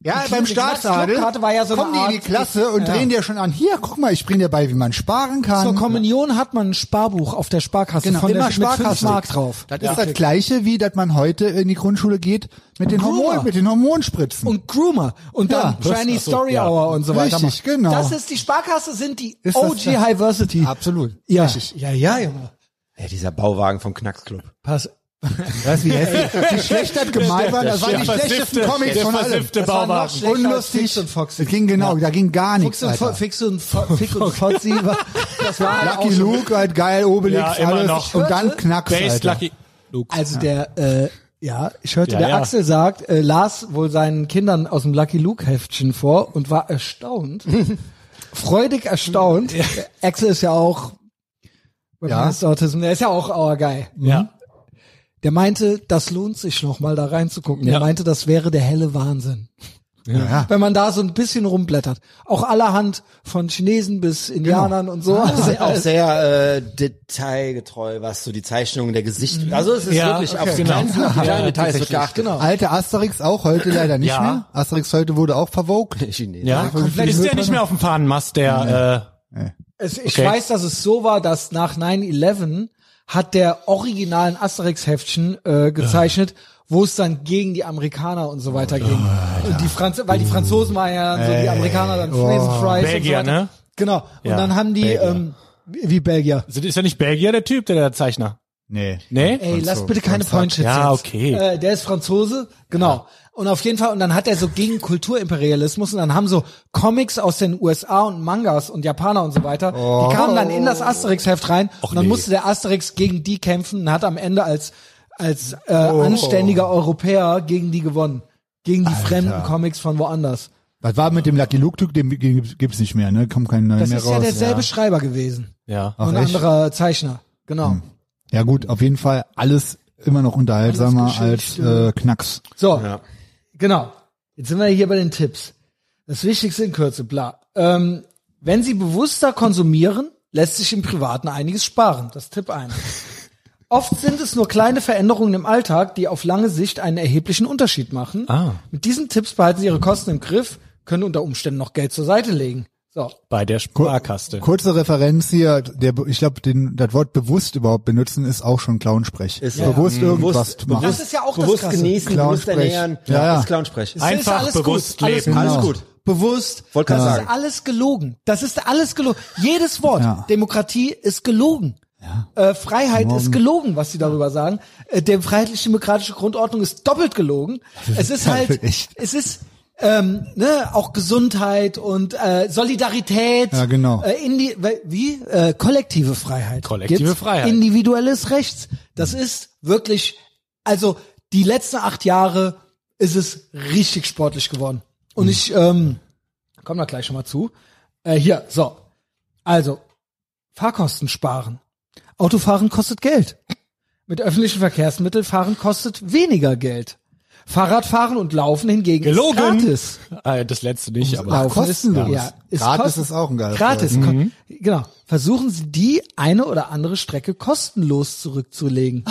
S3: Ja, beim
S1: die
S3: Staatsadel
S1: Knacksclubkarte war ja so eine
S3: kommen die in die
S1: Art-
S3: Klasse und
S1: Ja.
S3: drehen dir schon an. Hier, guck mal, ich bringe dir bei, wie man sparen kann.
S1: Zur Kommunion hat man ein Sparbuch auf der Sparkasse
S3: Genau,
S1: von
S3: immer
S1: der Sparkasse. mit
S3: Sparkasse.
S1: 5 Mark drauf.
S3: das ist das gleiche, wie dass man heute in die Grundschule geht mit den Hormonen,
S1: Cool.
S3: mit den Hormonspritzen.
S1: und Groomer und dann
S3: Ja.
S1: Tranny
S2: Ach so,
S1: Story
S2: ja.
S1: Hour und so weiter.
S3: Richtig, genau.
S1: Das ist die Sparkasse sind die
S3: Ist das
S1: OG
S3: das?
S1: Highversity.
S3: Absolut.
S1: Ja.
S3: Richtig.
S1: ja, ja, Junge.
S4: Ey, dieser Bauwagen vom Knacksclub.
S1: Pass.
S3: Weißt du, wie hässlich, wie schlecht das gemalt war? Das waren die
S2: Der
S3: schlechtesten
S2: versiffte-
S3: Comics
S2: der
S3: von allem.
S2: versiffte
S1: Das war noch
S2: Bauwagen.
S1: schlechter als
S3: Unlustig.
S1: Fix und Foxy.
S3: Das ging genau, da ging gar nichts.
S1: Fix und, Fo
S3: Alter.
S1: Fix und, Fo Fick und Fozzi war, das war halt
S3: Lucky
S1: auch schon-
S3: Luke, halt geil, Obelix,
S2: Ja, immer
S3: alles.
S2: noch.
S3: Und dann Knacks,
S2: Based
S3: Alter.
S2: Lucky. Luke.
S1: Also der, äh, ja, ich hörte,
S2: Ja,
S1: der
S2: ja.
S1: Axel sagt, äh, las wohl seinen Kindern aus dem Lucky Luke Heftchen vor und war erstaunt, freudig erstaunt. Axel ist ja auch
S3: Ja.
S1: Weaponized Autism, der ist ja auch our guy.
S2: Ja.
S1: Der meinte, das lohnt sich noch mal da reinzugucken. Der
S2: Ja.
S1: meinte, das wäre der helle Wahnsinn. wenn man da so ein bisschen rumblättert. Auch allerhand von Chinesen bis Indianern
S2: Genau.
S1: und so.
S2: Ah,
S1: Also,
S4: Auch sehr äh, detailgetreu, was so die Zeichnungen der Gesicht. Also es ist
S2: Ja,
S4: wirklich
S2: okay.
S4: auf die
S2: Genau.
S4: kleinsten auf die kleinen
S2: Ja,
S4: Details wird
S2: tatsächlich,
S4: geachtet. Genau.
S3: Alte Asterix auch heute leider nicht
S2: Ja.
S3: mehr. Asterix heute wurde auch verwogt.
S2: Ja,
S3: komplett.
S2: ist der nicht mehr auf dem Fahnenmast, der,
S1: es, ich
S2: Okay.
S1: weiß, dass es so war, dass nach 9-11 hat der originalen Asterix-Heftchen äh, gezeichnet, wo es dann gegen die Amerikaner und so weiter ging. Und die Franz weil die Franzosen waren ja so, die Amerikaner dann Fries and Fries
S2: Belgier,
S1: und so weiter.
S2: ne?
S1: Genau. Und
S2: Ja,
S1: dann haben die,
S4: Belgier.
S1: ähm, wie Belgier.
S2: äh, ist ja nicht Belgier, der Typ, der, der Zeichner.
S3: Nee.
S2: Nee?
S1: Ey, lass bitte keine
S3: Franzose.
S1: Pointshits
S2: Ja,
S1: jetzt.
S2: okay.
S1: Äh, der ist Franzose, genau. Und auf jeden Fall, und dann hat er so gegen Kulturimperialismus und dann haben so Comics aus den USA und Mangas und Japaner und so weiter, die kamen dann in das Asterix-Heft rein und dann
S2: nee.
S1: musste der Asterix gegen die kämpfen und hat am Ende als, als äh, anständiger Europäer gegen die gewonnen. Gegen die fremden Comics von woanders.
S3: Was war mit dem Lucky Luke Duke? Den gibt's gibt's nicht mehr, ne? Kommt kein neuer
S1: Das
S3: mehr
S1: ist
S3: raus.
S1: ja derselbe Schreiber gewesen.
S2: Ja.
S3: Ach,
S1: und ein
S3: echt?
S1: anderer Zeichner. Genau.
S3: Ja gut, auf jeden Fall alles immer noch unterhaltsamer
S1: Alles
S3: als
S1: geschickt,
S3: äh, Knacks.
S1: So, genau. Jetzt sind wir hier bei den Tipps. Das Wichtigste in Kürze, bla. Ähm, wenn Sie bewusster konsumieren, lässt sich im Privaten einiges sparen. Das ist Tipp ein. Oft sind es nur kleine Veränderungen im Alltag, die auf lange Sicht einen erheblichen Unterschied machen.
S2: Ah.
S1: Mit diesen Tipps behalten Sie Ihre Kosten im Griff, können unter Umständen noch Geld zur Seite legen. So,
S2: Bei der Sparkaste.
S3: Kurze Referenz hier, der, ich glaube, das Wort bewusst überhaupt benutzen ist auch schon Clownsprech.
S4: Ist so.
S1: Mhm.
S3: bewusst irgendwas
S4: bewusst,
S3: machen.
S1: Das ist ja auch das
S4: bewusst
S1: Krasse.
S4: genießen, bewusst
S3: Clownsprech.
S4: ernähren,
S3: Ja, ja.
S4: ist Clownsprech.
S1: Es
S2: Einfach
S1: alles gut,
S2: bewusst
S1: alles
S2: leben.
S1: gut.
S4: Alles gut.
S1: Genau. Bewusst.
S4: Wollte gerade
S1: das
S4: sagen.
S1: ist alles gelogen. Das ist alles gelogen. Jedes Wort.
S3: Ja.
S1: Demokratie ist gelogen. Äh, Freiheit ist gelogen, was sie darüber sagen. Äh, der freiheitlich-demokratische Grundordnung ist doppelt gelogen. Es ist halt,
S3: Echt?
S1: es ist ähm, ne, auch Gesundheit und äh, Solidarität.
S3: Ja, genau.
S1: Äh, indi we- wie? Äh, kollektive Freiheit.
S2: Kollektive Freiheit. Mhm.
S1: Individuelles Rechts. Das ist wirklich, also die letzten acht Jahre ist es richtig sportlich geworden. Und
S2: Mhm.
S1: ich ähm, komme da gleich schon mal zu. Äh, hier, so. Also, Fahrkosten sparen. Autofahren kostet Geld. Mit öffentlichen Verkehrsmitteln fahren kostet weniger Geld. Fahrradfahren und Laufen hingegen
S2: Gelogen.
S1: ist gratis.
S2: Äh, das letzte nicht, aber.
S3: Ach,
S1: Laufen
S3: kostenlos.
S1: Ist, ja, ist
S3: Gratis
S1: kosten-
S3: ist auch ein geiles
S1: Gratis. kon- Genau. Versuchen Sie die eine oder andere Strecke kostenlos zurückzulegen.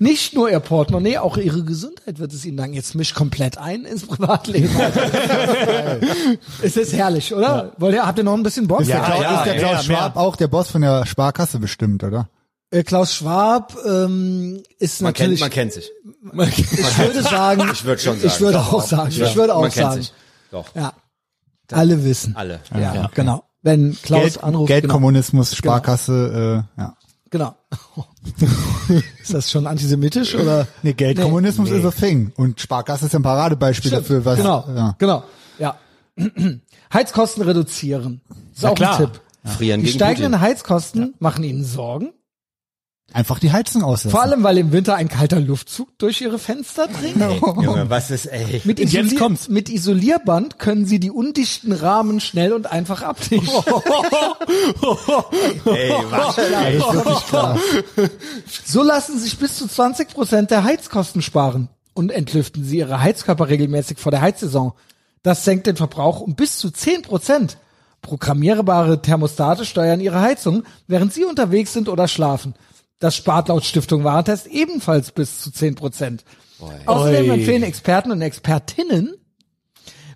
S1: Nicht nur Ihr Portemonnaie, auch Ihre Gesundheit wird es Ihnen danken. Jetzt misch komplett ein ins Privatleben. es ist herrlich, oder? Wollt ihr, habt ihr noch ein bisschen Bock?
S3: Ist der,
S2: Ja,
S3: Klaus,
S2: ja,
S3: ist der
S2: ja,
S3: Klaus
S2: ja,
S3: Schwab auch der Boss von der Sparkasse bestimmt, oder?
S1: Äh, Klaus Schwab ähm, ist
S4: Man
S1: natürlich.
S4: kennt, man kennt sich.
S1: ich würde sagen.
S4: Ich würde schon sagen.
S1: Ich würde auch sagen.
S4: Ja,
S1: Ich würde auch
S4: man kennt
S1: sagen.
S4: sich. Doch,
S1: Ja. Alle wissen.
S4: alle.
S1: Ja, genau. Wenn Klaus
S3: Geld,
S1: anruft. genau.
S3: Geldkommunismus, Sparkasse, äh, ja.
S1: Genau. ist das schon antisemitisch oder?
S3: Nee, Geldkommunismus is a thing. Und Sparkasse ist ja ein Paradebeispiel dafür, was,
S1: genau,
S3: ja.
S1: genau, ja. Heizkosten reduzieren. Ist
S2: Na
S1: auch
S2: klar.
S1: ein Tipp.
S4: Frieren
S1: Die
S4: gegen
S1: steigenden
S4: Putin.
S1: Heizkosten machen ihnen Sorgen.
S3: Einfach die Heizung aussetzen.
S1: Vor allem, weil im Winter ein kalter Luftzug durch ihre Fenster dringt.
S4: Junge, was ist, ey?
S1: Mit,
S2: Und jetzt
S1: Isolier
S2: kommt's.
S1: mit Isolierband können sie die undichten Rahmen schnell und einfach abdichten.
S4: ey, was? Ey,
S1: So lassen sich bis zu 20 Prozent der Heizkosten sparen und entlüften sie ihre Heizkörper regelmäßig vor der Heizsaison. Das senkt den Verbrauch um bis zu 10 Prozent. Programmierbare Thermostate steuern ihre Heizung, während sie unterwegs sind oder schlafen. Das spart laut Stiftung Warentest ebenfalls bis zu 10 Prozent. Außerdem
S2: Oi.
S1: empfehlen Experten und Expertinnen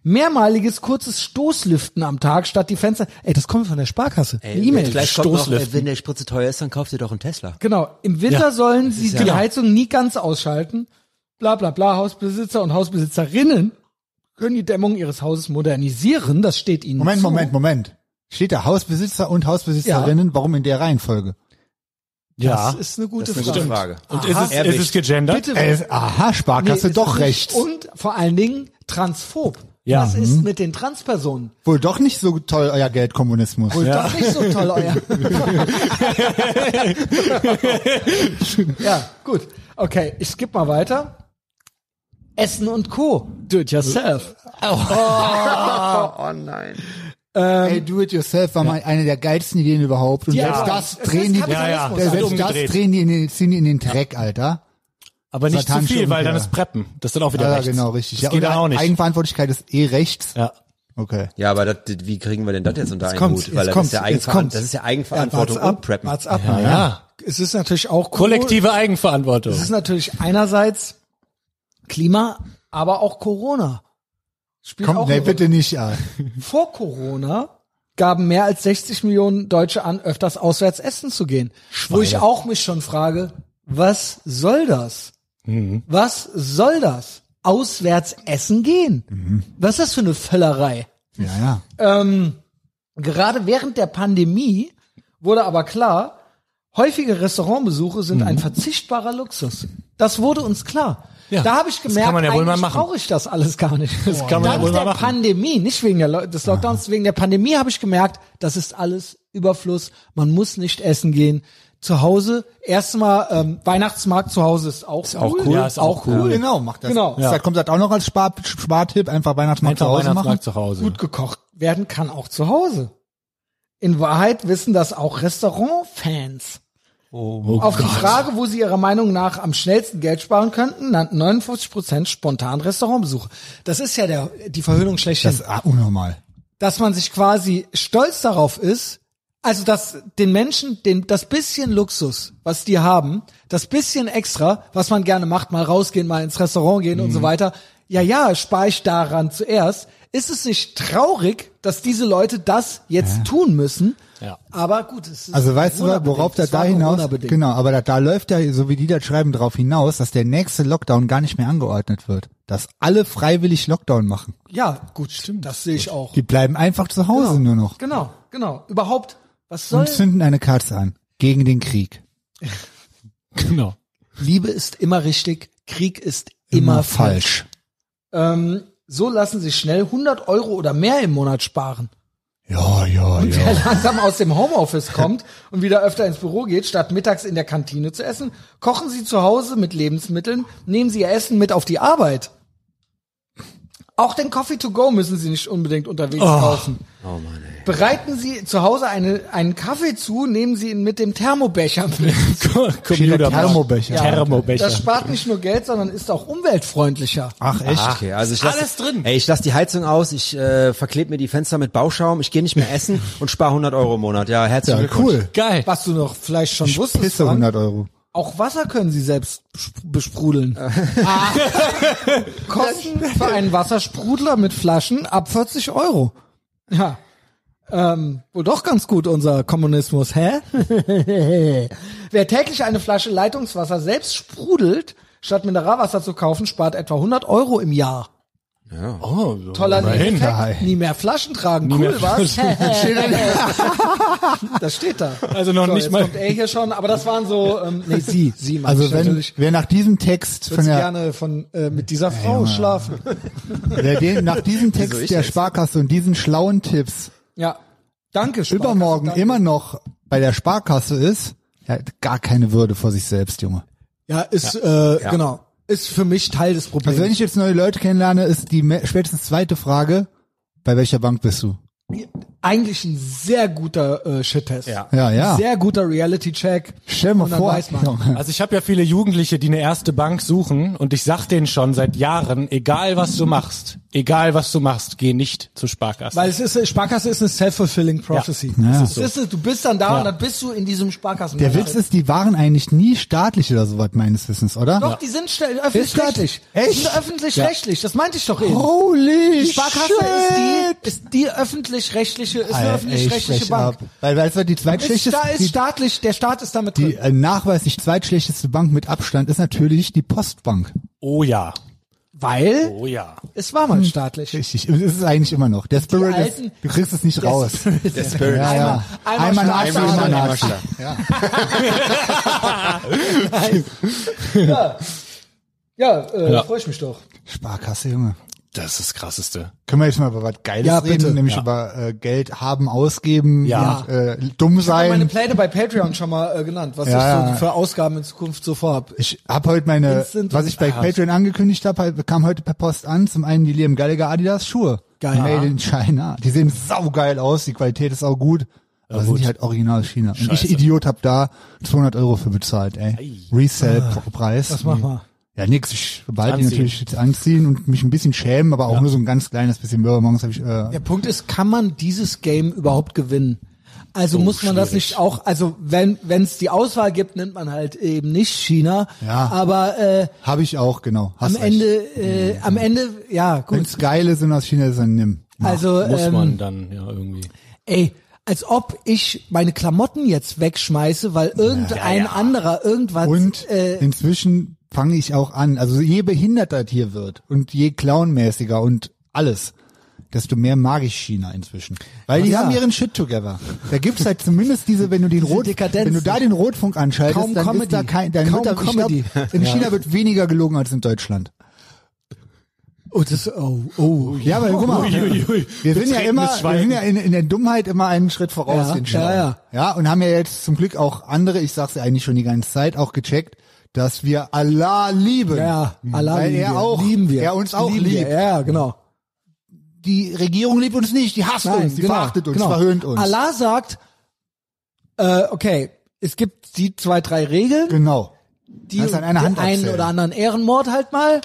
S1: mehrmaliges kurzes Stoßlüften am Tag statt die Fenster. Ey, das kommt von der Sparkasse. Eine E-Mail.
S4: Gleich kommt noch,
S2: Stoßlüften.
S4: äh, wenn der Spritze teuer ist, dann kauft ihr doch einen Tesla.
S1: Genau. Im Winter
S2: Ja.
S1: sollen sie die
S2: Genau.
S1: Heizung nie ganz ausschalten. Bla bla bla. Hausbesitzer und Hausbesitzerinnen können die Dämmung ihres Hauses modernisieren. Das steht ihnen
S3: Moment,
S1: zu.
S3: Moment, Moment. Steht da Hausbesitzer und Hausbesitzerinnen, warum in der Reihenfolge?
S1: Das
S2: ja.
S1: ist eine gute
S4: Das ist eine
S1: Frage.
S4: gute Frage.
S2: Und ist es,
S4: Aha.
S2: ist es gegendert?
S1: Bitte.
S3: Äh, aha,
S1: Nee,
S3: Sparkasse
S1: ist
S3: doch
S1: nicht.
S3: rechts.
S1: Und vor allen Dingen transphob.
S2: Ja.
S1: Was ist mit den Transpersonen?
S3: Wohl doch nicht so toll, euer Geldkommunismus.
S1: Wohl doch nicht so toll, euer. ja, gut. Okay, ich skipp mal weiter. Essen und Co. Do it yourself.
S3: Hey, do it yourself war mal eine der geilsten Ideen überhaupt. Und
S1: Ja,
S3: selbst
S1: es
S3: das drehen
S1: ist
S3: die,
S1: Kapitalismus.
S2: Ja, ja.
S3: selbst das
S2: Umgedreht.
S3: drehen die in den, ziehen die in den Dreck, Alter.
S2: Aber nicht zu
S3: Satan-Schuhe
S2: viel, weil dann
S3: wieder.
S2: ist Preppen. Das ist dann auch wieder
S3: Ja,
S2: rechts.
S3: genau, richtig.
S2: Das geht
S3: und
S2: dann auch nicht.
S3: Eigenverantwortlichkeit ist eh rechts.
S2: ja.
S3: Okay.
S4: Ja, aber das, das- wie kriegen wir denn das jetzt unter einen
S1: kommt's,
S4: Hut? Weil
S1: jetzt
S4: das,
S1: kommt's,
S4: ist ja
S1: jetzt
S4: Eigenveran-
S1: kommt's.
S4: das ist ja
S1: Ja,
S4: Eigenverantwortung
S1: wart's ab,
S4: und Preppen.
S1: wart's ab. Ja, ja. Es ist natürlich auch Kohle-
S2: Kollektive Eigenverantwortung.
S1: Es ist natürlich einerseits Klima, aber auch Corona. Spielt
S3: Komm,
S1: auch
S3: nee,
S1: eine Rolle.
S3: bitte nicht, ja.
S1: Vor Corona gaben mehr als 60 Millionen Deutsche an, öfters auswärts essen zu gehen. Wo ich auch mich schon frage, was soll das? Was soll das? Auswärts essen gehen? Was ist das für eine Völlerei?
S3: Ja, ja.
S1: Ähm, gerade während der Pandemie wurde aber klar, häufige Restaurantbesuche sind
S2: Mhm.
S1: ein verzichtbarer Luxus. Das wurde uns klar.
S2: Ja,
S1: da habe ich
S2: das
S1: gemerkt,
S2: kann man ja wohl mal
S1: eigentlich
S2: machen.
S1: brauche ich das alles gar nicht. Das
S2: kann man ja
S1: Dank
S2: wohl mal
S1: der
S2: machen. Ah.
S1: Pandemie, nicht wegen der Leu- des Lockdowns, wegen der Pandemie habe ich gemerkt, das ist alles Überfluss. Man muss nicht essen gehen. Zu Hause, erstmal ähm, Weihnachtsmarkt zu Hause ist auch ist cool.
S4: auch cool.
S2: Ja, ist auch cool.
S3: Genau, macht das.
S1: Genau.
S3: Das kommt das auch noch als Spar Spartipp, einfach Weihnachtsmarkt
S2: Einfach
S3: zu Hause machen.
S2: Weihnachtsmarkt zu Hause.
S1: gut gekocht werden kann auch zu Hause. In Wahrheit wissen das auch Restaurantfans.
S2: Oh
S1: Auf die
S2: Gott.
S1: Frage, wo sie ihrer Meinung nach am schnellsten Geld sparen könnten, nannten 59 Prozent spontan Restaurantbesuche. Das ist ja der, die Verhöhnung schlechthin.
S3: Das ist ah, unnormal.
S1: dass man sich quasi stolz darauf ist, also dass den Menschen den, das bisschen Luxus, was die haben, das bisschen extra, was man gerne macht, mal rausgehen, mal ins Restaurant gehen
S3: Mhm.
S1: und so weiter, ja, ja, spare ich daran zuerst. Ist es nicht traurig, dass diese Leute das jetzt tun müssen?
S2: Ja.
S1: Aber gut, es ist
S3: Also weißt du, worauf
S1: Corona-bedingt.
S3: das
S1: Es war
S3: da hinaus,
S1: Corona-bedingt.
S3: genau, aber da, da läuft ja, so wie die das schreiben, drauf hinaus, dass der nächste Lockdown gar nicht mehr angeordnet wird. Dass alle freiwillig Lockdown machen.
S1: Ja, gut, stimmt. Das sehe ich auch.
S3: Die bleiben einfach zu Hause nur noch
S1: Genau, genau. Überhaupt, was soll
S3: und zünden eine Katze an. Gegen den Krieg.
S2: Genau.
S1: Liebe ist immer richtig, Krieg ist immer,
S3: Immer
S1: falsch.
S3: falsch.
S1: Ähm, so lassen sich schnell 100 Euro oder mehr im Monat sparen.
S3: Ja, ja,
S1: Wer
S3: ja.
S1: langsam aus dem Homeoffice kommt und wieder öfter ins Büro geht, statt mittags in der Kantine zu essen, kochen Sie zu Hause mit Lebensmitteln, nehmen Sie Ihr Essen mit auf die Arbeit. Auch den Coffee to go müssen Sie nicht unbedingt unterwegs
S3: Oh.
S1: kaufen. Bereiten Sie zu Hause eine, einen Kaffee zu, nehmen Sie ihn mit dem Thermobecher mit.
S2: Computer.
S3: Thermobecher.
S2: Thermobecher.
S1: Das spart nicht nur Geld, sondern ist auch umweltfreundlicher.
S3: Ach echt?
S4: Okay, also ich lass,
S2: Alles drin.
S4: Ey, ich lasse die Heizung aus, ich äh, verklebe mir die Fenster mit Bauschaum, ich gehe nicht mehr essen und spare 100 Euro im Monat. Ja, herzlichen
S3: ja,
S4: Glückwunsch.
S3: cool.
S2: Geil.
S1: Was du noch vielleicht schon wusstest,
S3: Pisse
S1: Frank,
S3: 100 Euro.
S1: Auch Wasser können sie selbst sp- besprudeln. Kosten für einen Wassersprudler mit Flaschen ab 40 Euro. Ja. Ähm, wohl doch ganz gut unser Kommunismus, hä? Wer täglich eine Flasche Leitungswasser selbst sprudelt, statt Mineralwasser zu kaufen, spart etwa 100 Euro im Jahr.
S2: Oh,
S1: Toller
S2: immerhin.
S1: Nebeneffekt. Nie mehr Flaschen tragen,
S2: Nie
S1: cool
S2: mehr
S1: was?
S2: Flaschen.
S1: das steht da.
S2: Also noch
S1: so,
S2: nicht
S1: jetzt
S2: mal-
S1: kommt er hier schon, aber das waren so, ähm, nee, sie, sie meine
S3: Also
S1: ich
S3: wenn,
S1: natürlich
S3: wer nach diesem Text von
S1: würde
S3: der,
S1: gerne von äh, mit dieser Frau schlafen.
S3: wer den, nach diesem Text der Sparkasse und diesen schlauen Tipps
S1: Ja. Danke, Sparkasse,
S3: übermorgen
S1: danke.
S3: immer noch bei der Sparkasse ist, der hat gar keine Würde vor sich selbst, Junge.
S1: Ja, ist Äh, genau. Ist für mich Teil des Problems.
S3: Also wenn ich jetzt neue Leute kennenlerne, ist die me- spätestens zweite Frage, bei welcher Bank bist du?
S1: Eigentlich ein sehr guter äh, Shit-Test.
S2: Ja.
S3: Ja, ja.
S1: Sehr guter Reality-Check.
S3: Stell mal
S1: Und dann
S3: vor,
S1: weiß man.
S3: Junge.
S2: Also ich habe ja viele Jugendliche, die eine erste Bank suchen und ich sag denen schon seit Jahren, egal was du machst, egal was du machst, geh nicht zur Sparkasse.
S1: Weil es ist, Sparkasse ist eine self-fulfilling prophecy.
S3: Ja.
S1: Es ist, du bist dann da
S2: Ja.
S1: und dann bist du in diesem Sparkassen.
S3: der Witz ist, die waren eigentlich nie staatlich oder sowas meines Wissens, oder?
S1: Doch, die sind stell- öffentlich-rechtlich.
S3: das-
S1: Die sind
S3: Echt? Oh.
S1: öffentlich-rechtlich, das meinte ich doch eben.
S3: Holy
S1: Die Sparkasse
S3: shit.
S1: ist die, ist die öffentlich-rechtliche, ist eine
S3: Alter, ey, ich
S1: öffentlich-rechtliche
S3: brech
S1: Bank.
S3: ab. Weil, weißt du, die
S1: Ist,
S3: zweitschlechteste,
S1: sta ist
S3: die,
S1: staatlich, der Staat ist damit drin.
S3: die äh, nachweislich zweitschlechteste Bank mit Abstand ist natürlich die Postbank.
S2: oh ja,
S1: Weil
S2: oh ja.
S1: es war
S3: Hm.
S1: mal staatlich.
S3: Richtig, es ist eigentlich immer noch. Der Spirit
S1: alten-
S3: ist, du kriegst es nicht raus.
S4: Der Spirit.
S3: Ja, ja.
S1: Einmal-
S3: Einmal
S1: einmal
S3: Nazi,
S1: Staat,
S3: immer
S1: einmal
S3: Nazi.
S4: Staat.
S1: Ja, äh,
S2: Ja.
S1: freue ich mich doch.
S3: Sparkasse, Junge.
S2: Das ist das krasseste.
S3: Können wir jetzt mal über was Geiles
S1: Ja, bitte.
S3: reden, nämlich
S2: Ja.
S3: über äh, Geld haben, ausgeben,
S2: Ja.
S3: und, äh, dumm
S1: Ich habe meine
S3: sein.
S1: Pläne bei Patreon schon mal äh, genannt, was
S3: Ja,
S1: ich so
S3: ja.
S1: für Ausgaben in Zukunft so vorhab.
S3: Ich habe heute meine,
S1: Instant-
S3: was ich bei Patreon angekündigt habe, kam heute per Post an. Zum einen die Liam Gallagher Adidas Schuhe.
S1: Geil.
S3: Made in China. Die sehen saugeil aus, die Qualität ist auch gut. Aber sind die halt original aus China. Und ich Idiot hab da 200 Euro für bezahlt, ey. Resell-Preis.
S1: Ah. Das mach mal.
S3: Ja, nix. Ich bald
S2: Anziehen.
S3: natürlich jetzt anziehen und mich ein bisschen schämen, aber auch nur so ein ganz kleines bisschen. Ja, morgens habe ich äh,
S1: Der Punkt ist, kann man dieses Game überhaupt gewinnen?
S3: Oh,
S1: Also muss man das nicht auch, also wenn wenn es die Auswahl gibt, nimmt man halt eben nicht China.
S3: Ja.
S1: Aber äh,
S3: habe ich auch genau. Hast
S1: am
S3: recht. Mhm.
S1: Ende, äh, am Ende, ja gut.
S3: Wenn's geile sind aus China, ist dann nimm.
S1: Also
S2: Muss
S1: ähm,
S2: man dann ja irgendwie.
S1: Ey, als ob ich meine Klamotten jetzt wegschmeiße, weil irgendein anderer irgendwas.
S3: Und
S1: äh,
S3: inzwischen fange ich auch an. Also je behinderter das hier wird und je clownmäßiger und alles, desto mehr mag ich China inzwischen. Weil die
S1: Ja.
S3: haben ihren Shit together. Da gibt's halt zumindest diese, wenn du den Rot,
S1: Dekadenz.
S3: wenn du da den Rotfunk anschaltest,
S1: Kaum
S3: dann
S1: Comedy.
S3: ist da kein, dann
S1: Kaum
S3: wird da, ich
S1: Comedy.
S3: Glaub, in China wird weniger gelogen als in Deutschland.
S1: oh, das, oh, oh.
S3: Ja, aber guck mal,
S2: Uiuiui.
S3: wir sind ja
S2: Betretenes
S3: immer, wir
S2: Schweigen.
S3: sind ja in, in der Dummheit immer einen Schritt voraus.
S1: Ja,
S3: den Schlau.
S1: ja, ja.
S3: ja, und haben ja jetzt zum Glück auch andere, ich sag's ja eigentlich schon die ganze Zeit, auch gecheckt, dass wir Allah lieben.
S1: Ja, Allah
S3: Weil
S1: lieben
S3: er
S1: wir,
S3: auch,
S1: lieben wir.
S3: er uns auch
S1: lieben
S3: liebt.
S1: Wir. Ja, genau.
S3: Die Regierung liebt uns nicht, die hasst uns, die
S1: genau,
S3: verachtet uns,
S1: genau.
S3: verhöhnt uns.
S1: Allah sagt, äh, okay, es gibt die zwei, drei Regeln,
S3: Genau.
S1: die
S3: kannst an einer
S1: den
S3: Hand
S1: einen
S3: abzählen.
S1: oder anderen Ehrenmord halt mal,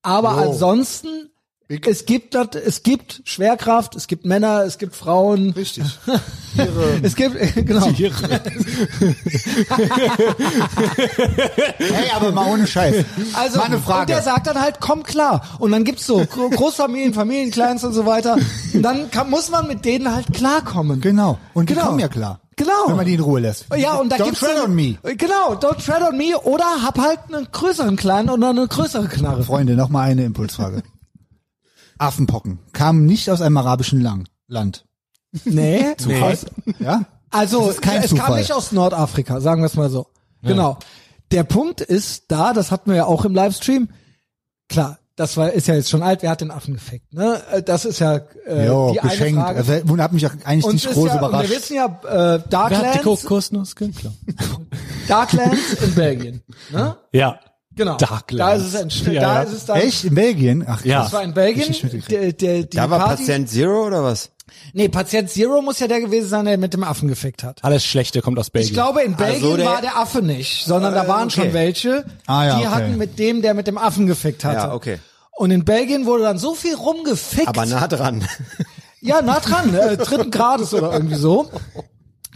S1: aber
S3: Wow.
S1: ansonsten
S3: Big-
S1: es gibt das, es gibt Schwerkraft, es gibt Männer, es gibt Frauen,
S3: Richtig.
S1: es gibt genau.
S3: Hey, aber mal ohne Scheiß.
S1: Also
S3: mal eine
S1: und
S3: Frage.
S1: der sagt dann halt, komm klar. Und dann gibt's so Gro- Großfamilien, Familienclans und so weiter. Und dann kann, muss man mit denen halt klarkommen.
S3: Genau. Und die
S1: Genau.
S3: kommen ja klar.
S1: Genau.
S3: Wenn man die in Ruhe lässt.
S1: Ja, und da
S3: Don't
S1: gibt's
S3: tread
S1: so-
S3: on me.
S1: Genau, don't tread on me oder hab halt einen größeren Clan oder eine größere Knarre.
S3: Freunde, noch mal eine Impulsfrage. Affenpocken kamen nicht aus einem arabischen Lang Land.
S1: Nee,
S2: Zufall.
S3: Ja?
S1: also
S3: Das ist kein
S1: es kam
S3: Zufall.
S1: nicht aus Nordafrika, sagen wir es mal so. Genau. Der Punkt ist da, das hatten wir ja auch im Livestream. Klar, das war ist ja jetzt schon alt, wer hat den Affen gefickt, ne? Äh, Das ist ja äh,
S3: Jo,
S1: die eine
S3: geschenkt.
S1: Frage.
S3: Also, wundert hat mich auch eigentlich
S1: Und
S3: nicht
S1: es ist
S3: groß
S1: ja, und wir
S3: überrascht.
S1: wissen ja, äh,
S2: Wer hat die
S1: Darklands,
S2: Kokosnuss geklaut?
S1: Darklands in Belgien. Ne?
S2: Ja.
S1: Genau.
S2: Darklands.
S1: Da ist es entstanden.
S2: Ja,
S1: da
S2: ja.
S1: ist es dann.
S3: Echt? In Belgien? Ach,
S2: Ja.
S3: krass.
S1: Das war in Belgien.
S3: Ich- ich mitgekriegt.
S1: Der, der, die
S4: Da war
S1: Party,
S4: Patient Zero oder was?
S1: Nee, Patient Zero muss ja der gewesen sein, der mit dem Affen gefickt hat.
S2: Alles Schlechte kommt aus Belgien.
S1: Ich glaube, in Belgien
S4: so, Also der- Äh,
S1: war der Affe nicht, sondern da waren schon
S4: okay.
S1: welche,
S3: Ah, ja,
S1: die
S3: okay.
S1: hatten mit dem, der mit dem Affen gefickt hatte.
S4: Ja, okay.
S1: Und in Belgien wurde dann so viel rumgefickt.
S4: Aber nah dran.
S1: Ja, nah dran, äh, dritten Grades oder irgendwie so.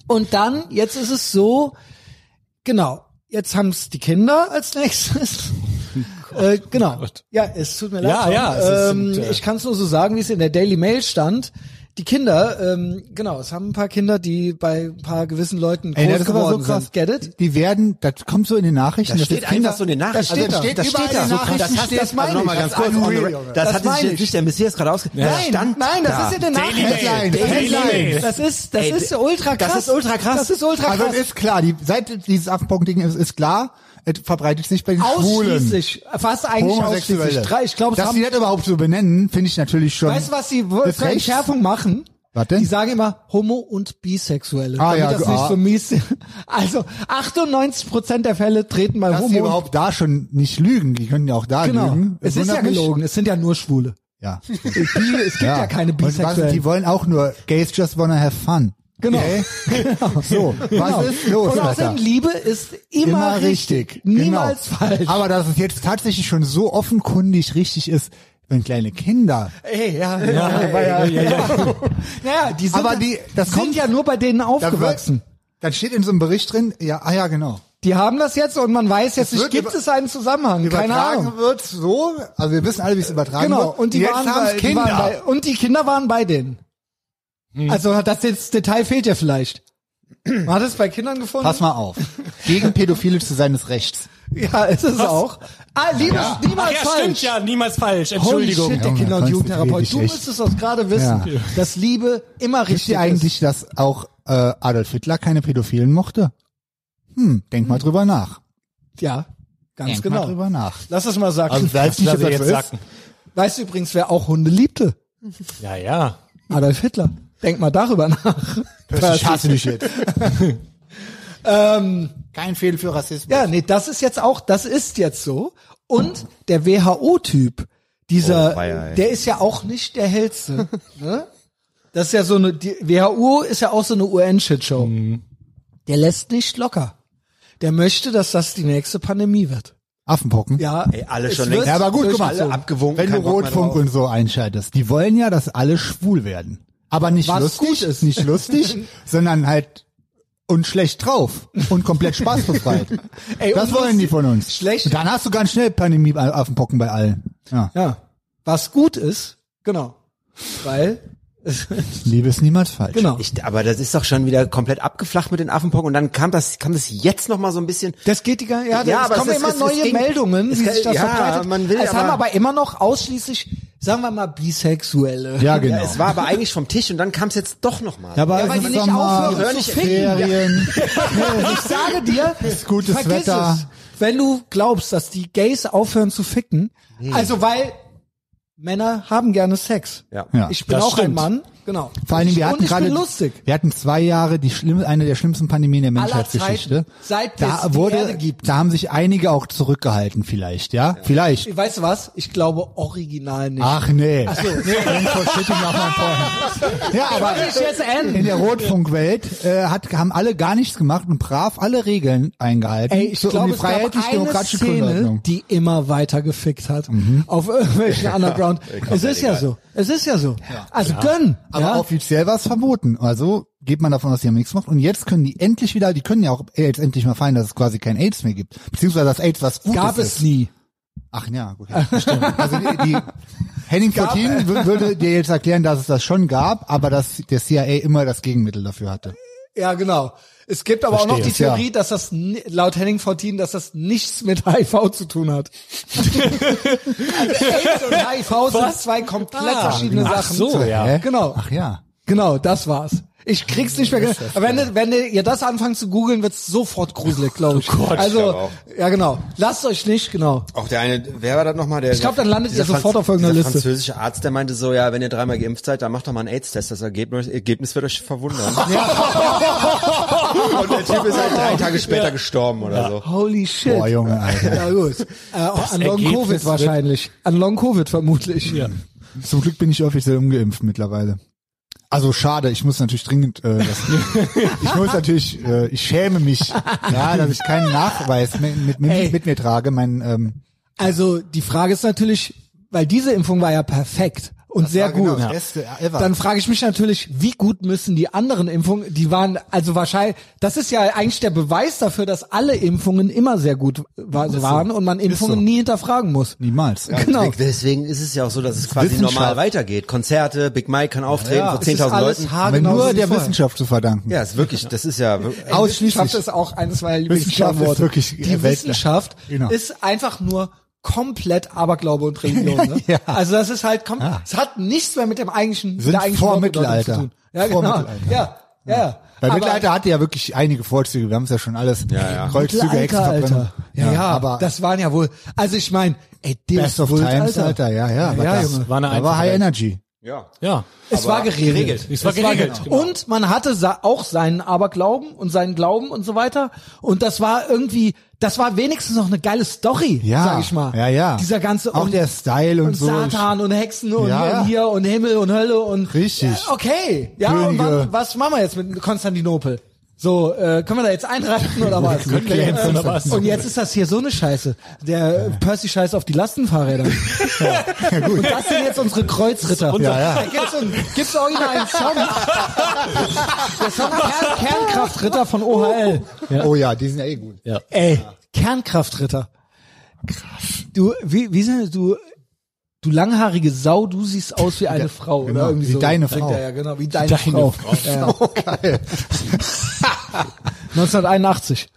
S1: Und dann, jetzt ist es so, genau, jetzt haben's die Kinder als nächstes. äh, genau. Ja, es tut mir leid.
S2: Ja,
S1: Tom.
S2: ja, es
S1: ähm,
S2: sind, äh,
S1: ich kann es nur so sagen, wie es in der Daily Mail stand. Die Kinder, ähm, genau, es haben ein paar Kinder, die bei ein paar gewissen Leuten groß
S3: Ey, das ist aber so
S1: geworden
S3: krass.
S1: sind. Get it?
S3: Die werden, das kommt so in den Nachrichten.
S4: Das
S3: dass
S4: steht
S3: jetzt Kinder-
S4: einfach so in den Nachrichten.
S3: Also,
S1: steht da.
S3: steht
S1: Das
S3: überall
S1: steht da.
S3: in
S1: So
S3: den
S1: krass.
S3: Nachrichten.
S1: Das
S3: steht,
S1: das meine
S4: also noch
S1: ich.
S4: mal ganz
S1: Das
S3: Also,
S1: ist
S4: kurz. on the
S1: unreal,
S4: re-
S1: Junge.
S4: das
S1: Das
S4: hat
S1: meine
S4: sich
S1: ich.
S4: nicht der Messias gerade ausge... Das
S1: Nein,
S4: stand
S1: nein, das
S4: da.
S1: ist in den
S2: Daily
S1: Nachrichten.
S2: Mail.
S1: Das
S2: Daily
S1: ist-
S2: Mail.
S1: Das ist, das
S4: Ey,
S1: ist ultra krass.
S4: das ist ultra krass.
S1: Das ist ultra krass.
S3: Also, es ist klar, die, seit dieses Affenpocken-Ding ist, ist klar, es verbreitet sich bei den Schwulen.
S1: Ausschließlich, fast eigentlich ausschließlich. Drei, ich glaube, es
S3: Dass
S1: haben
S3: die das überhaupt so benennen, finde ich natürlich schon.
S1: Weißt du, was sie
S3: Das
S1: für eine
S3: rechts-
S1: Schärfung machen?
S3: Was denn?
S1: Die sagen immer Homo und Bisexuelle.
S3: Ah,
S1: damit
S3: ja,
S1: das
S3: ah.
S1: nicht so mies. Also 98 Prozent der Fälle treten bei
S3: dass
S1: Homo.
S3: die
S1: und-
S3: überhaupt da schon nicht lügen. Die können ja auch da
S1: genau.
S3: lügen.
S1: Es ist ja
S3: Wundert mich.
S1: gelogen. Es sind ja nur Schwule.
S3: Ja.
S1: Bi, es gibt ja, keine
S3: Und was,
S1: Bisexuellen.
S3: die wollen auch nur Gays just wanna have fun.
S1: Genau.
S3: Okay? So, was ist los,
S1: und
S3: Alter?
S1: außerdem Liebe ist immer, niemals
S3: genau.
S1: falsch.
S3: Aber dass es jetzt tatsächlich schon so offenkundig richtig ist, wenn kleine Kinder.
S1: Ey, ja, ja, ja, ja, ja, Naja, die sind,
S3: Aber
S1: ja-
S3: die- das
S1: sind
S3: kommt-
S1: ja nur bei denen
S3: Da
S1: aufgewachsen.
S3: wird- Dann steht in so einem Bericht drin, ja, ah ja, genau.
S1: Die haben das jetzt und man weiß jetzt nicht,
S3: wird
S1: gibt
S3: über-
S1: es einen Zusammenhang? Keine
S3: übertragen
S1: Ahnung.
S3: wird so, also wir wissen alle, wie es übertragen
S1: Genau.
S3: wird.
S1: Und die,
S3: jetzt
S1: waren
S3: haben's
S1: bei, die
S3: Kinder. Hm.
S1: waren bei, und die Kinder waren bei denen. Also das jetzt Detail fehlt ja vielleicht. Man hat es bei Kindern gefunden?
S3: Pass mal auf. Gegen Pädophile zu sein ist rechts.
S1: Ja, es ist auch. Ah, Liebe ist
S2: Ach
S1: niemals
S2: ja,
S1: falsch.
S2: stimmt ja, niemals falsch.
S1: Holy
S2: Entschuldigung.
S1: shit, der
S3: Junge,
S1: Kinder- und
S3: konzentrier
S1: Jugendtherapeut.
S3: dich
S1: Du
S3: echt.
S1: müsstest das gerade wissen,
S3: Ja.
S1: dass Liebe immer
S3: Wisst
S1: richtig
S3: ihr eigentlich, dass auch äh, Adolf Hitler keine Pädophilen mochte? Hm, denk mal drüber nach.
S1: ist. Ja, ganz
S3: Denk mal
S1: genau.
S3: drüber nach.
S1: Lass es mal sagen.
S3: Also, weiß nicht,
S2: Lass
S3: ob
S2: ich
S3: das
S2: jetzt
S3: so ist.
S2: sacken.
S1: weißt du übrigens, wer auch Hunde liebte?
S2: Ja, ja.
S1: Adolf Hitler. Denk mal darüber nach.
S3: Ich hasse dich jetzt.
S1: Ähm,
S3: Kein Fehl für Rassismus.
S1: Ja, nee, das ist jetzt auch, das ist jetzt so. Und der WHO-Typ, dieser,
S4: Oh, weia, ey.
S1: der ist ja auch nicht der hellste. ne? Das ist ja so eine, die WHO ist ja auch so eine UN-Shitshow.
S4: Mhm.
S1: Der lässt nicht locker. Der möchte, dass das die nächste Pandemie wird.
S3: Affenpocken.
S1: Ja,
S4: Ey, alle
S1: es
S4: schon
S1: wird
S4: längst.
S3: Ja, aber gut
S1: durch
S3: gemacht.
S4: alle abgewogen,
S3: Wenn du
S4: kein Bock mehr
S3: Rotfunk
S4: drauf.
S3: und so einschaltest, die wollen ja, dass alle schwul werden. Aber nicht
S1: Was
S3: lustig,
S1: gut ist.
S3: nicht lustig, sondern halt und schlecht drauf und komplett spaßbefreit.
S1: Ey,
S3: das
S1: und
S3: wollen die
S1: lustig,
S3: von uns.
S1: schlecht.
S3: Und Dann hast du ganz schnell Pandemie Affenpocken bei allen. Ja.
S1: Ja, was gut ist, genau. Weil,
S3: Liebe ist niemals falsch.
S1: genau.
S4: Ich, aber das ist doch schon wieder komplett abgeflacht mit den Affenpocken und dann kam das, kam das jetzt noch mal so ein bisschen.
S1: Das geht die ganze, ja,
S4: Ja,
S1: ja es
S4: aber
S1: kommen
S4: es ist-
S1: immer
S4: es- es
S1: neue
S4: ging-
S1: Meldungen,
S4: es
S1: wie
S4: kann-
S1: sich das
S4: ja,
S1: verbreitet.
S4: man will
S1: es
S4: aber-
S1: haben aber immer noch ausschließlich, sagen wir mal, Bisexuelle.
S3: Ja, genau.
S4: Es war aber eigentlich vom Tisch und dann kam es jetzt doch noch mal.
S3: Ja, aber
S1: Ja,
S3: es
S1: weil
S3: ist
S1: die nicht
S3: Sommer,
S1: aufhören
S4: Hör
S1: zu
S4: nicht-
S1: ficken.
S3: Ferien.
S1: Ich sage dir,
S3: Ist gutes
S1: vergiss
S3: Wetter.
S1: Es, wenn du glaubst, dass die Gays aufhören zu ficken,
S4: Hm.
S1: also weil Männer haben gerne Sex.
S4: Ja.
S3: Ja.
S1: Ich bin
S2: Das
S1: auch ein
S2: stimmt.
S1: Mann, genau.
S3: Vor allen Dingen, wir
S1: Und
S3: hatten
S1: ich
S3: gerade,
S1: bin lustig.
S3: wir hatten zwei Jahre die schlimm, eine der schlimmsten Pandemien der Menschheitsgeschichte.
S1: Zeiten. Seit
S3: da
S1: es die
S3: wurde,
S1: Erde gibt.
S3: da haben sich einige auch zurückgehalten, vielleicht, ja, vielleicht.
S1: Weißt du was? Ich glaube original nicht.
S3: Ach nee. Ach so. ja, aber
S1: Soll ich jetzt enden?
S3: in der Rotfunkwelt äh, hat, haben alle gar nichts gemacht und brav alle Regeln eingehalten.
S1: Ey, ich
S3: so
S1: glaube,
S3: um die ne? freiheitlich-demokratische
S1: es gab eine Szene,
S3: Grundordnung.
S1: die immer weiter gefickt hat auf irgendwelchen Underground. es ist ja
S4: egal.
S1: so. Es ist ja so. Also gönn.
S3: Aber
S1: ja?
S3: offiziell war es verboten. Also geht man davon aus, die haben nichts gemacht. Und jetzt können die endlich wieder, die können ja auch jetzt endlich mal feiern, dass es quasi kein AIDS mehr gibt. Beziehungsweise das AIDS, was gut
S1: Gab
S3: ist.
S1: es nie.
S3: Ach ja, gut. Ja, stimmt. Also die, die Henning Fortin wür- würde dir jetzt erklären, dass es das schon gab, aber dass der CIA immer das Gegenmittel dafür hatte.
S1: Ja, genau. Es gibt aber auch noch die
S3: Verstehe, ja.
S1: Theorie, dass das ni- laut Henning 14, dass das nichts mit HIV zu tun hat. also AIDS und HIV sind zwei komplett
S2: Ah,
S1: verschiedene
S2: ach
S1: Sachen.
S2: so, ja.
S3: Hä?
S1: Genau.
S3: Ach ja.
S1: Genau, das war's. Ich krieg's nicht mehr. ge- Aber wenn, ihr- wenn ihr das anfangt zu googeln, wird's sofort gruselig, glaube ich.
S2: Gott,
S4: ich glaub
S1: also,
S4: auch.
S1: ja genau. Lasst euch nicht, genau.
S4: Auch der eine, wer war das nochmal? Der, ich
S1: glaub, dann landet ihr sofort auf irgendeiner Liste.
S4: französische Arzt, der meinte so, ja, wenn ihr dreimal geimpft seid, dann macht doch mal einen AIDS-Test. Das Ergebnis, Ergebnis wird euch verwundern. Und der Typ ist halt drei Tage später gestorben oder so.
S1: Holy shit.
S3: Boah, Junge, Alter.
S1: Ja gut. Äh, an Long
S2: Ergebnis
S1: Covid
S2: wird-
S1: wahrscheinlich. An Long Covid vermutlich. Ja.
S3: Zum Glück bin ich offiziell ungeimpft mittlerweile. Also schade, ich muss natürlich dringend, äh, das, ich muss natürlich, äh, ich schäme mich, ja, dass ich keinen Nachweis mit, mit,
S1: Ey.
S3: mit, mit mir trage. Mein, ähm,
S1: Also die Frage ist natürlich, weil diese Impfung war ja perfekt und sehr
S3: war genau
S1: gut.
S3: das Beste ever.
S1: Dann frage ich mich natürlich, wie gut müssen die anderen Impfungen, die waren, also wahrscheinlich, das ist ja eigentlich der Beweis dafür, dass alle Impfungen immer sehr gut wa- waren und man Impfungen
S3: so.
S1: nie hinterfragen muss.
S3: niemals.
S1: Genau.
S4: Deswegen ist es ja auch so, dass es quasi
S3: Wissenschaft.
S4: normal weitergeht. Konzerte, Big Mike kann auftreten
S3: Ja,
S4: vor
S1: Es ist
S4: 10.000
S1: alles
S4: Leuten.
S3: Aber
S1: haargenau so
S3: nur
S1: wie
S3: der
S1: vorher.
S3: Wissenschaft zu verdanken.
S4: Ja, ist wirklich, das ist ja,
S1: Ey,
S3: Ausschließlich.
S1: Wissenschaft ist auch eines meiner
S3: Wissenschaft
S1: Lieblingsschlagworte.
S3: ist wirklich
S1: die
S3: Weltler-
S1: Wissenschaft
S3: Genau.
S1: ist einfach nur komplett Aberglaube und Religion. Ne?
S3: Ja. Ah.
S1: Also das ist halt, kom es hat nichts mehr mit dem eigentlichen, mit
S3: Sind
S1: der eigentlichen
S3: vor
S1: Wortbedeutung
S3: Mittelalter.
S1: zu tun. Ja,
S3: Vor
S1: genau.
S3: Mittelalter.
S1: Ja, ja. ja.
S3: Bei
S1: Aber-
S3: Mittelalter hatte ja wirklich einige Vorzüge. Wir haben es ja schon alles.
S4: Ja, ja.
S3: Kreuzzüge,
S1: Mittelalter,
S3: Hexenverbrennung.
S1: Alter. Ja, ja,
S3: aber
S1: das waren ja wohl, also ich meine, ey, dem
S3: Best of
S1: Wult,
S3: Times, Alter. Ja, ja. Aber
S1: Ja,
S3: das
S1: Junge.
S2: War eine
S3: da war
S2: einfache
S3: High
S2: Welt.
S3: Energy.
S4: ja.
S2: Ja.
S1: Es war geregelt.
S2: Es war geregelt.
S1: Genau. Und man hatte sa- auch seinen Aberglauben und seinen Glauben und so weiter. Und das war irgendwie, das war wenigstens noch eine geile Story,
S3: Ja,
S1: sag ich mal.
S3: ja, ja.
S1: Dieser ganze
S3: Auch
S1: und,
S3: der Style und,
S1: und
S3: so.
S1: Satan und Hexen und
S3: Ja.
S1: hier, und hier und Himmel und Hölle und
S3: Richtig.
S1: Ja, okay, ja. Und
S3: Könige.
S1: wann, was machen wir jetzt mit Konstantinopel? So, äh, können wir da jetzt einreichen oder was?
S3: Können wir jetzt oder was?
S1: Und jetzt ist das hier so eine Scheiße. Der äh, Percy scheißt auf die Lastenfahrräder. Und das sind jetzt unsere Kreuzritter.
S3: Ja, ja.
S1: Da gibt's, einen, gibt's original einen Song. Der Song Kern, Kernkraftritter von OHL.
S3: Oh ja, die sind ja eh gut.
S1: Ey, Kernkraftritter. Krass. Du, wie, wie sind du, du langhaarige Sau, du siehst aus wie eine Frau,
S3: genau,
S1: oder? Irgendwie
S3: wie
S1: so.
S3: deine
S1: Singt
S3: Frau.
S1: er Ja, genau, wie deine,
S2: deine
S1: Frau. Ja, ja. 1981.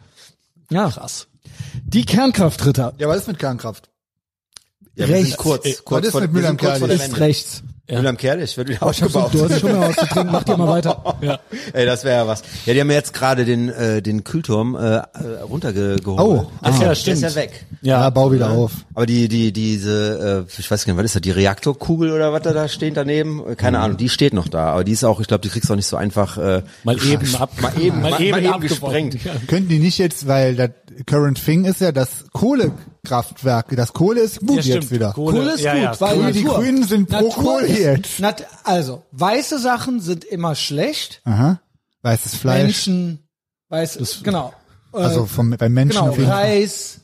S1: Ja. Krass. Die Kernkraftritter
S3: Ja, was ist mit Kernkraft?
S4: ja wir
S1: Rechts.
S4: sind kurz, kurz
S3: ist
S4: vor,
S3: mit
S4: wir
S3: Müllheim
S4: sind kurz vor dem
S3: Kerlich?
S1: ist
S4: Ende.
S1: rechts.
S4: Müllheim Kerlich wird wieder
S3: Oh,
S1: Ich hab so,
S4: aufgebaut.
S1: du hast schon mal was zu trinken, mach dir mal weiter.
S4: Ey, das wäre ja was. Ja, die haben ja jetzt gerade den, äh, den Kühlturm äh, äh, runtergeholt.
S3: Oh,
S2: ah.
S4: also, der
S2: stimmt.
S4: ist ja weg.
S3: Ja,
S2: Ja.
S3: bau wieder auf.
S4: Aber die, die, diese, äh, ich weiß gar nicht, was ist das, die Reaktorkugel oder was da, da steht daneben? Äh, Keine Ahnung, die steht noch da. Aber die ist auch, ich glaube, die kriegst du auch nicht so einfach äh,
S2: Mal eben ab.
S4: mal eben, mal, mal eben,
S2: abgeworfen.
S4: gesprengt.
S3: Könnten die nicht jetzt, weil das Current Thing ist ja das Kohlekraftwerk. Das Kohle ist gut
S2: Ja, stimmt.
S3: jetzt wieder.
S2: Kohle,
S1: Kohle ist
S2: ja,
S1: gut,
S2: ja.
S1: weil
S3: Kohle, die
S1: Natur-
S3: Grünen sind pro
S1: Natur
S3: Kohle
S1: ist-
S3: jetzt.
S1: Nat also, weiße Sachen sind immer schlecht.
S3: Aha. Weißes Fleisch.
S1: Menschen, weiß, genau. Äh,
S3: Also vom, beim Menschen
S1: genau,
S3: auf jeden Fall.
S1: Reis,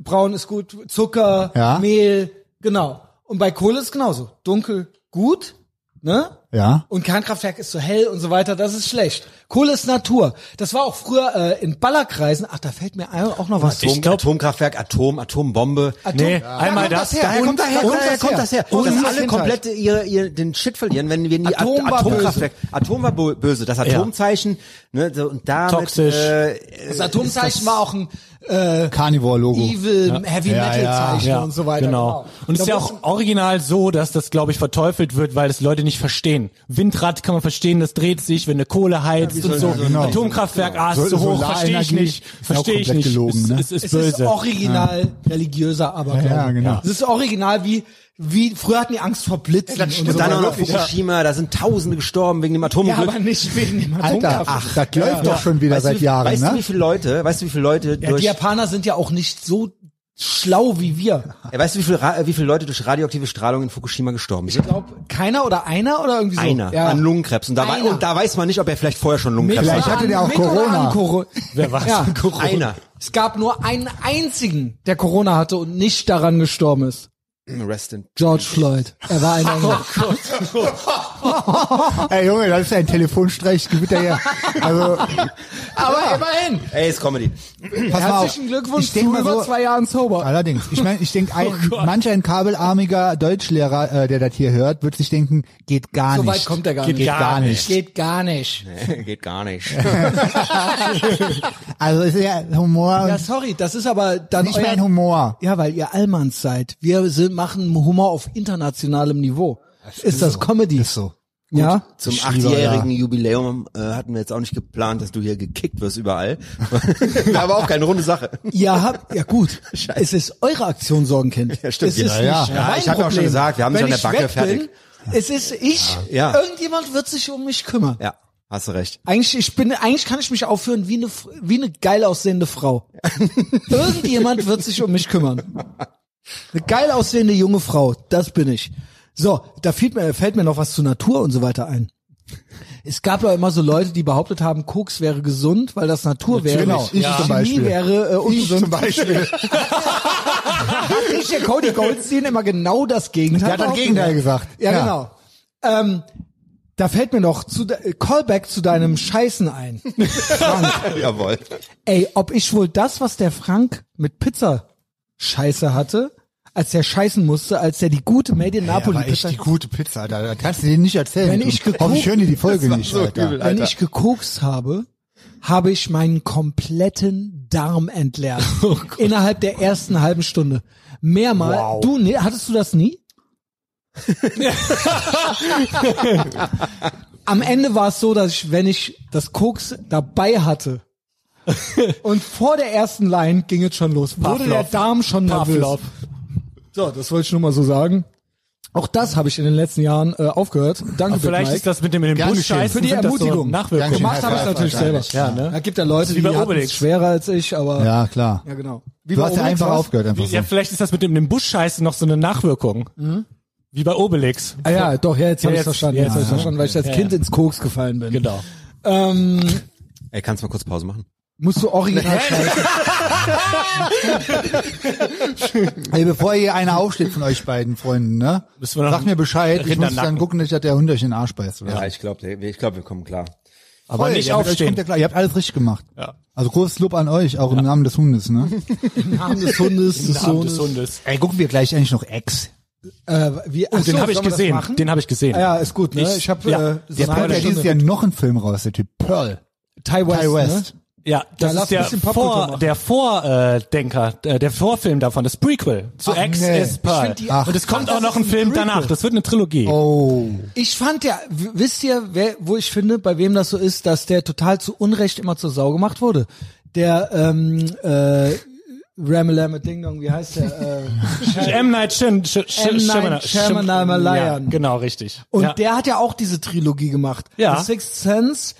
S1: braun ist gut, Zucker,
S3: Ja.
S1: Mehl, genau. Und bei Kohle ist genauso. Dunkel gut, ne?
S3: Ja.
S1: Und Kernkraftwerk ist so hell und so weiter, das ist schlecht. Kohle ist Natur. Das war auch früher äh, in Ballerkreisen. Ach, da fällt mir ein- auch noch was
S4: Atom,
S1: zu.
S2: glaub-
S4: Atomkraftwerk, Atom, Atombombe.
S1: Atom-
S2: Nee,
S1: Da
S2: einmal
S1: kommt
S2: das.
S1: her.
S4: Daher kommt, daher,
S1: Und-
S4: daher kommt das her.
S1: Und
S4: dass
S1: das
S4: alle
S1: Kindheit.
S4: komplett ihre, ihr, den Shit verlieren, wenn wir die
S1: Atom war
S4: Atomkraftwerk. Atom war bo- böse. Das Atomzeichen, ne, so, und damit,
S2: Toxisch.
S4: Äh,
S1: Das Atomzeichen war auch ein äh,
S3: Carnivore-Logo.
S1: Evil Heavy
S3: Ja,
S1: Metal
S3: ja,
S1: Zeichen und so weiter.
S2: Genau. Und es ist
S1: Da
S2: ja
S1: wusste-
S2: auch original so, dass das, glaube ich, verteufelt wird, weil es Leute nicht verstehen. Windrad kann man verstehen, das dreht sich, wenn eine Kohle heizt und so.
S3: genau.
S2: Atomkraftwerk, ah, ist
S3: So-
S2: zu hoch,
S3: Solarenergie
S2: verstehe ich nicht.
S3: ist auch
S2: Verstehe ich
S3: komplett
S2: nicht.
S3: gelogen,
S2: es,
S3: ne?
S2: es ist
S1: es
S2: böse.
S1: ist original religiöser Aberglaube.
S3: Ja, ja, genau.
S1: Es ist original wie wie früher hatten die Angst vor Blitzen und
S4: und
S1: so
S4: dann auch noch
S1: weiter.
S4: Fukushima, da sind Tausende gestorben wegen dem
S1: Ja,
S4: Atomglück.
S1: aber nicht wegen dem
S3: Alter,
S1: Atomkraftwerk.
S3: ach, das läuft doch schon wieder
S4: weißt
S3: seit
S4: du, wie-
S3: Jahren,
S4: weißt du,
S3: ne?
S4: wie viele Leute, weißt du, wie viele Leute
S1: Ja,
S4: durch,
S1: die Japaner sind ja auch nicht so schlau wie wir.
S4: äh, weißt du, wie viele, Ra- wie viele Leute durch radioaktive Strahlung in Fukushima gestorben
S1: Ich
S4: sind?
S1: glaube, keiner oder einer oder irgendwie so.
S4: Einer
S1: Ja.
S4: an Lungenkrebs. Und da, wei-
S1: Einer.
S4: und da weiß man nicht, ob er vielleicht vorher schon Lungenkrebs
S1: Mit
S3: Vielleicht
S1: oder
S4: hatte.
S3: hatte
S1: an-
S3: der auch
S1: mit oder
S3: Corona.
S1: an Coro-
S2: Wer war's?
S1: Ja.
S4: Einer.
S1: Es gab nur einen einzigen, der Corona hatte und nicht daran gestorben ist.
S4: Rest in
S1: George Floyd. Er war ein Engel.
S3: Ey Junge, das ist ein Telefonstreich, gib wieder her. Also,
S1: Aber immerhin.
S4: Ey, ist Comedy.
S3: pass mal auf.
S1: Herzlichen Glückwunsch
S3: Ich denk
S1: zu
S3: mal
S1: über
S3: so-
S1: zwei Oh Jahren sober.
S3: Allerdings, ich meine, ich denke, ein, manch ein kabelarmiger Deutschlehrer, äh, der das hier hört, wird sich denken, geht gar
S1: So
S3: nicht.
S1: weit kommt er gar
S3: geht
S1: nicht.
S3: Geht gar nicht.
S1: Geht gar nicht.
S4: Geht gar nicht.
S3: Also ist ja Humor
S1: Ja, sorry, das ist aber dann
S3: nicht
S1: euer...
S3: mein Humor.
S1: Ja, weil ihr Allmanns seid. Wir sind, machen Humor auf internationalem Niveau. ist das Comedy?
S3: Ist so.
S1: Ja?
S4: Zum
S3: Schieber,
S4: achtjährigen Jubiläum äh, hatten wir jetzt auch nicht geplant, dass du hier gekickt wirst überall. War aber auch keine runde Sache.
S1: Ihr habt, ja gut, es ist eure Aktion Sorgenkind.
S4: Ja, stimmt.
S1: Es ist
S4: Ja,
S1: nicht
S3: ja.
S4: Ja,
S1: mein
S4: ich hab ja auch schon
S1: Problem.
S4: gesagt, wir haben
S1: Wenn
S4: dich an
S1: ich
S4: der Backe,
S1: weg
S4: fertig.
S1: Bin, es ist ich,
S4: Ja.
S1: irgendjemand wird sich um mich kümmern.
S4: Ja, hast du recht.
S1: Eigentlich, ich bin, eigentlich kann ich mich aufführen wie eine, wie eine geil aussehende Frau. Irgendjemand wird sich um mich kümmern. Eine geil aussehende junge Frau, das bin ich. So, da fällt mir, fällt mir noch was zur Natur und so weiter ein. Es gab ja immer so Leute, die behauptet haben, Koks wäre gesund, weil das Natur wäre.
S3: Genau, ich
S1: Chemie
S3: zum Beispiel.
S1: wäre äh,
S3: Ich
S1: ungesund.
S3: zum Beispiel.
S1: Ich, der Cody Goldstein, immer genau das Gegenteil.
S3: Der hat das Gegenteil gesagt.
S1: Ja,
S3: Ja.
S1: genau. Ähm, da fällt mir noch zu, de- äh, Callback zu deinem Scheißen ein.
S4: Jawohl.
S1: Ey, ob ich wohl das, was der Frank mit Pizza Scheiße hatte, als der scheißen musste, als der die gute Made in Napoli
S3: aber echt
S1: Pizza,
S3: die gute Pizza, da, da kannst du denen nicht erzählen.
S1: Wenn ich geguckt-
S3: Hoffentlich hören die die Folge nicht, Alter.
S1: wenn ich gekokst habe, habe ich meinen kompletten Darm entleert.
S2: Oh
S1: innerhalb der ersten halben Stunde. Mehrmal. Du, nee, hattest du das nie? Am Ende war es so, dass ich, wenn ich das Koks dabei hatte und vor der ersten Line ging es schon los, wurde der
S2: Pavlov.
S1: Darm schon nervös.
S2: Pavlov.
S1: So, das wollte ich nur mal so sagen. Auch das habe ich in den letzten Jahren äh, aufgehört. Danke, Big
S2: Vielleicht
S1: Mike.
S2: ist das mit dem, mit dem
S3: Ganz
S2: Bulli
S3: schön.
S2: scheißen,
S1: Für die
S2: sind das so
S1: Ermutigung.
S2: Nachwirkungen.
S3: Ganz
S1: Gemacht
S3: schön.
S1: habe ich natürlich selber.
S3: Wahrscheinlich,
S1: Ja, ne? Da gibt ja Leute,
S2: Wie
S1: die
S2: bei
S1: hatten
S2: Obelix.
S1: es schwerer als ich, aber
S3: Ja, klar.
S1: ja genau. Wie
S3: Du
S1: bei
S3: hast ja
S1: Obelix
S3: einfach
S1: war's?
S3: aufgehört, einfach so.
S2: Ja, vielleicht ist das mit dem, dem Busch-Scheißen noch so eine Nachwirkung.
S1: Mhm.
S2: Wie bei Obelix.
S1: Ah ja, doch, ja, jetzt
S2: Ja,
S1: habe ich
S2: jetzt-
S1: verstanden.
S2: ja,
S1: Jetzt habe ich
S2: ja.
S1: verstanden, weil ich als
S2: Ja,
S1: Kind
S2: ja.
S1: ins Koks gefallen bin.
S2: Genau.
S1: Ähm,
S4: Ey, kannst du mal kurz Pause machen?
S1: musst du original schreiben.
S3: Ey, bevor hier einer aufsteht von euch beiden Freunden, ne?
S2: Müssen wir noch
S3: Sag mir Bescheid, ich muss dann
S2: Rindernacken.
S3: gucken, dass ich der Hund euch in den Arsch beißt. Oder? so.
S4: ich glaube, ich glaube, wir kommen klar.
S3: Aber
S2: nicht
S3: ja, mit euch
S2: aufstehen.
S3: kommt ja klar, ihr habt alles richtig gemacht.
S2: Ja.
S3: Also großes Lob an euch, auch im Namen des Hundes, ne?
S1: Im Namen des Hundes, des
S2: Namen
S1: Sohnes.
S2: des Hundes.
S3: Ey, gucken wir gleich eigentlich noch Ex.
S1: Äh, wie, ach
S2: Den
S1: so,
S2: habe ich
S1: soll man das
S2: gesehen.
S1: machen?
S2: Den habe ich gesehen.
S1: Ah ja, ist gut, ne?
S2: Ich-
S1: Ich habe
S2: ja.
S1: äh,
S3: Der
S1: eine
S3: bringt
S1: halbe
S3: ja dieses
S1: Stunde-
S3: Jahr noch einen Film raus, der Typ Pearl.
S1: Ty West.
S3: Ty West.
S1: Ne?
S2: Ja, das
S1: Ja, lass
S2: ist der
S1: ein bisschen Popkultur machen.
S2: Vor, der Vordenker, äh, der Vorfilm davon, das Prequel zu
S3: Ach,
S2: Ex
S3: nee.
S2: is Pearl.
S1: Ich find die-
S2: Und es
S1: Ach,
S2: kommt
S1: das
S2: auch noch
S1: ist
S2: ein
S1: ein
S2: Film
S1: Prequel.
S2: danach. Das wird eine Trilogie.
S3: Oh.
S1: Ich fand ja, w- wisst ihr, wer, wo ich finde, bei wem das so ist, dass der total zu Unrecht immer zur Sau gemacht wurde? Der, ähm, äh, Ramalama Ding Dong, wie heißt der? Äh,
S2: M. Night Shyam- Sh- Sh-
S1: M. Night
S2: Shyamalan. Ja,
S1: Shyamalan.
S2: genau, richtig.
S1: Und
S2: ja.
S1: der hat ja auch diese Trilogie gemacht.
S2: Ja.
S1: The Sixth Sense,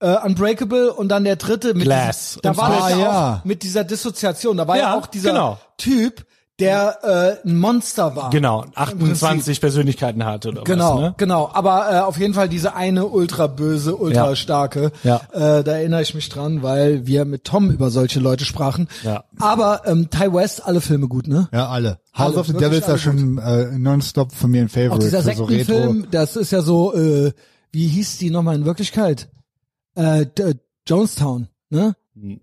S1: äh, Unbreakable und dann der dritte mit
S2: Glass.
S1: diesem- Da
S2: Und
S1: war das
S3: Split.
S1: ja,
S3: Ah,
S1: auch mit dieser Dissoziation. Da war ja,
S2: Ja,
S1: auch dieser
S2: genau.
S1: Typ, der äh, ein Monster war.
S2: Genau,
S1: Im Prinzip.
S2: 28 Persönlichkeiten hatte oder
S1: Genau,
S2: was, ne?
S1: genau. Aber äh, auf jeden Fall diese eine ultra böse, ultra starke.
S2: Ja.
S1: Äh, da erinnere ich mich dran, weil wir mit Tom über solche Leute sprachen.
S2: Ja.
S1: Aber ähm, Ty West, alle Filme gut, ne?
S3: Ja, alle. House
S1: Alle,
S3: of the
S1: wirklich
S3: Devil ist
S1: alle
S3: ja schon äh, nonstop von mir ein
S1: Auch
S3: Favorite.
S1: Oh, dieser
S3: für so Retro.
S1: Sektenfilm, das ist ja so, äh, wie hieß die nochmal in Wirklichkeit? Äh, D Jonestown, ne?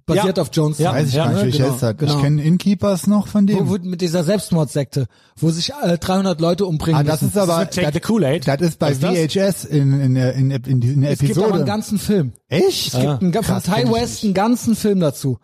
S1: Basiert
S2: Hm. Ja.
S1: auf Jonestown.
S2: Ja,
S3: Weiß ich
S2: ja,
S3: gar nicht,
S1: ne?
S3: wie ich
S1: Genau,
S3: jetzt hat.
S1: genau.
S3: Ich kenne Innkeepers noch von dem.
S1: Wo, wo, mit dieser Selbstmordsekte, wo sich äh, 300 Leute umbringen
S3: ah, das
S1: müssen.
S3: ist aber,
S2: Take the
S3: das,
S2: Kool-Aid.
S3: das ist bei
S2: Was das?
S3: VHS in, in, der- in, in, in der
S1: es gibt aber einen
S3: Episode.
S1: ganzen Film.
S3: Echt?
S1: Es gibt einen, von
S3: Krass,
S1: Ty
S3: kenn ich
S1: West einen ganzen Film dazu.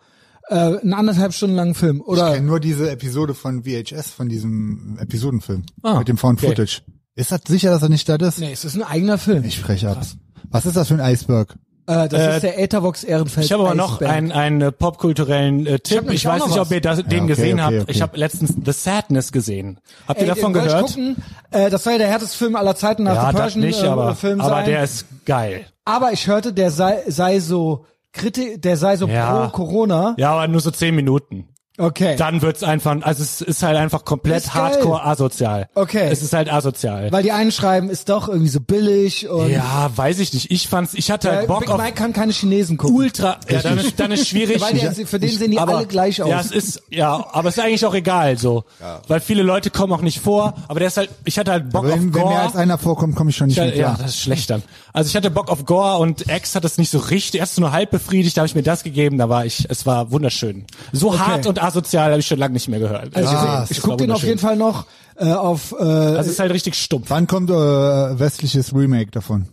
S1: Äh, einen anderthalb Stunden langen Film.
S3: Ich
S1: Oder
S3: kenne nur diese Episode von VHS, von diesem Episodenfilm.
S2: Ah,
S3: mit dem Found
S2: okay.
S3: Footage. Ist das sicher, dass er nicht das ist?
S1: nee, es ist ein eigener Film.
S3: Ich spreche ab. Was ist das für ein Eisberg?
S1: äh, das
S2: Äh,
S1: ist der Äthervox Ehrenfeld.
S2: Ich habe aber noch
S1: Eisberg.
S2: einen, einen äh, popkulturellen äh,
S1: hab
S2: Tipp. Ich,
S1: nämlich auch
S2: weiß
S1: noch
S2: nicht,
S1: was.
S2: ob ihr das, den
S3: okay,
S2: gesehen
S3: okay,
S2: habt.
S3: okay.
S2: Ich habe letztens The Sadness gesehen. Habt
S1: Ey,
S2: ihr davon
S1: wollt ich
S2: gehört?
S1: Gucken, äh, das soll ja der härteste Film aller Zeiten nach
S2: Ja,
S1: The
S2: das
S1: Persian
S2: nicht,
S1: äh,
S2: aber,
S1: Film
S2: aber
S1: sein.
S2: der ist geil.
S1: aber ich hörte, der sei, sei so kriti der sei so
S2: Ja.
S1: pro Corona.
S2: Ja, aber nur so zehn Minuten.
S1: Okay.
S2: Dann wird's einfach, also es ist halt einfach komplett
S1: Ist geil.
S2: hardcore asozial.
S1: Okay.
S2: Es ist halt asozial.
S1: Weil die einen schreiben, ist doch irgendwie so billig und
S2: Ja, weiß ich nicht. Ich fand's, ich hatte
S1: äh,
S2: halt Bock
S1: Big
S2: auf
S1: Mike kann keine Chinesen gucken.
S2: ultra, ja, dann ist, dann ist schwierig.
S1: weil der, für den sehen die alle gleich aus.
S2: Ja, es ist, ja, aber es ist eigentlich auch egal, so. Weil viele Leute kommen auch nicht vor, aber der ist halt, ich hatte halt Bock auf
S3: Wenn, wenn
S2: Gore.
S3: mehr als einer vorkommt, komme ich schon nicht
S2: Ja,
S3: mehr
S2: ja,
S3: klar.
S2: das ist schlecht dann. Also ich hatte Bock auf Gore und X hat es nicht so richtig, erst nur halb befriedigt, da habe ich mir das gegeben, da war ich, es war wunderschön. So hart und asozial habe ich schon lange nicht mehr gehört.
S1: also
S3: Ah,
S1: ich, ich
S2: das war
S1: guck den auf
S2: wunderschön.
S1: jeden Fall noch äh, auf äh,
S2: Also es ist halt richtig stumpf.
S3: Wann kommt äh, westliches Remake davon?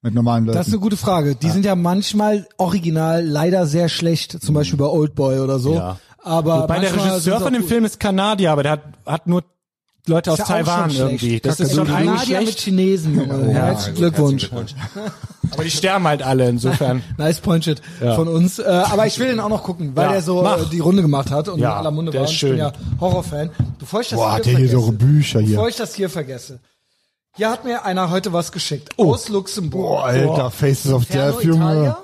S3: Mit normalen Leuten.
S1: Das ist eine gute Frage. Die sind ja manchmal original leider sehr schlecht, zum Beispiel bei Oldboy oder so.
S2: Mhm. Ja.
S1: Aber
S2: Bei der
S1: manchmal
S2: Regisseur
S1: sind's auch
S2: von dem
S1: gut.
S2: Film ist Kanadier, aber der hat, hat nur Leute aus
S1: Ist ja auch
S2: Taiwan
S1: schon
S2: irgendwie.
S1: schlecht.
S2: Das ist schon eigentlich
S1: Kanadier mit
S2: schlecht,
S1: Chinesen. Junge.
S3: Ja,
S1: Herzlichen Glückwunsch.
S2: aber die sterben halt alle insofern.
S1: Nice pointed
S2: Ja.
S1: von uns. Äh, aber ich will den auch noch gucken, weil
S2: Ja,
S1: der so
S2: mach.
S1: äh, die Runde gemacht hat und
S2: Ja,
S1: in aller Munde
S2: der
S1: war.
S2: ist
S1: Und
S2: schön.
S1: Ich bin ja Horrorfan. Bevor ich das
S3: Boah,
S1: hier
S3: hat der hier
S1: vergesse,
S3: so Bücher hier.
S1: Bevor ich das hier vergesse. Hier hat mir einer heute was geschickt. Aus Luxemburg.
S3: Oh. Boah, Alter, Faces of
S1: Ferno
S3: Death, Junge.
S1: Italia?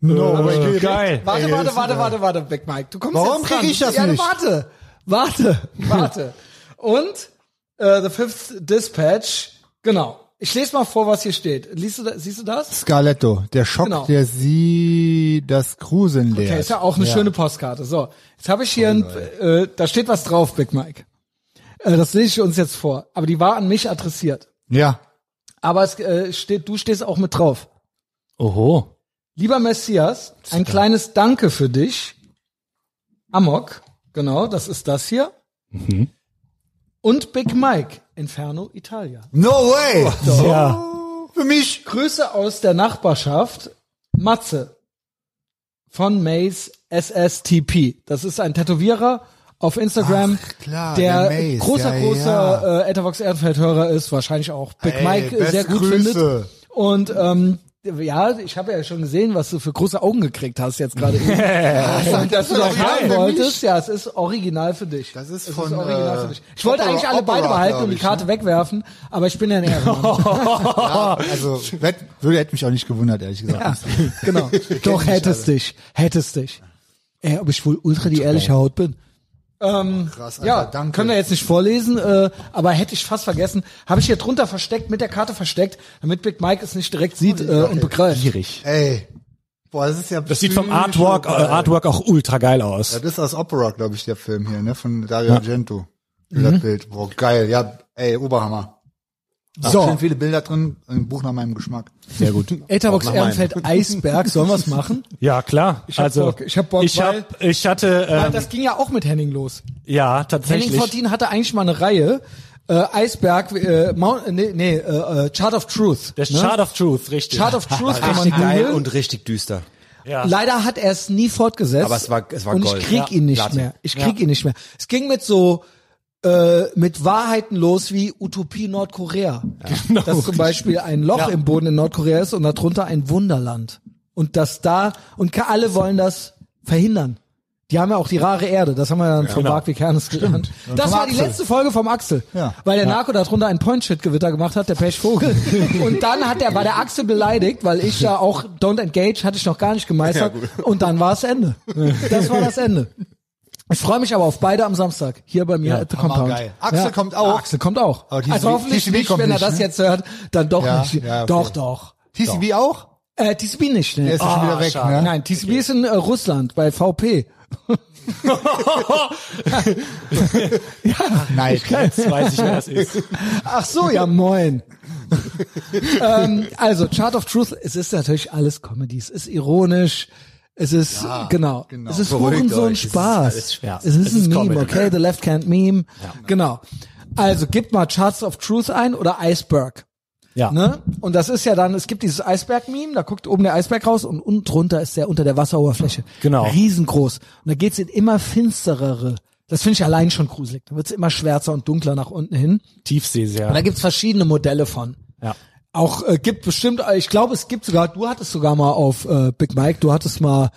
S3: No,
S2: Äh,
S3: aber ich geh-
S2: geil.
S1: Warte,
S3: Ey,
S1: warte,
S3: das-
S1: warte, warte, warte, Big Mike. Du kommst
S3: Warum
S1: jetzt
S3: krieg
S1: dran.
S3: ich das
S1: ja,
S3: nicht?
S1: Warte, warte, warte. Und äh, The Fifth Dispatch. Genau. Ich lese mal vor, was hier steht. Liest du da, siehst du das?
S3: Scarletto, der Schock,
S1: Genau.
S3: der sie das Cruisen lehrt.
S1: Okay, ist ja auch eine schöne Postkarte. So, jetzt habe ich hier, ein, äh, da steht was drauf, Big Mike. Äh, das lese ich uns jetzt vor. Aber die war an mich adressiert.
S3: ja.
S1: Aber es äh, steht, du stehst auch mit drauf.
S2: Oho.
S1: Lieber Messias, ein kleines Danke für dich. Amok, genau, das ist das hier. Mhm. Und Big Mike, Inferno, Italia.
S3: No way!
S2: Ja.
S3: Für mich!
S1: Grüße aus der Nachbarschaft, Matze von Maze SSTP. Das ist ein Tätowierer auf Instagram,
S3: Ach, klar,
S1: der,
S3: der Maze,
S1: großer,
S3: ja,
S1: großer äh, Ethervox Ehrenfeld-Hörer ist, wahrscheinlich auch Big
S3: Ey,
S1: Mike
S3: beste
S1: sehr gut
S3: Grüße.
S1: findet. Und ähm, ja, ich habe ja schon gesehen, was du für große Augen gekriegt hast jetzt gerade. eben. Und dass du das
S3: original
S1: haben
S3: für
S1: wolltest, ja, es ist original für dich.
S3: Das ist
S1: es
S3: von,
S1: ist original
S3: äh,
S1: für dich. Ich wollte
S3: Opera-
S1: eigentlich alle beide
S3: Opera,
S1: behalten und
S3: glaub
S1: die
S3: ich, ne?
S1: Karte wegwerfen, aber ich bin ja ein Ehrenmann.
S3: Ja, also, wett- würde, hätte mich auch nicht gewundert, ehrlich gesagt.
S1: Genau. Doch, hättest dich. Hättest dich. Ey, ob ich wohl ultra die ehrliche Haut bin. Ähm,
S3: Krass,
S1: ja,
S3: Alter, Also danke.
S1: können wir jetzt nicht vorlesen, äh, aber hätte ich fast vergessen. Habe ich hier drunter versteckt, mit der Karte versteckt, damit Big Mike es nicht direkt sieht äh, und begreift. Äh,
S2: Gierig.
S3: Ey. Boah, das ist ja...
S2: Das sieht vom Artwork, äh, Artwork auch ultra geil aus.
S3: Das ist aus Opera, glaube ich, der Film hier, ne? Von Dario Argento. Das Bild. Boah, geil. Ja, ey, Oberhammer. So.
S1: So.
S3: Schön viele Bilder drin. Ein Buch nach meinem Geschmack. Äh,
S2: Sehr gut.
S1: Etherbox
S4: Mach mal einen.
S1: Ehrenfeld Eisberg, sollen wir es machen?
S2: Ja, klar.
S1: hab
S2: also,
S1: Bock, ich hab Bock,
S2: ich,
S1: weil-
S2: hab, ich hatte,
S1: Weil
S2: ähm,
S1: das ging ja auch mit Henning los.
S2: ja,
S1: Henning
S2: tatsächlich.
S1: 14 hatte eigentlich mal eine Reihe. Äh, Eisberg, äh, Mount, äh, nee, nee, äh, äh, Chart of Truth.
S2: Der Shard of Truth, richtig.
S1: Chart of Truth kann man
S4: Richtig geil
S1: googeln.
S4: und richtig düster.
S2: ja.
S1: Leider hat er es nie fortgesetzt.
S4: Aber es war- es war
S1: Und ich
S4: Gold.
S1: krieg
S4: Ja.
S1: ihn nicht
S4: Platin.
S1: mehr. Ich krieg ihn nicht mehr. Es ging mit so äh, mit Wahrheiten los wie Utopie Nordkorea. Dass zum Beispiel ein Loch im Boden in Nordkorea ist und darunter ein Wunderland. Und dass da, und ka- alle wollen das verhindern. Die haben ja auch die rare Erde, das haben wir dann von
S2: Genau.
S1: Barclay Kernes gelernt. Das
S3: vom
S1: war die
S3: Axel.
S1: letzte Folge vom Axel,
S3: Ja.
S1: weil der Narco darunter ein Point-Shit-Gewitter gemacht hat, der Pechvogel. und dann hat der, war der Axel beleidigt, weil ich ja auch Don't Engage hatte ich noch gar nicht gemeistert. und dann war es Ende. Das war das Ende. Ich freue mich aber auf beide am Samstag hier bei mir at the Compound.
S3: hammergeil. Axel kommt auch.
S1: Axel kommt auch.
S3: Aber TCB
S1: also hoffentlich
S3: TCB
S1: nicht,
S3: kommt
S1: wenn er
S3: nicht,
S1: das
S3: ne?
S1: jetzt hört, dann doch
S3: Ja,
S1: nicht.
S3: ja, okay.
S1: Doch, doch.
S3: TCB auch?
S1: Äh, TCB nicht, ne?
S3: Der ist ja schon wieder weg,
S1: schade.
S3: ne?
S1: Nein, TCB ist in äh, Russland bei VP.
S3: Nein.
S2: Jetzt weiß ich, wer das ist.
S1: Ach so, ja moin. ähm, also Chart of Truth, es ist natürlich alles Comedy, es ist ironisch, es ist genau,
S3: genau.
S1: es ist
S4: Beruhigt
S1: Hurensohn
S4: euch, es ist
S1: Spaß.
S2: alles schwer.
S1: Es ist
S2: Es
S1: ein
S2: ist
S1: Meme,
S2: Comedy. ne?
S1: okay, the left hand meme. Genau. Also gebt mal Charts of Truth ein oder Iceberg.
S2: Ja.
S1: Ne? Und das ist ja dann, es gibt dieses Eisberg-Meme, da guckt oben der Eisberg raus und unten drunter ist der unter der Wasseroberfläche.
S2: Genau.
S1: Riesengroß. Und da geht's in immer finsterere. Das finde ich allein schon gruselig. Da wird's immer schwärzer und dunkler nach unten hin.
S2: Tiefsee
S1: Und da
S2: sehr.
S1: gibt's verschiedene Modelle von.
S2: Ja.
S1: Auch äh, gibt bestimmt, äh, ich glaube, es gibt sogar, du hattest sogar mal auf äh, Big Mike, du hattest mal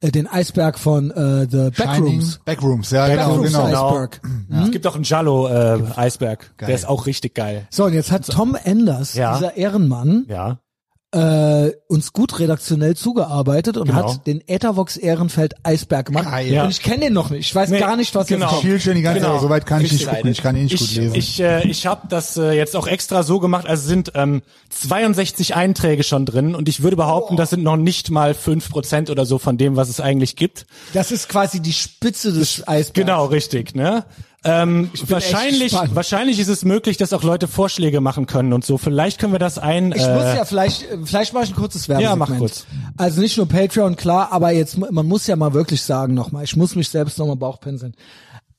S1: äh, den Eisberg von äh, The Backrooms.
S3: Shining. Backrooms, ja,
S1: Backrooms
S3: genau, genau.
S1: Eis.
S2: Genau.
S1: Iceberg.
S2: Es gibt auch einen Jallo-Eisberg. Der ist auch richtig geil.
S1: So, und jetzt hat Tom Enders,
S2: Ja.
S1: dieser Ehrenmann,
S2: Ja.
S1: äh, uns gut redaktionell zugearbeitet und
S2: Genau.
S1: hat den Ethervox Ehrenfeld Eisberg gemacht.
S3: Geil.
S2: Ja.
S1: Und ich kenne den noch nicht. Ich weiß
S2: Nee,
S1: gar nicht, was
S2: genau.
S1: jetzt kommt.
S3: Shield schon die ganze Zeit,
S2: Genau.
S3: aber soweit kann ich nicht
S4: Richtig.
S3: gucken, ich kann eh nicht gut
S2: Ich,
S3: lesen.
S2: ich, äh, ich habe das äh, jetzt auch extra so gemacht, also sind ähm, 62 Einträge schon drin und ich würde behaupten, das sind noch nicht mal 5% oder so von dem, was es eigentlich gibt.
S1: Das ist quasi die Spitze des Eisbergs.
S2: Genau, richtig, ne? Ähm, wahrscheinlich,
S1: gespannt.
S2: wahrscheinlich ist es möglich, dass auch Leute Vorschläge machen können und so. Vielleicht können wir das ein.
S1: Ich
S2: äh,
S1: muss ja vielleicht, äh, vielleicht mache ich ein kurzes Werbesegment.
S2: Ja, mach kurz.
S1: Also nicht nur Patreon, klar, aber jetzt, mu- man muss ja mal wirklich sagen nochmal, ich muss mich selbst nochmal Bauchpinseln.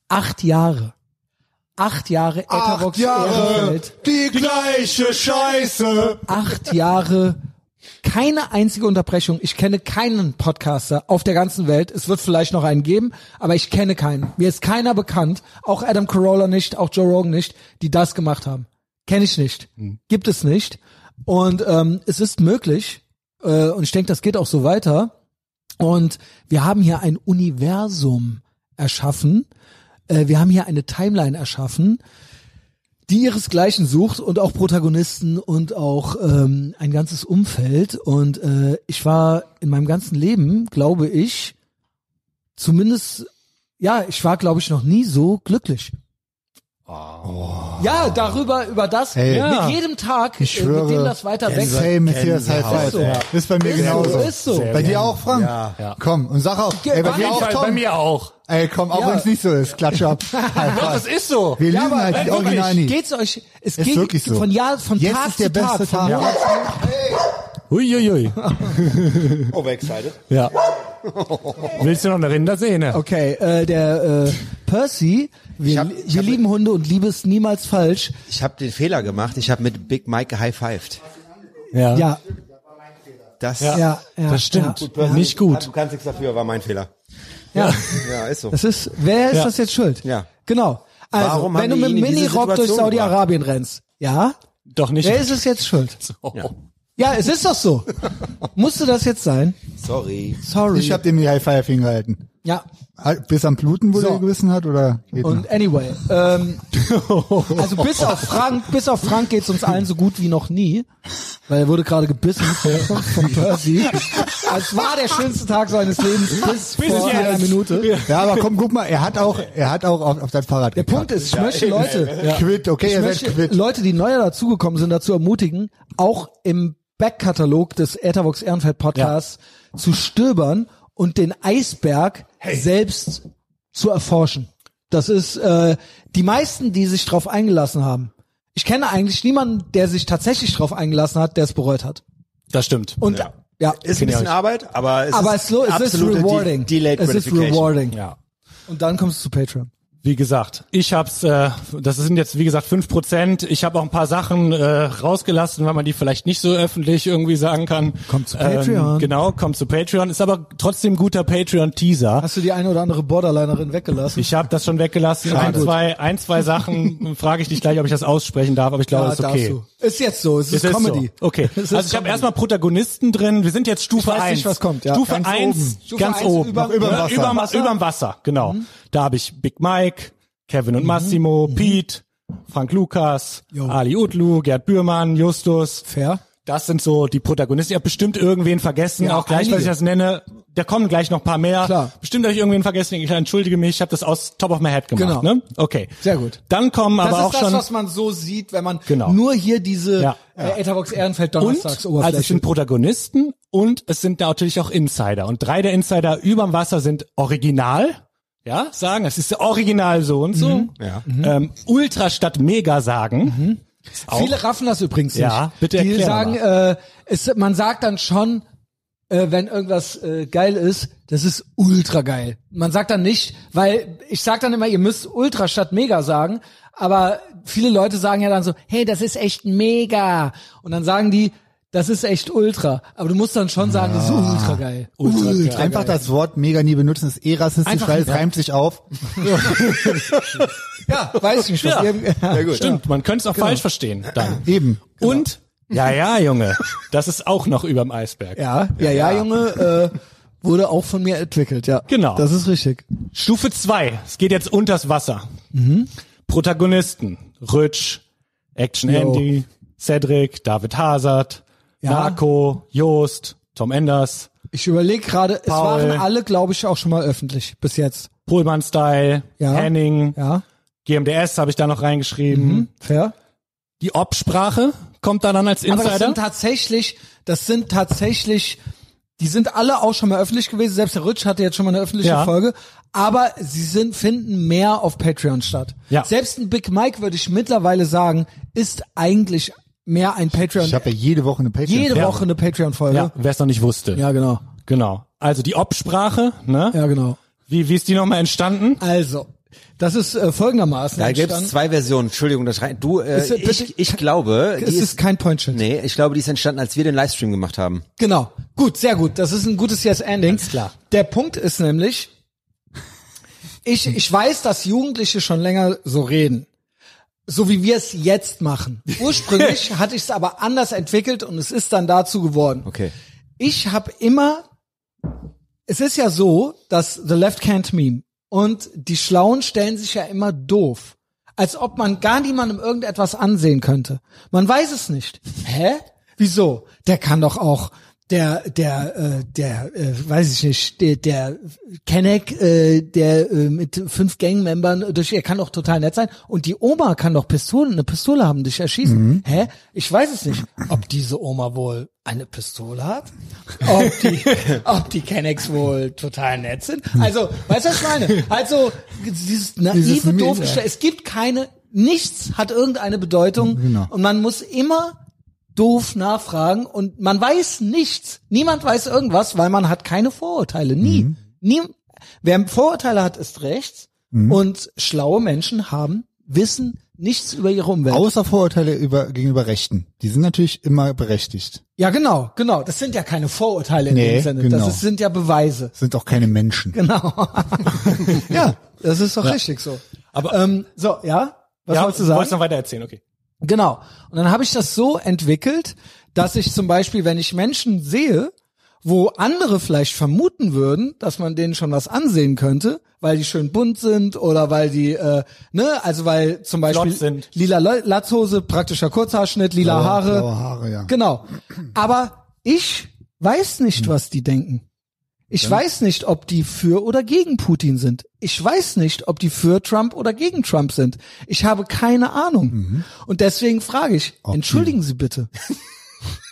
S1: Acht Jahre. Acht Jahre Etherbox Ehrenfeld.
S3: die gleiche Scheiße.
S1: acht Jahre keine einzige Unterbrechung. Ich kenne keinen Podcaster auf der ganzen Welt. Es wird vielleicht noch einen geben, aber ich kenne keinen. Mir ist keiner bekannt, auch Adam Carolla nicht, auch Joe Rogan nicht, die das gemacht haben. Kenne ich nicht. Gibt es nicht. Und ähm, es ist möglich. Äh, und ich denke, das geht auch so weiter. Und wir haben hier ein Universum erschaffen. Äh, wir haben hier eine Timeline erschaffen, die ihresgleichen sucht und auch Protagonisten und auch ähm, ein ganzes Umfeld. Und äh, ich war in meinem ganzen Leben, glaube ich, zumindest, ja, ich war, glaube ich, noch nie so glücklich. Ja, darüber, über das,
S3: Ey. Ja.
S1: mit jedem Tag,
S3: Ich
S1: äh, mit dem
S3: schwöre,
S1: das weiter wächst.
S3: Same Messias High
S1: Gänsehaut.
S3: Five. ey.
S1: Ist so.
S3: Ist bei mir
S1: Ist so,
S3: genauso.
S1: ist so.
S3: Bei dir auch, Frank?
S4: Ja.
S3: Komm, und sag auch.
S1: Ge-
S3: Ey, bei
S1: auf
S3: dir
S1: jeden
S3: auch,
S1: Fall,
S3: Tom.
S2: auch.
S3: Ey, komm, auch
S1: Ja.
S3: wenn es nicht so ist, klatsche ab. High
S2: Doch,
S3: Five.
S2: das ist so.
S3: Wir lügen halt
S1: wirklich,
S3: original nie.
S1: Geht's euch, es
S3: Ist
S1: geht
S3: wirklich so.
S1: von Jahr, von
S3: Jetzt
S1: Tag
S3: ist der
S1: zu Tag,
S3: beste
S1: von
S3: Tag.
S1: Monat zu
S2: Uiuiui.
S4: Overexcited.
S2: Ja. Willst du noch eine Rindersehne?
S1: Okay, äh, der äh, Percy, wir,
S4: Ich hab- ich
S1: wir
S4: hab-
S1: lieben Hunde und Liebe ist niemals falsch.
S4: Ich habe den Fehler gemacht. Ich habe mit Big Mike gehigh-fived.
S2: Ja.
S1: Ja,
S4: Das,
S1: ja, ja.
S2: Das stimmt.
S1: Ja,
S2: Nicht gut.
S4: Du kannst nichts dafür, war mein Fehler.
S1: ja.
S4: Ja, ist so.
S1: Das ist, wer ist
S2: Ja.
S1: das jetzt schuld?
S4: Ja.
S1: Genau. Also,
S4: Warum
S1: wenn
S4: haben
S1: du
S4: wir
S1: mit dem
S4: ihn in diese
S1: Minirock durch
S4: Situation
S1: Saudi-Arabien rennst, ja?
S2: Doch nicht.
S1: Wer ist es jetzt schuld?
S2: Oh.
S4: Ja.
S1: Ja, es ist doch so. Musste das jetzt sein?
S4: Sorry.
S1: Sorry.
S3: Ich hab dem die High Five hingehalten.
S1: ja.
S3: Halt, Bis am Bluten, wo
S1: So.
S3: der gewissen hat, oder? Geht noch?
S1: Und anyway, ähm, also bis auf Frank, bis auf Frank geht's uns allen so gut wie noch nie, weil er wurde gerade gebissen von von Percy. Also Es war der schönste Tag seines Lebens bis,
S2: Bis
S1: vor
S2: jetzt.
S1: einer Minute.
S3: Ja, aber komm, guck mal, er hat auch, er hat auch auf, auf dein Fahrrad
S1: Der Punkt ist, ich möchte Leute,
S3: Quitt, okay,
S1: ich
S3: ihr seid
S1: möchte
S3: quitt.
S1: Leute, die neu dazugekommen sind, dazu ermutigen, auch im Backkatalog des Etherbox Ehrenfeld Podcasts zu stöbern und den Eisberg selbst zu erforschen. Das ist äh, die meisten, die sich drauf eingelassen haben. Ich kenne eigentlich niemanden, der sich tatsächlich drauf eingelassen hat, der es bereut hat.
S2: Das stimmt.
S1: Und ja,
S4: Ist ein bisschen Arbeit, aber es
S1: aber
S4: ist
S1: es, lo- es ist
S4: absolute
S1: rewarding.
S4: De delayed
S1: es ist
S4: gratification.
S1: rewarding.
S2: ja.
S1: Und dann kommst du zu Patreon.
S2: Wie gesagt, ich hab's, äh, das sind jetzt wie gesagt 5%. Ich habe auch ein paar Sachen äh, rausgelassen, weil man die vielleicht nicht so öffentlich irgendwie sagen kann.
S1: Kommt zu Patreon.
S2: genau, kommt zu Patreon. Ist aber trotzdem guter Patreon-Teaser.
S1: Hast du die eine oder andere Borderlinerin weggelassen?
S2: Ich habe das schon weggelassen. Ein, zwei, ein, zwei Sachen frage ich dich gleich, ob ich das aussprechen darf, aber ich glaube,
S1: Ja,
S2: ist
S1: darfst
S2: okay.
S1: du. Ist jetzt so, es ist,
S2: Es
S1: Comedy.
S2: So. Okay.
S1: Es ist
S2: Also ich habe
S1: Comedy.
S2: erstmal Protagonisten drin. Wir sind jetzt Stufe
S1: Ich weiß
S2: 1.
S1: nicht, was kommt, ja.
S2: Stufe
S1: Ganz
S2: 1,
S1: oben. Stufe
S2: ganz
S1: eins
S2: oben.
S1: über-
S3: überm
S2: Ja,
S3: Wasser.
S2: Überm Wasser. Überm Wasser, genau.
S1: Mhm.
S2: Da habe ich Big Mike, Kevin und Massimo, Pete, Frank Lukas,
S1: Jo.
S2: Ali Utlu, Gerd Bührmann, Justus,
S1: fair.
S2: Das sind so die Protagonisten. Ihr habt bestimmt irgendwen vergessen,
S1: Ja,
S2: auch gleich, weil
S1: einige.
S2: ich das nenne. Da kommen gleich noch ein paar mehr.
S1: Klar.
S2: Bestimmt habe ich irgendwen vergessen. Ich entschuldige mich, ich habe das aus Top of my Head gemacht.
S1: Genau.
S2: Ne? Okay.
S1: Sehr gut.
S2: Dann kommen
S1: Das
S2: aber
S1: ist
S2: auch
S1: das,
S2: schon...
S1: was man so sieht, wenn man
S2: Genau.
S1: nur hier diese
S2: Ja.
S1: äh, Etherbox Ehrenfeld
S2: und
S1: Donnerstags
S2: also es
S1: Oberfläche.
S2: sind Protagonisten und es sind natürlich auch Insider. Und drei der Insider überm Wasser sind original. Ja, sagen, es ist original so und so.
S4: Ja.
S2: Ähm, Ultra statt Mega sagen. Ist auch-
S1: Viele raffen das übrigens nicht.
S2: Ja, bitte
S1: Die
S2: erklär
S1: sagen, äh, es, man sagt dann schon, äh, wenn irgendwas äh, geil ist, das ist ultra geil. Man sagt dann nicht, weil ich sag dann immer, ihr müsst ultra statt mega sagen, aber viele Leute sagen ja dann so, hey, das ist echt mega. Und dann sagen die, das ist echt ultra. Aber du musst dann schon sagen, das ist ultra geil. Ultra, geil.
S3: Einfach das Wort mega nie benutzen, ist eh rassistisch,
S2: Einfach-
S3: weil es reimt sich auf.
S1: Ja, weiß nicht, was
S2: Ja.
S1: ihr- ja.
S4: gut.
S2: Stimmt, man könnte es auch falsch verstehen dann.
S3: Eben.
S2: Und, ja, ja, Junge, das ist auch noch überm Eisberg.
S1: Ja, ja, ja, Junge, äh, wurde auch von mir entwickelt, ja.
S2: Genau.
S1: Das ist richtig.
S2: Stufe zwei. es geht jetzt unters Wasser. Mhm. Protagonisten, Rütsch, Action
S1: Jo.
S2: Andy, Cedric, David Hazard, Narco, Joost, Tom Enders,
S1: Ich überlege gerade, es
S2: Paul.
S1: waren alle, glaube ich, auch schon mal öffentlich bis jetzt.
S2: Pullman-Style,
S1: Ja.
S2: Henning,
S1: Ja,
S2: GMDS habe ich da noch reingeschrieben.
S1: fair.
S2: Mhm. Die Ob-Sprache kommt da dann als
S1: Aber das
S2: Insider.
S1: sind tatsächlich, das sind tatsächlich, die sind alle auch schon mal öffentlich gewesen. Selbst der Rutsch hatte jetzt schon mal eine öffentliche
S2: Ja.
S1: Folge. Aber sie sind, finden mehr auf Patreon statt.
S2: Ja.
S1: Selbst ein Big Mike, würde ich mittlerweile sagen, ist eigentlich mehr ein Patreon.
S3: Ich habe ja jede Woche eine Patreon.
S1: jede
S2: Ja.
S1: Woche eine Patreon-Folge.
S2: Ja, wer es noch nicht wusste.
S1: ja, genau.
S2: Genau. Also die Ob-Sprache, ne?
S1: Ja, genau.
S2: Wie, wie ist die nochmal entstanden?
S1: Also, das ist äh, folgendermaßen.
S4: Da gibt's
S1: entstanden.
S4: zwei Versionen. Entschuldigung, das rein. Du, äh,
S1: Ist, äh, bitte-
S4: ich, ich glaube, die
S1: es ist kein Pointschild.
S4: Nee, ich glaube, die ist entstanden, als wir den Livestream gemacht haben.
S1: Genau. Gut, sehr gut. Das ist ein gutes Yes Ending.
S2: klar.
S1: Der Punkt ist nämlich, ich, ich weiß, dass Jugendliche schon länger so reden. So wie wir es jetzt machen. Ursprünglich hatte ich es aber anders entwickelt und es ist dann dazu geworden.
S4: Okay.
S1: Ich habe immer, es ist ja so, dass The Left Can't Meme und die Schlauen stellen sich ja immer doof. Als ob man gar niemandem irgendetwas ansehen könnte. Man weiß es nicht. Hä? Wieso? Der kann doch auch, der, der, äh, der, äh, weiß ich nicht, der, der Kenneck, äh, der äh, mit fünf Gang-Membern äh, durch, er kann doch total nett sein. Und die Oma kann doch Pistolen, eine Pistole haben, dich erschießen.
S3: Mhm.
S1: Hä? Ich weiß es nicht, ob diese Oma wohl eine Pistole hat, ob die, ob die Kennecks wohl total nett sind. Also, weißt du, was ich meine? Also, dieses
S3: Dieses
S1: naive,
S3: Meme,
S1: doof
S3: ja.
S1: gestellt. Es gibt keine, nichts hat irgendeine Bedeutung.
S3: Genau.
S1: Und man muss immer doof nachfragen und man weiß nichts. Niemand weiß irgendwas, weil man hat keine Vorurteile. Nie. Nie. Wer Vorurteile hat, ist rechts. Und schlaue Menschen haben, wissen nichts über ihre Umwelt.
S3: Außer Vorurteile über, gegenüber Rechten. Die sind natürlich immer berechtigt.
S1: ja, genau, genau. Das sind ja keine Vorurteile in
S3: Nee,
S1: dem Sinne.
S3: genau.
S1: Das ist, sind ja Beweise.
S3: Sind auch keine Menschen.
S1: Genau. ja, das ist doch richtig so.
S2: Aber-
S1: ähm, so, ja? Was
S2: ja,
S1: wolltest du sagen?
S2: Wolltest du noch weiter erzählen, okay.
S1: Genau. Und dann habe ich das so entwickelt, dass ich zum Beispiel, wenn ich Menschen sehe, wo andere vielleicht vermuten würden, dass man denen schon was ansehen könnte, weil die schön bunt sind oder weil die, äh, ne, also weil zum Beispiel
S2: sind.
S1: lila Lo- Latzhose, praktischer Kurzhaarschnitt, lila
S3: Blaue-
S1: Haare.
S3: blaue Haare, ja.
S1: Genau. Aber ich weiß nicht, was die denken. Ich weiß nicht, ob die für oder gegen Putin sind. Ich weiß nicht, ob die für Trump oder gegen Trump sind. Ich habe keine Ahnung. Und deswegen frage ich,
S3: Ob die-
S1: entschuldigen Sie bitte.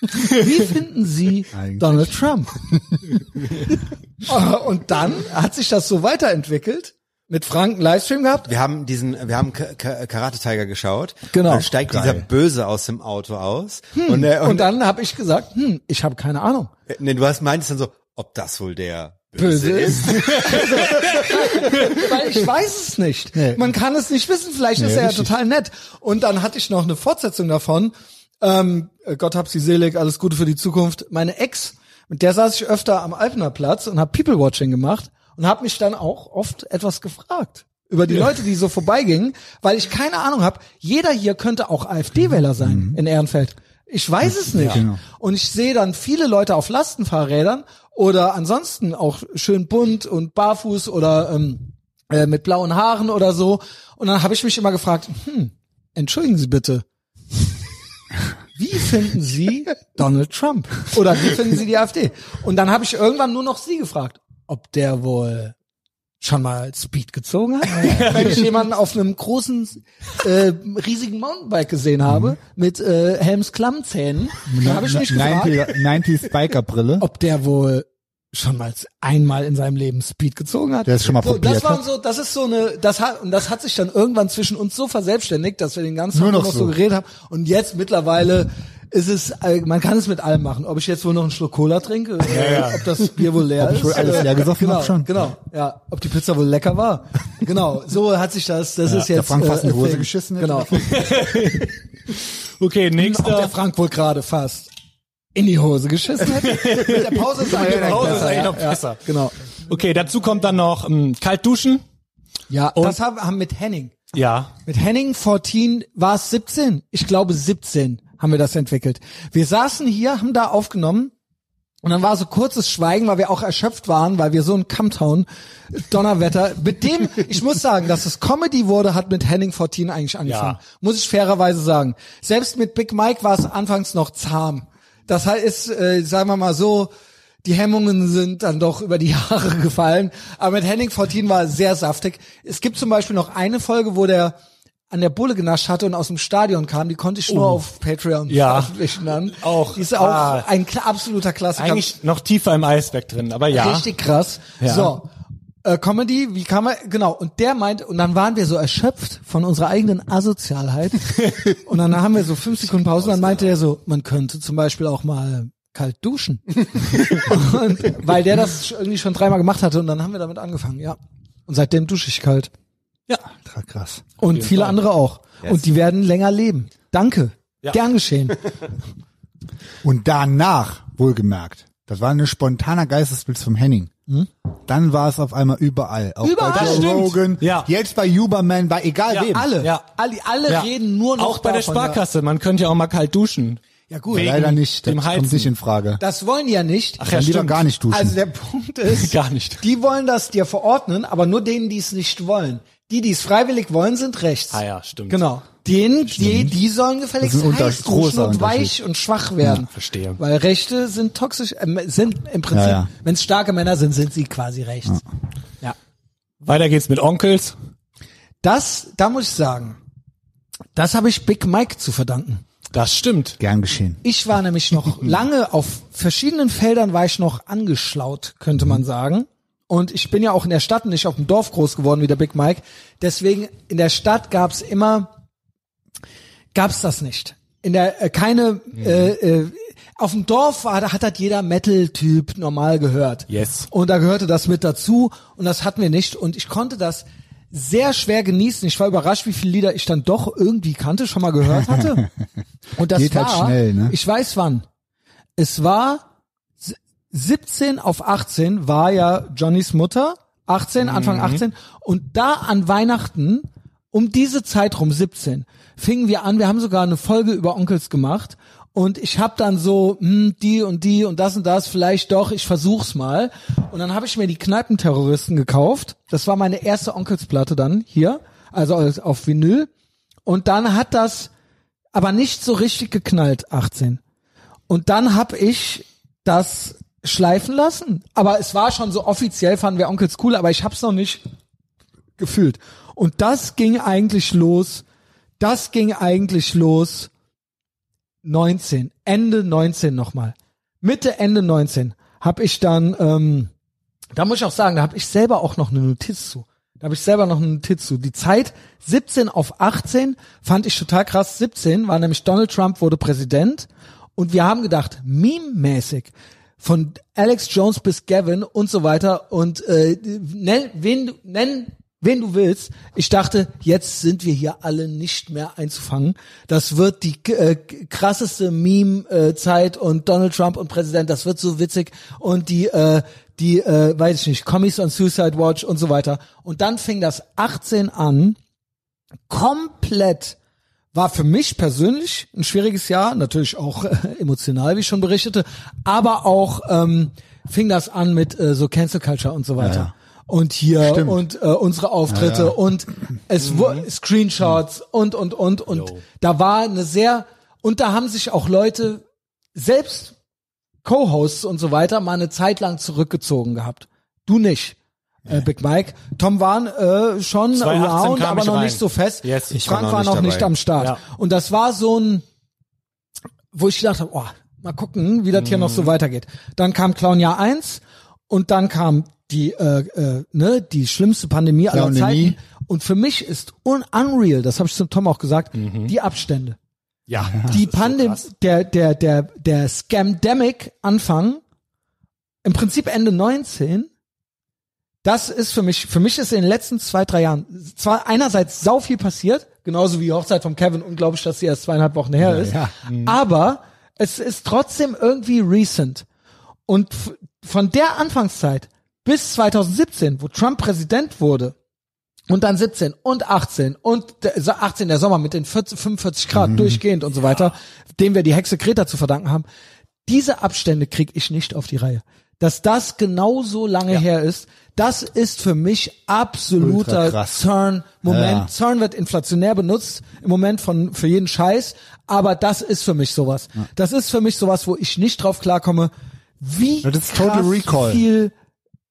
S1: Wie finden Sie
S3: Eigentlich.
S1: Donald Trump? Äh, Und dann hat sich das so weiterentwickelt. Mit Frank einen Livestream gehabt.
S4: Wir haben diesen, wir haben Ka- Ka- Karate Tiger geschaut.
S1: Genau. Hm.
S4: Dann steigt dieser Böse aus dem Auto aus. Und, äh,
S1: Und
S4: und,
S1: dann habe ich gesagt, hm, ich habe keine Ahnung.
S4: äh, nee, du hast meintest dann so, ob das wohl der Böse,
S1: Böse
S4: ist.
S1: Weil ich weiß es nicht.
S3: Nee.
S1: Man kann es nicht wissen. Vielleicht ist
S3: Nee,
S1: er
S3: richtig.
S1: ja total nett. Und dann hatte ich noch eine Fortsetzung davon. Ähm, äh, Gott hab sie selig, alles Gute für die Zukunft. Meine Ex, mit der saß ich öfter am Alpner Platz und hab People Watching gemacht und hab mich dann auch oft etwas gefragt über die Leute, die so vorbeigingen, weil ich keine Ahnung habe. Jeder hier könnte auch AfD-Wähler sein in Ehrenfeld. Ich weiß es nicht.
S3: genau.
S1: Und ich sehe dann viele Leute auf Lastenfahrrädern oder ansonsten auch schön bunt und barfuß oder ähm, äh, mit blauen Haaren oder so. Und dann habe ich mich immer gefragt, hm, entschuldigen Sie bitte, wie finden Sie Donald Trump? Oder wie finden Sie die AfD? Und dann habe ich irgendwann nur noch Sie gefragt, ob der wohl schon mal Speed gezogen hat. Wenn ich jemanden auf einem großen, äh, riesigen Mountainbike gesehen habe, mit äh, Helms Klammzähnen, dann habe ich mich gefragt, Oh,
S3: 90er 90s Biker-Brille.
S1: ob der wohl schon mal einmal in seinem Leben Speed gezogen hat.
S3: Der es schon mal
S1: so, das
S3: probiert ne?
S1: waren
S3: hat.
S1: so, das ist so eine, das hat und das hat sich dann irgendwann zwischen uns so verselbstständigt, dass wir den ganzen
S3: Nur
S1: Tag
S3: noch
S1: so
S3: so.
S1: geredet haben. Und jetzt mittlerweile ist es, äh, man kann es mit allem machen. Ob ich jetzt wohl noch einen Schluck Cola trinke, äh, ob das Bier wohl leer
S3: Ob ich
S1: ist,
S3: wohl alles
S1: äh,
S3: leer gesoffen
S1: genau,
S3: hab schon.
S1: Genau, ja, ob die Pizza wohl lecker war. Genau, so hat sich das. Das ist jetzt.
S3: der Frank fast in die
S1: a
S3: Hose
S1: thing.
S3: geschissen hätte.
S1: Genau,
S2: Okay,
S1: auch der
S2: nächster.
S1: Frank wohl gerade fast in die Hose geschissen hätte. Mit der Pause ist eigentlich
S2: Pause ist eigentlich
S1: ja,
S2: noch
S1: ja,
S2: besser.
S1: Genau.
S2: Okay, dazu kommt dann noch ähm, kalt duschen.
S1: Ja, das haben, haben mit Henning.
S2: Ja.
S1: Mit Henning 14 war es 17. Ich glaube 17 haben wir das entwickelt. Wir saßen hier, haben da aufgenommen und dann war so kurzes Schweigen, weil wir auch erschöpft waren, weil wir so ein Kammtown Donnerwetter. Mit dem, ich muss sagen, dass es Comedy wurde, hat mit Henning 14 eigentlich angefangen.
S2: Ja.
S1: Muss ich fairerweise sagen. Selbst mit Big Mike war es anfangs noch zahm. Das heißt, ist, äh, sagen wir mal so, die Hemmungen sind dann doch über die Jahre gefallen. Aber mit Henning 14 war es sehr saftig. Es gibt zum Beispiel noch eine Folge, wo der an der Bulle genascht hatte und aus dem Stadion kam, die konnte ich nur auf Patreon
S2: Oh. Ja.
S1: veröffentlichen dann.
S2: Auch.
S1: Die ist auch
S2: Ah.
S1: ein kla- absoluter Klassiker.
S2: Eigentlich noch tiefer im Eisberg drin, aber ja.
S1: Richtig krass.
S2: Ja.
S1: So. Äh, Comedy, wie kann man, genau, und der meint, und dann waren wir so erschöpft von unserer eigenen Asozialheit. und dann haben wir so fünf Sekunden Pause, und dann meinte der so, man könnte zum Beispiel auch mal kalt duschen. und, weil der das irgendwie schon dreimal gemacht hatte und dann haben wir damit angefangen, ja. Und seitdem dusche ich kalt.
S2: Ja.
S3: Ultra krass.
S1: Und viele andere auch. Und die werden länger leben. Danke. Gern geschehen.
S3: Und danach, wohlgemerkt, das war ein spontaner Geistesblitz vom Henning. Dann war es auf einmal überall. Auch
S1: Hm? Überall.
S3: bei
S1: Das
S3: Joe
S2: stimmt.
S3: Rogan,
S2: Ja.
S3: jetzt bei Uberman, bei egal
S2: Ja,
S3: wem.
S1: Alle.
S2: Ja.
S1: Alle, alle
S2: Ja.
S1: reden nur noch
S2: Auch bei der
S1: davon, ja.
S2: Sparkasse, man könnte ja auch mal kalt duschen.
S1: Ja gut,
S2: Wegen-
S3: Leider nicht, das
S2: dem
S3: kommt
S2: Heizen.
S3: nicht in Frage.
S1: das wollen die ja nicht.
S2: Ach ja,
S3: Dann lieber
S2: stimmt.
S3: gar nicht duschen.
S1: Also der Punkt ist,
S2: Gar nicht.
S1: die wollen das dir verordnen, aber nur denen, die es nicht wollen. Die, die es freiwillig wollen, sind rechts.
S2: Ah ja, stimmt.
S1: Genau. Den, die, die sollen gefälligst
S3: Das ist ein Unter-
S1: heiß duschen
S3: großer
S1: und
S3: Unterschied.
S1: weich und schwach werden.
S2: verstehe.
S1: Weil Rechte sind toxisch, ähm, sind im Prinzip,
S3: Ja, ja.
S1: wenn es starke Männer sind, sind sie quasi rechts. ja.
S2: Weiter geht's mit Onkels.
S1: Das, da muss ich sagen, das habe ich Big Mike zu verdanken.
S2: Das stimmt.
S3: Gern geschehen.
S1: Ich war nämlich noch lange auf verschiedenen Feldern war ich noch angeschlaut, könnte man sagen. Und ich bin ja auch in der Stadt und nicht auf dem Dorf groß geworden wie der Big Mike. Deswegen in der Stadt gab's immer, gab's das nicht. In der äh, keine äh, äh, auf dem Dorf war, da hat das jeder Metal-Typ normal gehört.
S2: Yes.
S1: Und da gehörte das mit dazu und das hatten wir nicht. Und ich konnte das sehr schwer genießen. Ich war überrascht, wie viele Lieder ich dann doch irgendwie kannte, schon mal gehört hatte. Und das
S3: Geht halt
S1: war,
S3: schnell, ne?
S1: ich weiß wann. Es war s- 17 auf 18 war ja Johnnys Mutter, 18, Anfang 18. Und da an Weihnachten, um diese Zeit rum, 17, fingen wir an, wir haben sogar eine Folge über Onkels gemacht. Und ich habe dann so, hm, die und die und das und das, vielleicht doch, ich versuch's mal. Und dann habe ich mir die Kneipenterroristen gekauft. Das war meine erste Onkelsplatte dann hier, also als- auf Vinyl. Und dann hat das aber nicht so richtig geknallt, 18. Und dann hab ich das schleifen lassen. Aber es war schon so offiziell, fanden wir Onkels cool, aber ich hab's noch nicht gefühlt. Und das ging eigentlich los. Das ging eigentlich los 19, Ende 19 nochmal. Mitte, Ende 19 hab ich dann, ähm, da muss ich auch sagen, da hab ich selber auch noch eine Notiz zu. Da hab ich selber noch eine Notiz zu. Die Zeit 17 auf 18 fand ich total krass. 17 war nämlich Donald Trump wurde Präsident und wir haben gedacht, meme-mäßig von Alex Jones bis Gavin und so weiter und äh, nenn, wen, du- nenn, wen du willst. Ich dachte, jetzt sind wir hier alle nicht mehr einzufangen. Das wird die äh, krasseste Meme-Zeit und Donald Trump und Präsident, das wird so witzig und die äh, die, äh, weiß ich nicht, Commies on Suicide Watch und so weiter. Und dann fing das 18 an, komplett war für mich persönlich ein schwieriges Jahr, natürlich auch äh, emotional, wie ich schon berichtete, aber auch ähm, fing das an mit äh, so Cancel Culture und so weiter. Und hier und äh, unsere Auftritte und es wurden Screenshots und und und und da war eine sehr Und da haben sich auch Leute selbst Co-Hosts und so weiter mal eine Zeit lang zurückgezogen gehabt. Du nicht. Äh, Big Mike. Tom waren äh, schon
S2: 2018
S1: around,
S2: kam
S1: aber
S2: ich
S1: noch
S2: rein.
S1: nicht so fest.
S2: Yes. Ich
S1: Frank
S4: war
S1: war
S4: noch
S1: noch,
S4: nicht dabei.
S1: nicht am Start.
S2: Ja.
S1: Und das war so ein, wo ich gedacht habe, oh, mal gucken, wie das hier noch so weitergeht. Dann kam Clown Jahr 1 und dann kam die, äh, äh, ne, die schlimmste Pandemie aller
S3: Clownemie.
S1: Zeiten. Und für mich ist un unreal, das habe ich zum Tom auch gesagt, die Abstände
S2: Ja.
S1: die Pandemie, der, der, der, der Scamdemic Anfang, im Prinzip Ende 19, das ist für mich, für mich ist in den letzten zwei, drei Jahren zwar einerseits sau viel passiert, genauso wie die Hochzeit von Kevin, unglaublich, dass sie erst zweieinhalb Wochen her ist, aber es ist trotzdem irgendwie recent. Und f- von der Anfangszeit bis 2017, wo Trump Präsident wurde, und dann 17 und 18 und der- so 18 der Sommer mit den 40, 45
S3: Mhm.
S1: Grad durchgehend und so weiter, dem wir die Hexe Kreta zu verdanken haben. Diese Abstände kriege ich nicht auf die Reihe. Dass das genau so lange her ist, das ist für mich
S3: Ultra
S1: absoluter
S3: krass.
S1: CERN-Moment.
S3: Ja.
S1: CERN wird inflationär benutzt im Moment von für jeden Scheiß, aber das ist für mich sowas. Das ist für mich sowas, wo ich nicht drauf klarkomme, wie
S3: Das ist Total
S1: krass
S3: Recall.
S1: viel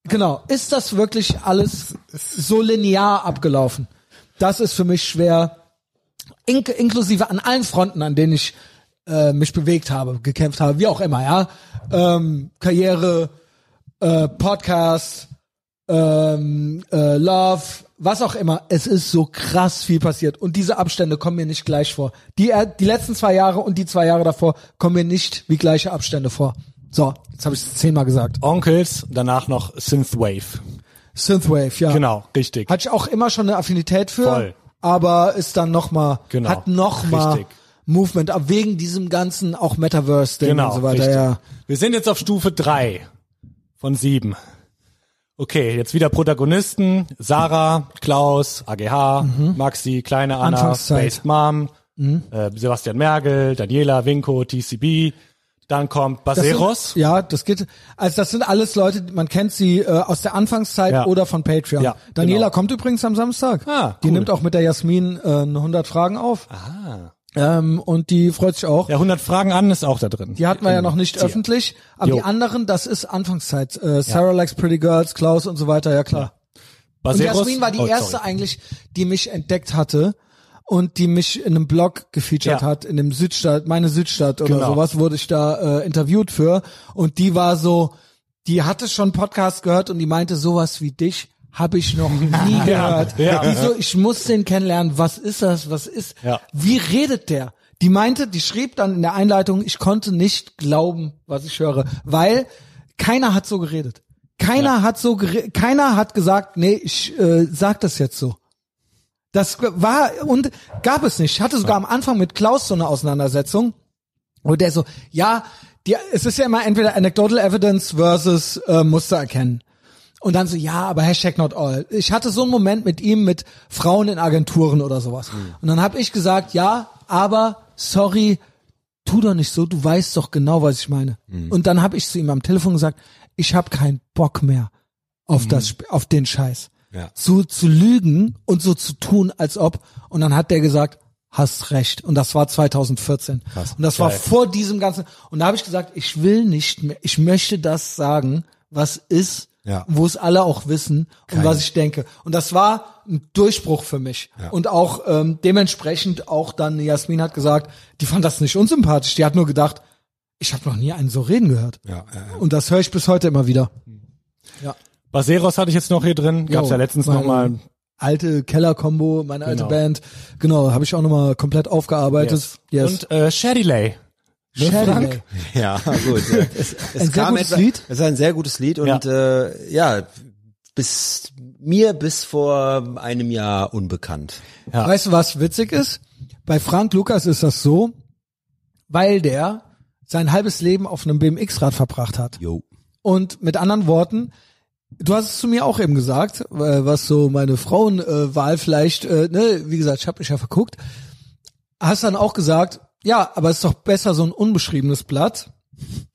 S1: Genau. Ist das wirklich alles so linear abgelaufen? Das ist für mich schwer, ink inklusive an allen Fronten, an denen ich äh, mich bewegt habe, gekämpft habe, wie auch immer, ja. Ähm, Karriere, äh, Podcast, ähm, äh, Love, was auch immer. Es ist so krass viel passiert und diese Abstände kommen mir nicht gleich vor. Die, äh, die letzten zwei Jahre und die zwei Jahre davor kommen mir nicht wie gleiche Abstände vor. So, jetzt habe ich es zehnmal gesagt.
S2: Onkels, danach noch Synthwave.
S1: Synthwave, ja.
S2: Genau, richtig.
S1: Hatte ich auch immer schon eine Affinität für,
S2: Voll.
S1: aber ist dann nochmal,
S2: Genau.
S1: hat nochmal
S2: Richtig.
S1: Movement, aber wegen diesem ganzen auch Metaverse-Ding
S2: genau,
S1: und so weiter,
S2: richtig.
S1: ja.
S2: Wir sind jetzt auf Stufe drei von sieben. Okay, jetzt wieder Protagonisten. Sarah, Klaus, AGH, Maxi, kleine Anna,
S1: Mhm. Anfangszeit. Mhm.
S2: Based Mom, äh, Sebastian Mergel, Daniela, Winko, TCB. Dann kommt
S1: Das sind-
S2: Baseros.
S1: Ja, das geht. Also das sind alles Leute, man kennt sie äh, aus der Anfangszeit
S2: Ja.
S1: oder von Patreon.
S2: Ja,
S1: Daniela
S2: genau.
S1: kommt übrigens am Samstag.
S2: Ah,
S1: Die
S2: cool.
S1: nimmt auch mit der Jasmin äh, eine 100 Fragen auf. Ah. Ähm, und die freut sich auch.
S2: Ja, 100 Fragen an ist auch da drin.
S1: Die hatten wir ja noch nicht
S2: Tier.
S1: öffentlich, aber
S2: Jo.
S1: die anderen, das ist Anfangszeit. Äh, Sarah likes pretty girls, Klaus und so weiter, ja klar. Und
S2: Baseros-
S1: Jasmin war die
S2: oh, sorry.
S1: erste eigentlich, die mich entdeckt hatte und die mich in einem Blog gefeatured
S2: Ja.
S1: hat, in dem Südstadt, meine Südstadt oder
S2: Genau.
S1: sowas, wurde ich da äh, interviewt für. Und die war so, die hatte schon Podcast gehört und die meinte, sowas wie dich habe ich noch nie gehört.
S2: Ja.
S1: Die so, ich muss den kennenlernen, was ist das, was ist,
S2: Ja.
S1: wie redet der? Die meinte, die schrieb dann in der Einleitung, ich konnte nicht glauben, was ich höre, weil keiner hat so geredet. Keiner hat so, gere- keiner hat gesagt, nee, ich äh, sag das jetzt so. Das war und gab es nicht. Ich hatte sogar am Anfang mit Klaus so eine Auseinandersetzung, wo der so, ja, die, es ist ja immer entweder anecdotal evidence versus äh, Muster erkennen. Und dann so, ja, aber Hashtag not all. Ich hatte so einen Moment mit ihm mit Frauen in Agenturen oder sowas. Und dann habe ich gesagt, ja, aber sorry, tu doch nicht so, du weißt doch genau, was ich meine. Und dann habe ich zu ihm am Telefon gesagt, ich habe keinen Bock mehr auf das Sp- auf den Scheiß.
S4: Ja.
S1: Zu zu lügen und so zu tun, als ob und dann hat der gesagt, hast recht und das war 2014. und das war
S2: Geil.
S1: vor diesem ganzen und da habe ich gesagt, ich will nicht mehr, ich möchte das sagen, was ist,
S4: Ja.
S1: wo es alle auch wissen und was ich denke. Und das war ein Durchbruch für mich. Und auch ähm, dementsprechend auch dann Jasmin hat gesagt, die fand das nicht unsympathisch, die hat nur gedacht, ich habe noch nie einen so reden gehört.
S4: Ja, ja, ja.
S1: Und das höre ich bis heute immer wieder.
S2: Baseros hatte ich jetzt noch hier drin. Gab's
S1: Jo,
S2: ja letztens
S1: meine
S2: nochmal.
S1: Alte Keller-Kombo, meine alte
S2: Genau.
S1: Band. Genau, habe ich auch nochmal komplett aufgearbeitet. Yes.
S2: Und äh, Shadilay.
S1: Shadowbank.
S4: Ja, gut. ja. Es, es
S1: Ein sehr gutes Lied.
S4: Es ist ein sehr gutes Lied und
S2: Ja.
S4: ja, äh, ja bis mir bis vor einem Jahr unbekannt.
S2: Ja.
S1: Weißt du, was witzig ist? Bei Frank Lukas ist das so, weil der sein halbes Leben auf einem BMX-Rad verbracht hat.
S4: Jo.
S1: Und mit anderen Worten, du hast es zu mir auch eben gesagt, äh, was so meine Frauenwahl vielleicht, äh, ne, wie gesagt, ich habe mich ja verguckt, hast dann auch gesagt, ja, aber es ist doch besser so ein unbeschriebenes Blatt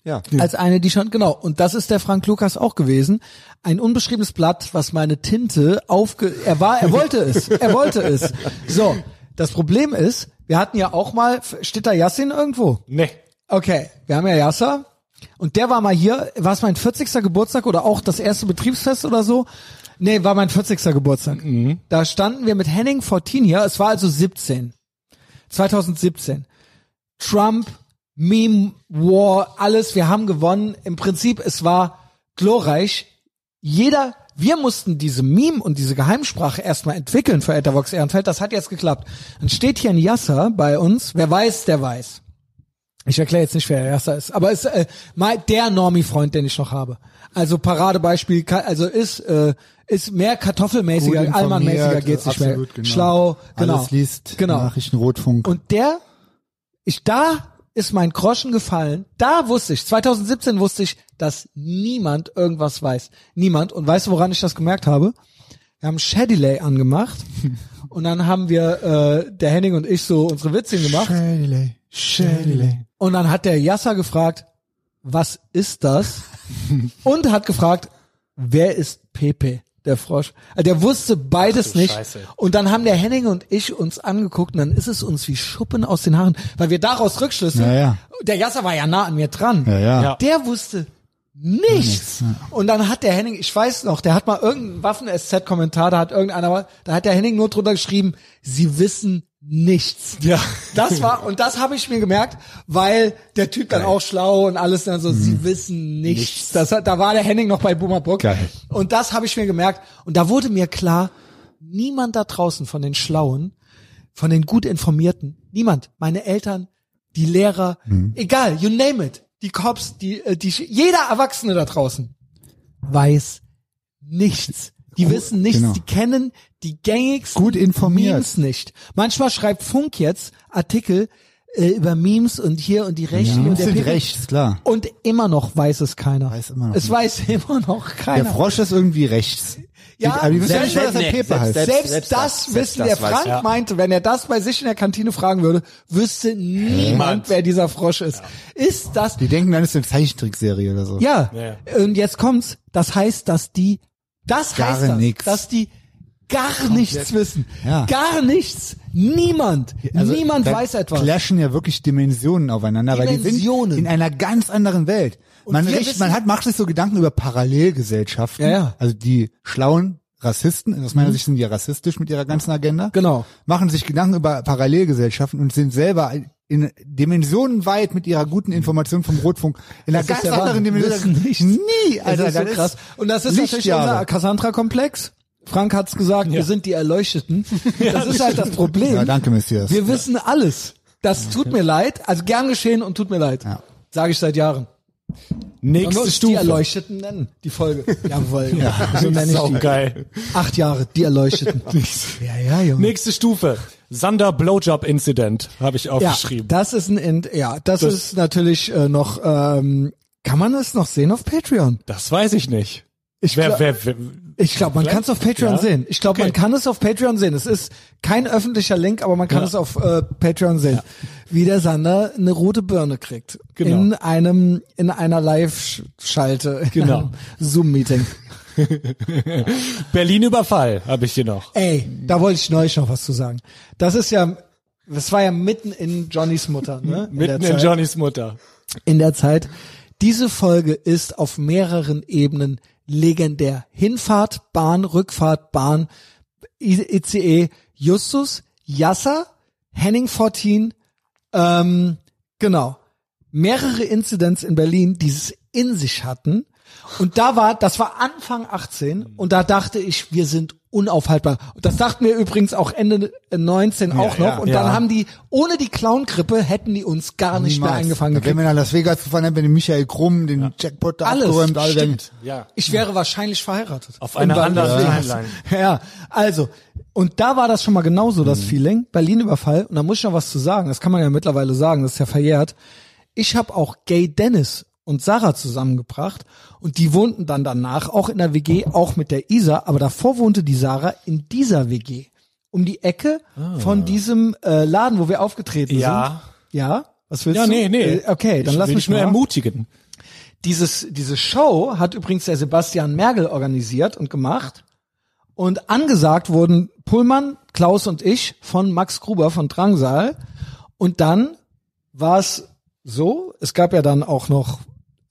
S4: Ja.
S1: als eine, die schon, genau. Und das ist der Frank Lukas auch gewesen. Ein unbeschriebenes Blatt, was meine Tinte aufge, er war, er wollte es, er wollte es. So. Das Problem ist, Wir hatten ja auch mal, steht da Yassin irgendwo?
S2: Nee.
S1: Okay, wir haben ja Yasser. Und der war mal hier, war es mein 40. Geburtstag oder auch das erste Betriebsfest oder so? Nee, war mein 40. Geburtstag. Da standen wir mit Henning 14 hier, es war also 17. 2017. Trump, Meme War, alles, wir haben gewonnen. Im Prinzip, es war glorreich. Jeder, wir mussten diese Meme und diese Geheimsprache erstmal entwickeln für Ethervox Ehrenfeld. Das hat jetzt geklappt. Dann steht hier ein Yasser bei uns. Wer weiß, der weiß. Ich erkläre jetzt nicht, wer der Erste ist, aber ist äh, mein, der Normie-Freund, den ich noch habe. Also Paradebeispiel, ka- also ist äh, ist mehr
S3: Gut
S1: kartoffelmäßiger,
S3: informiert,
S1: allmannmäßiger geht's nicht mehr.
S3: absolut, genau.
S1: Schlau, genau.
S3: Alles liest
S1: genau.
S3: Nachrichtenrotfunk.
S1: Und der, ich, da ist mein Groschen gefallen. Da wusste ich, 2017 wusste ich, dass niemand irgendwas weiß. Niemand. Und weißt du, woran ich das gemerkt habe? Wir haben Shadelay angemacht und dann haben wir, äh, der Henning und ich so unsere Witzchen gemacht.
S3: Shelley, Shelley.
S1: Und dann hat der Yasser gefragt, was ist das? Und hat gefragt, wer ist Pepe, der Frosch? Also der wusste beides nicht.
S2: Scheiße.
S1: Und dann haben der Henning und ich uns angeguckt und dann ist es uns wie Schuppen aus den Haaren, weil wir daraus Rückschlüsse.
S3: Ja, ja.
S1: Der Yasser war ja nah an mir dran.
S3: Ja, ja.
S2: Ja.
S1: Der wusste nichts. Und dann hat der Henning, ich weiß noch, der hat mal irgendeinen Waffen-SZ-Kommentar, da hat irgendeiner, da hat der Henning nur drunter geschrieben, sie wissen nichts.
S2: Ja.
S1: Das war, und das habe ich mir gemerkt, weil der Typ dann auch schlau und alles dann so,
S3: Hm.
S1: sie wissen nichts. Das hat, da war der Henning noch bei Boomerburg.
S3: Geil.
S1: Und das habe ich mir gemerkt. Und da wurde mir klar, niemand da draußen von den Schlauen, von den gut informierten, niemand, meine Eltern, die Lehrer,
S3: Hm.
S1: egal, you name it, die Cops, die, äh, die, jeder Erwachsene da draußen weiß nichts. Die wissen nichts,
S3: genau.
S1: die kennen die gängigsten
S3: Gut informiert.
S1: Memes nicht. Manchmal schreibt Funk jetzt Artikel äh, über Memes und hier und die Rechten
S3: Die
S1: und der
S3: sind
S1: Pipi.
S3: rechts, klar.
S1: Und immer noch weiß es keiner.
S3: Weiß immer noch
S1: es
S3: nicht.
S1: weiß immer noch
S3: Der
S1: keiner.
S3: Frosch ist irgendwie rechts.
S1: Ja,
S3: Die- aber die wissen ja nicht, mal, dass er
S4: selbst-
S3: Pepe heißt.
S4: selbst-
S1: selbst,
S4: selbst
S1: das,
S4: das- selbst
S1: wissen,
S4: das
S1: der
S4: weiß
S1: Frank
S4: ich, ja.
S1: meinte, wenn er das bei sich in der Kantine fragen würde, wüsste niemand, wer dieser Frosch ist. Ist das
S3: Die denken, dann ist eine Zeichentrickserie oder so.
S1: Ja.
S2: Ja,
S1: Und jetzt kommt's. Das heißt, dass die, das
S3: Gar
S1: heißt das,
S3: nix.
S1: dass die gar nichts wissen.
S3: Ja.
S1: Gar nichts. Niemand.
S3: Also,
S1: Niemand
S3: da
S1: weiß etwas.
S3: clashen ja wirklich Dimensionen aufeinander, weil die
S1: Dimensionen.
S3: sind in einer ganz anderen Welt. man,
S1: wir
S3: richt-
S1: wissen-
S3: man hat, macht sich so Gedanken über Parallelgesellschaften.
S1: Ja, ja. Mhm.
S3: Also die schlauen Rassisten, aus meiner Sicht sind die rassistisch mit ihrer ganzen Agenda.
S1: Genau.
S3: Machen sich Gedanken über Parallelgesellschaften und sind selber in Dimensionen weit mit ihrer guten Information vom Rotfunk in einer
S1: Das ist
S3: ganz
S1: der
S3: anderen
S1: Wahnsinn.
S3: Dimension.
S1: Wissen nichts.
S3: Nie,
S1: Also,
S3: Alter,
S1: das ist so krass. Und das ist natürlich unser
S3: Lichtjahre.
S1: Cassandra-Komplex. Frank hat's gesagt, wir sind die Erleuchteten. Das ist halt das Problem.
S3: Ja, danke, Messias.
S1: Wir wissen alles. Das tut mir leid. Also gern geschehen und tut mir leid.
S3: Ja.
S1: Sage ich seit Jahren. Man
S2: Nächste
S1: muss die
S2: Stufe.
S1: Erleuchteten nennen, die Folge. Jawohl. So
S2: Das
S1: nenne
S2: ist
S1: ich die.
S2: auch geil.
S1: Acht Jahre, die Erleuchteten. ja, ja, Junge.
S2: Nächste Stufe. Sander Blowjob Incident habe ich
S1: ja,
S2: aufgeschrieben.
S1: das ist ein, Ent- ja, das, ist natürlich äh, noch, ähm, kann man es noch sehen auf Patreon?
S2: das weiß ich nicht.
S1: Ich
S2: Wer,
S1: glaub-
S2: wer, wer,
S1: Ich glaube, man kann es auf Patreon
S2: Ja?
S1: sehen. Ich glaube, man
S2: Okay.
S1: kann es auf Patreon sehen. Es ist kein öffentlicher Link, aber man kann
S2: Ja.
S1: es auf äh, Patreon sehen, wie der Sander eine rote Birne kriegt
S2: Genau.
S1: in einem in einer Live-Schalte, in
S2: Genau.
S1: einem Zoom-Meeting.
S2: Berlin-Überfall habe ich hier noch.
S1: Ey, da wollte ich neulich noch was zu sagen. Das ist ja, das war ja mitten in Johnnys Mutter, ne? der
S2: Mitten in
S1: Zeit.
S2: Johnnys Mutter.
S1: in der Zeit. Diese Folge ist auf mehreren Ebenen legendär. Hinfahrt, Bahn, Rückfahrt, Bahn, I- ICE, Justus, Yasser, Henning 14, ähm, genau. Mehrere Inzidenz in Berlin, die es in sich hatten. Und da war, das war Anfang 18 und da dachte ich, wir sind unaufhaltbar. Und das dachten wir übrigens auch Ende 19 auch noch.
S2: ja,
S1: und dann
S2: ja.
S1: haben die, ohne die Clown-Grippe hätten die uns gar nicht mehr eingefangen
S3: Wenn
S1: gekriegt.
S3: wir nach Las Vegas gefahren haben, wenn Michael Krumm den Jackpot da
S1: Alles
S3: abgeräumt, alle werden-
S1: stimmt.
S2: Ja.
S1: Ich wäre wahrscheinlich verheiratet.
S2: Auf einer
S1: In Las
S2: anderen
S1: Vegas.
S2: Timeline.
S1: Ja, also. Und da war das schon mal genauso, das
S2: Mhm.
S1: Feeling. Berlin-Überfall. Und da muss ich noch was zu sagen. Das kann man ja mittlerweile sagen. Das ist ja verjährt. Ich habe auch Gay Dennis und Sarah zusammengebracht. Und die wohnten dann danach auch in der WG, auch mit der Isa. Aber davor wohnte die Sarah in dieser WG. Um die Ecke von diesem äh, Laden, wo wir aufgetreten
S2: Ah. Ja.
S1: sind. Ja. Was willst
S2: Ja,
S1: du?
S2: nee, nee.
S1: Äh, Okay, dann
S2: ich
S1: lass
S2: will
S1: mich
S2: dich nur
S1: mal
S2: ermutigen.
S1: dieses, diese Show hat übrigens der Sebastian Mergel organisiert und gemacht. Und angesagt wurden Pullmann, Klaus und ich von Max Gruber von Drangsal. Und dann war es so, es gab ja dann auch noch,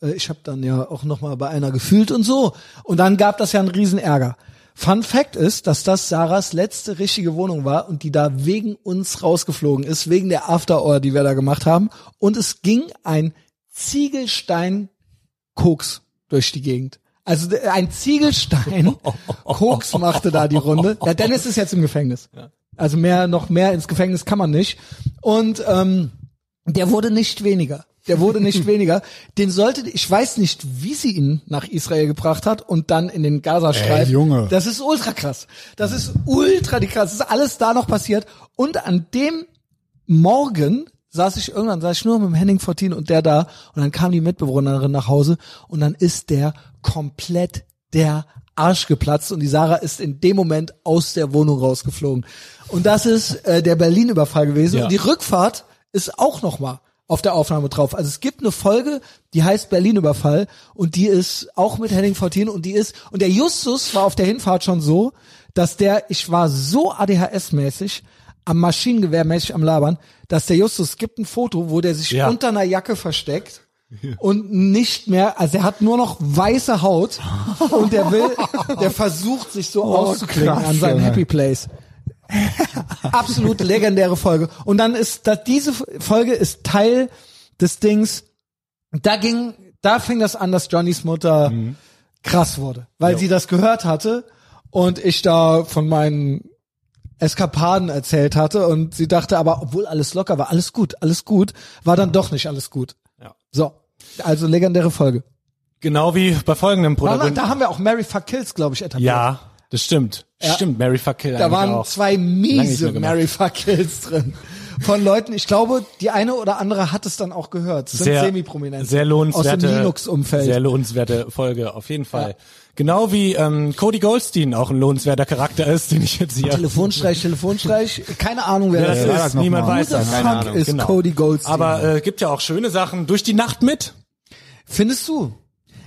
S1: äh, ich habe dann ja auch noch mal bei einer gefühlt und so. Und dann gab das ja einen riesen Ärger. Fun Fact ist, dass das Sarahs letzte richtige Wohnung war und die da wegen uns rausgeflogen ist, wegen der Afterhour, die wir da gemacht haben. Und es ging ein Ziegelstein Koks durch die Gegend. Also d- ein Ziegelstein Koks machte da die Runde. Ja, Dennis ist jetzt im Gefängnis. Also mehr, noch mehr ins Gefängnis kann man nicht. Und ähm, der wurde nicht weniger. Der wurde nicht weniger. Den sollte, ich weiß nicht, wie sie ihn nach Israel gebracht hat und dann in den Gazastreifen.
S3: Ey, Junge.
S1: Das ist ultra krass. Das ist ultra die krass. Das ist alles da noch passiert. Und an dem Morgen saß ich irgendwann, saß ich nur mit dem Henning 14 und der da und dann kam die Mitbewohnerin nach Hause und dann ist der komplett der Arsch geplatzt und die Sarah ist in dem Moment aus der Wohnung rausgeflogen. Und das ist äh, der Berlin-Überfall gewesen.
S2: Ja.
S1: Und die Rückfahrt ist auch nochmal auf der Aufnahme drauf. Also es gibt eine Folge, die heißt Berlin-Überfall und die ist auch mit Henning 14 und die ist, und der Justus war auf der Hinfahrt schon so, dass der, ich war so ADHS-mäßig, am Maschinengewehrmäßig am Labern, dass der Justus, es gibt ein Foto, wo der sich
S2: Ja.
S1: unter einer Jacke versteckt und nicht mehr, also er hat nur noch weiße Haut und der will, der versucht sich so auszuklingen
S3: Oh, krass,
S1: an seinem
S3: Junge.
S1: Happy Place. Absolut legendäre Folge. Und dann ist, dass diese Folge ist Teil des Dings, da ging, da fing das an, dass Johnnys Mutter
S3: Mhm.
S1: krass wurde, weil sie das gehört hatte und ich da von meinen Eskapaden erzählt hatte und sie dachte aber, obwohl alles locker war, alles gut, alles gut, war dann doch nicht alles gut.
S2: Ja.
S1: So, also legendäre Folge.
S2: Genau wie bei folgendem
S1: Da,
S2: Protagonisten.
S1: da haben wir auch Mary Fuck Kills, glaube ich, etabliert.
S2: Ja, das stimmt.
S1: Ja.
S2: Stimmt, Mary Fuck Kill
S1: Da
S2: eigentlich
S1: waren
S2: auch.
S1: zwei
S2: Lange nicht
S1: miese
S2: mehr gemacht.
S1: Mary Fuck Kills drin. Von Leuten, ich glaube, die eine oder andere hat es dann auch gehört. Sind
S2: sehr,
S1: semi-prominent.
S2: Sehr lohnenswerte,
S1: Aus dem Linux-Umfeld.
S2: Sehr lohnenswerte Folge, auf jeden Fall. Genau wie ähm, Cody Goldstein auch ein lohnenswerter Charakter ist, den ich jetzt hier...
S1: Telefonstreich, Telefonstreich. Keine Ahnung, wer
S2: Ja, das
S1: das,
S3: war
S1: ist.
S2: ist,
S3: das noch
S2: niemand
S3: mal.
S2: weiß
S1: Who the
S2: das.
S1: fuck is Cody Goldstein?
S2: genau. Aber äh, gibt ja auch schöne Sachen. Durch die Nacht mit?
S1: Findest du?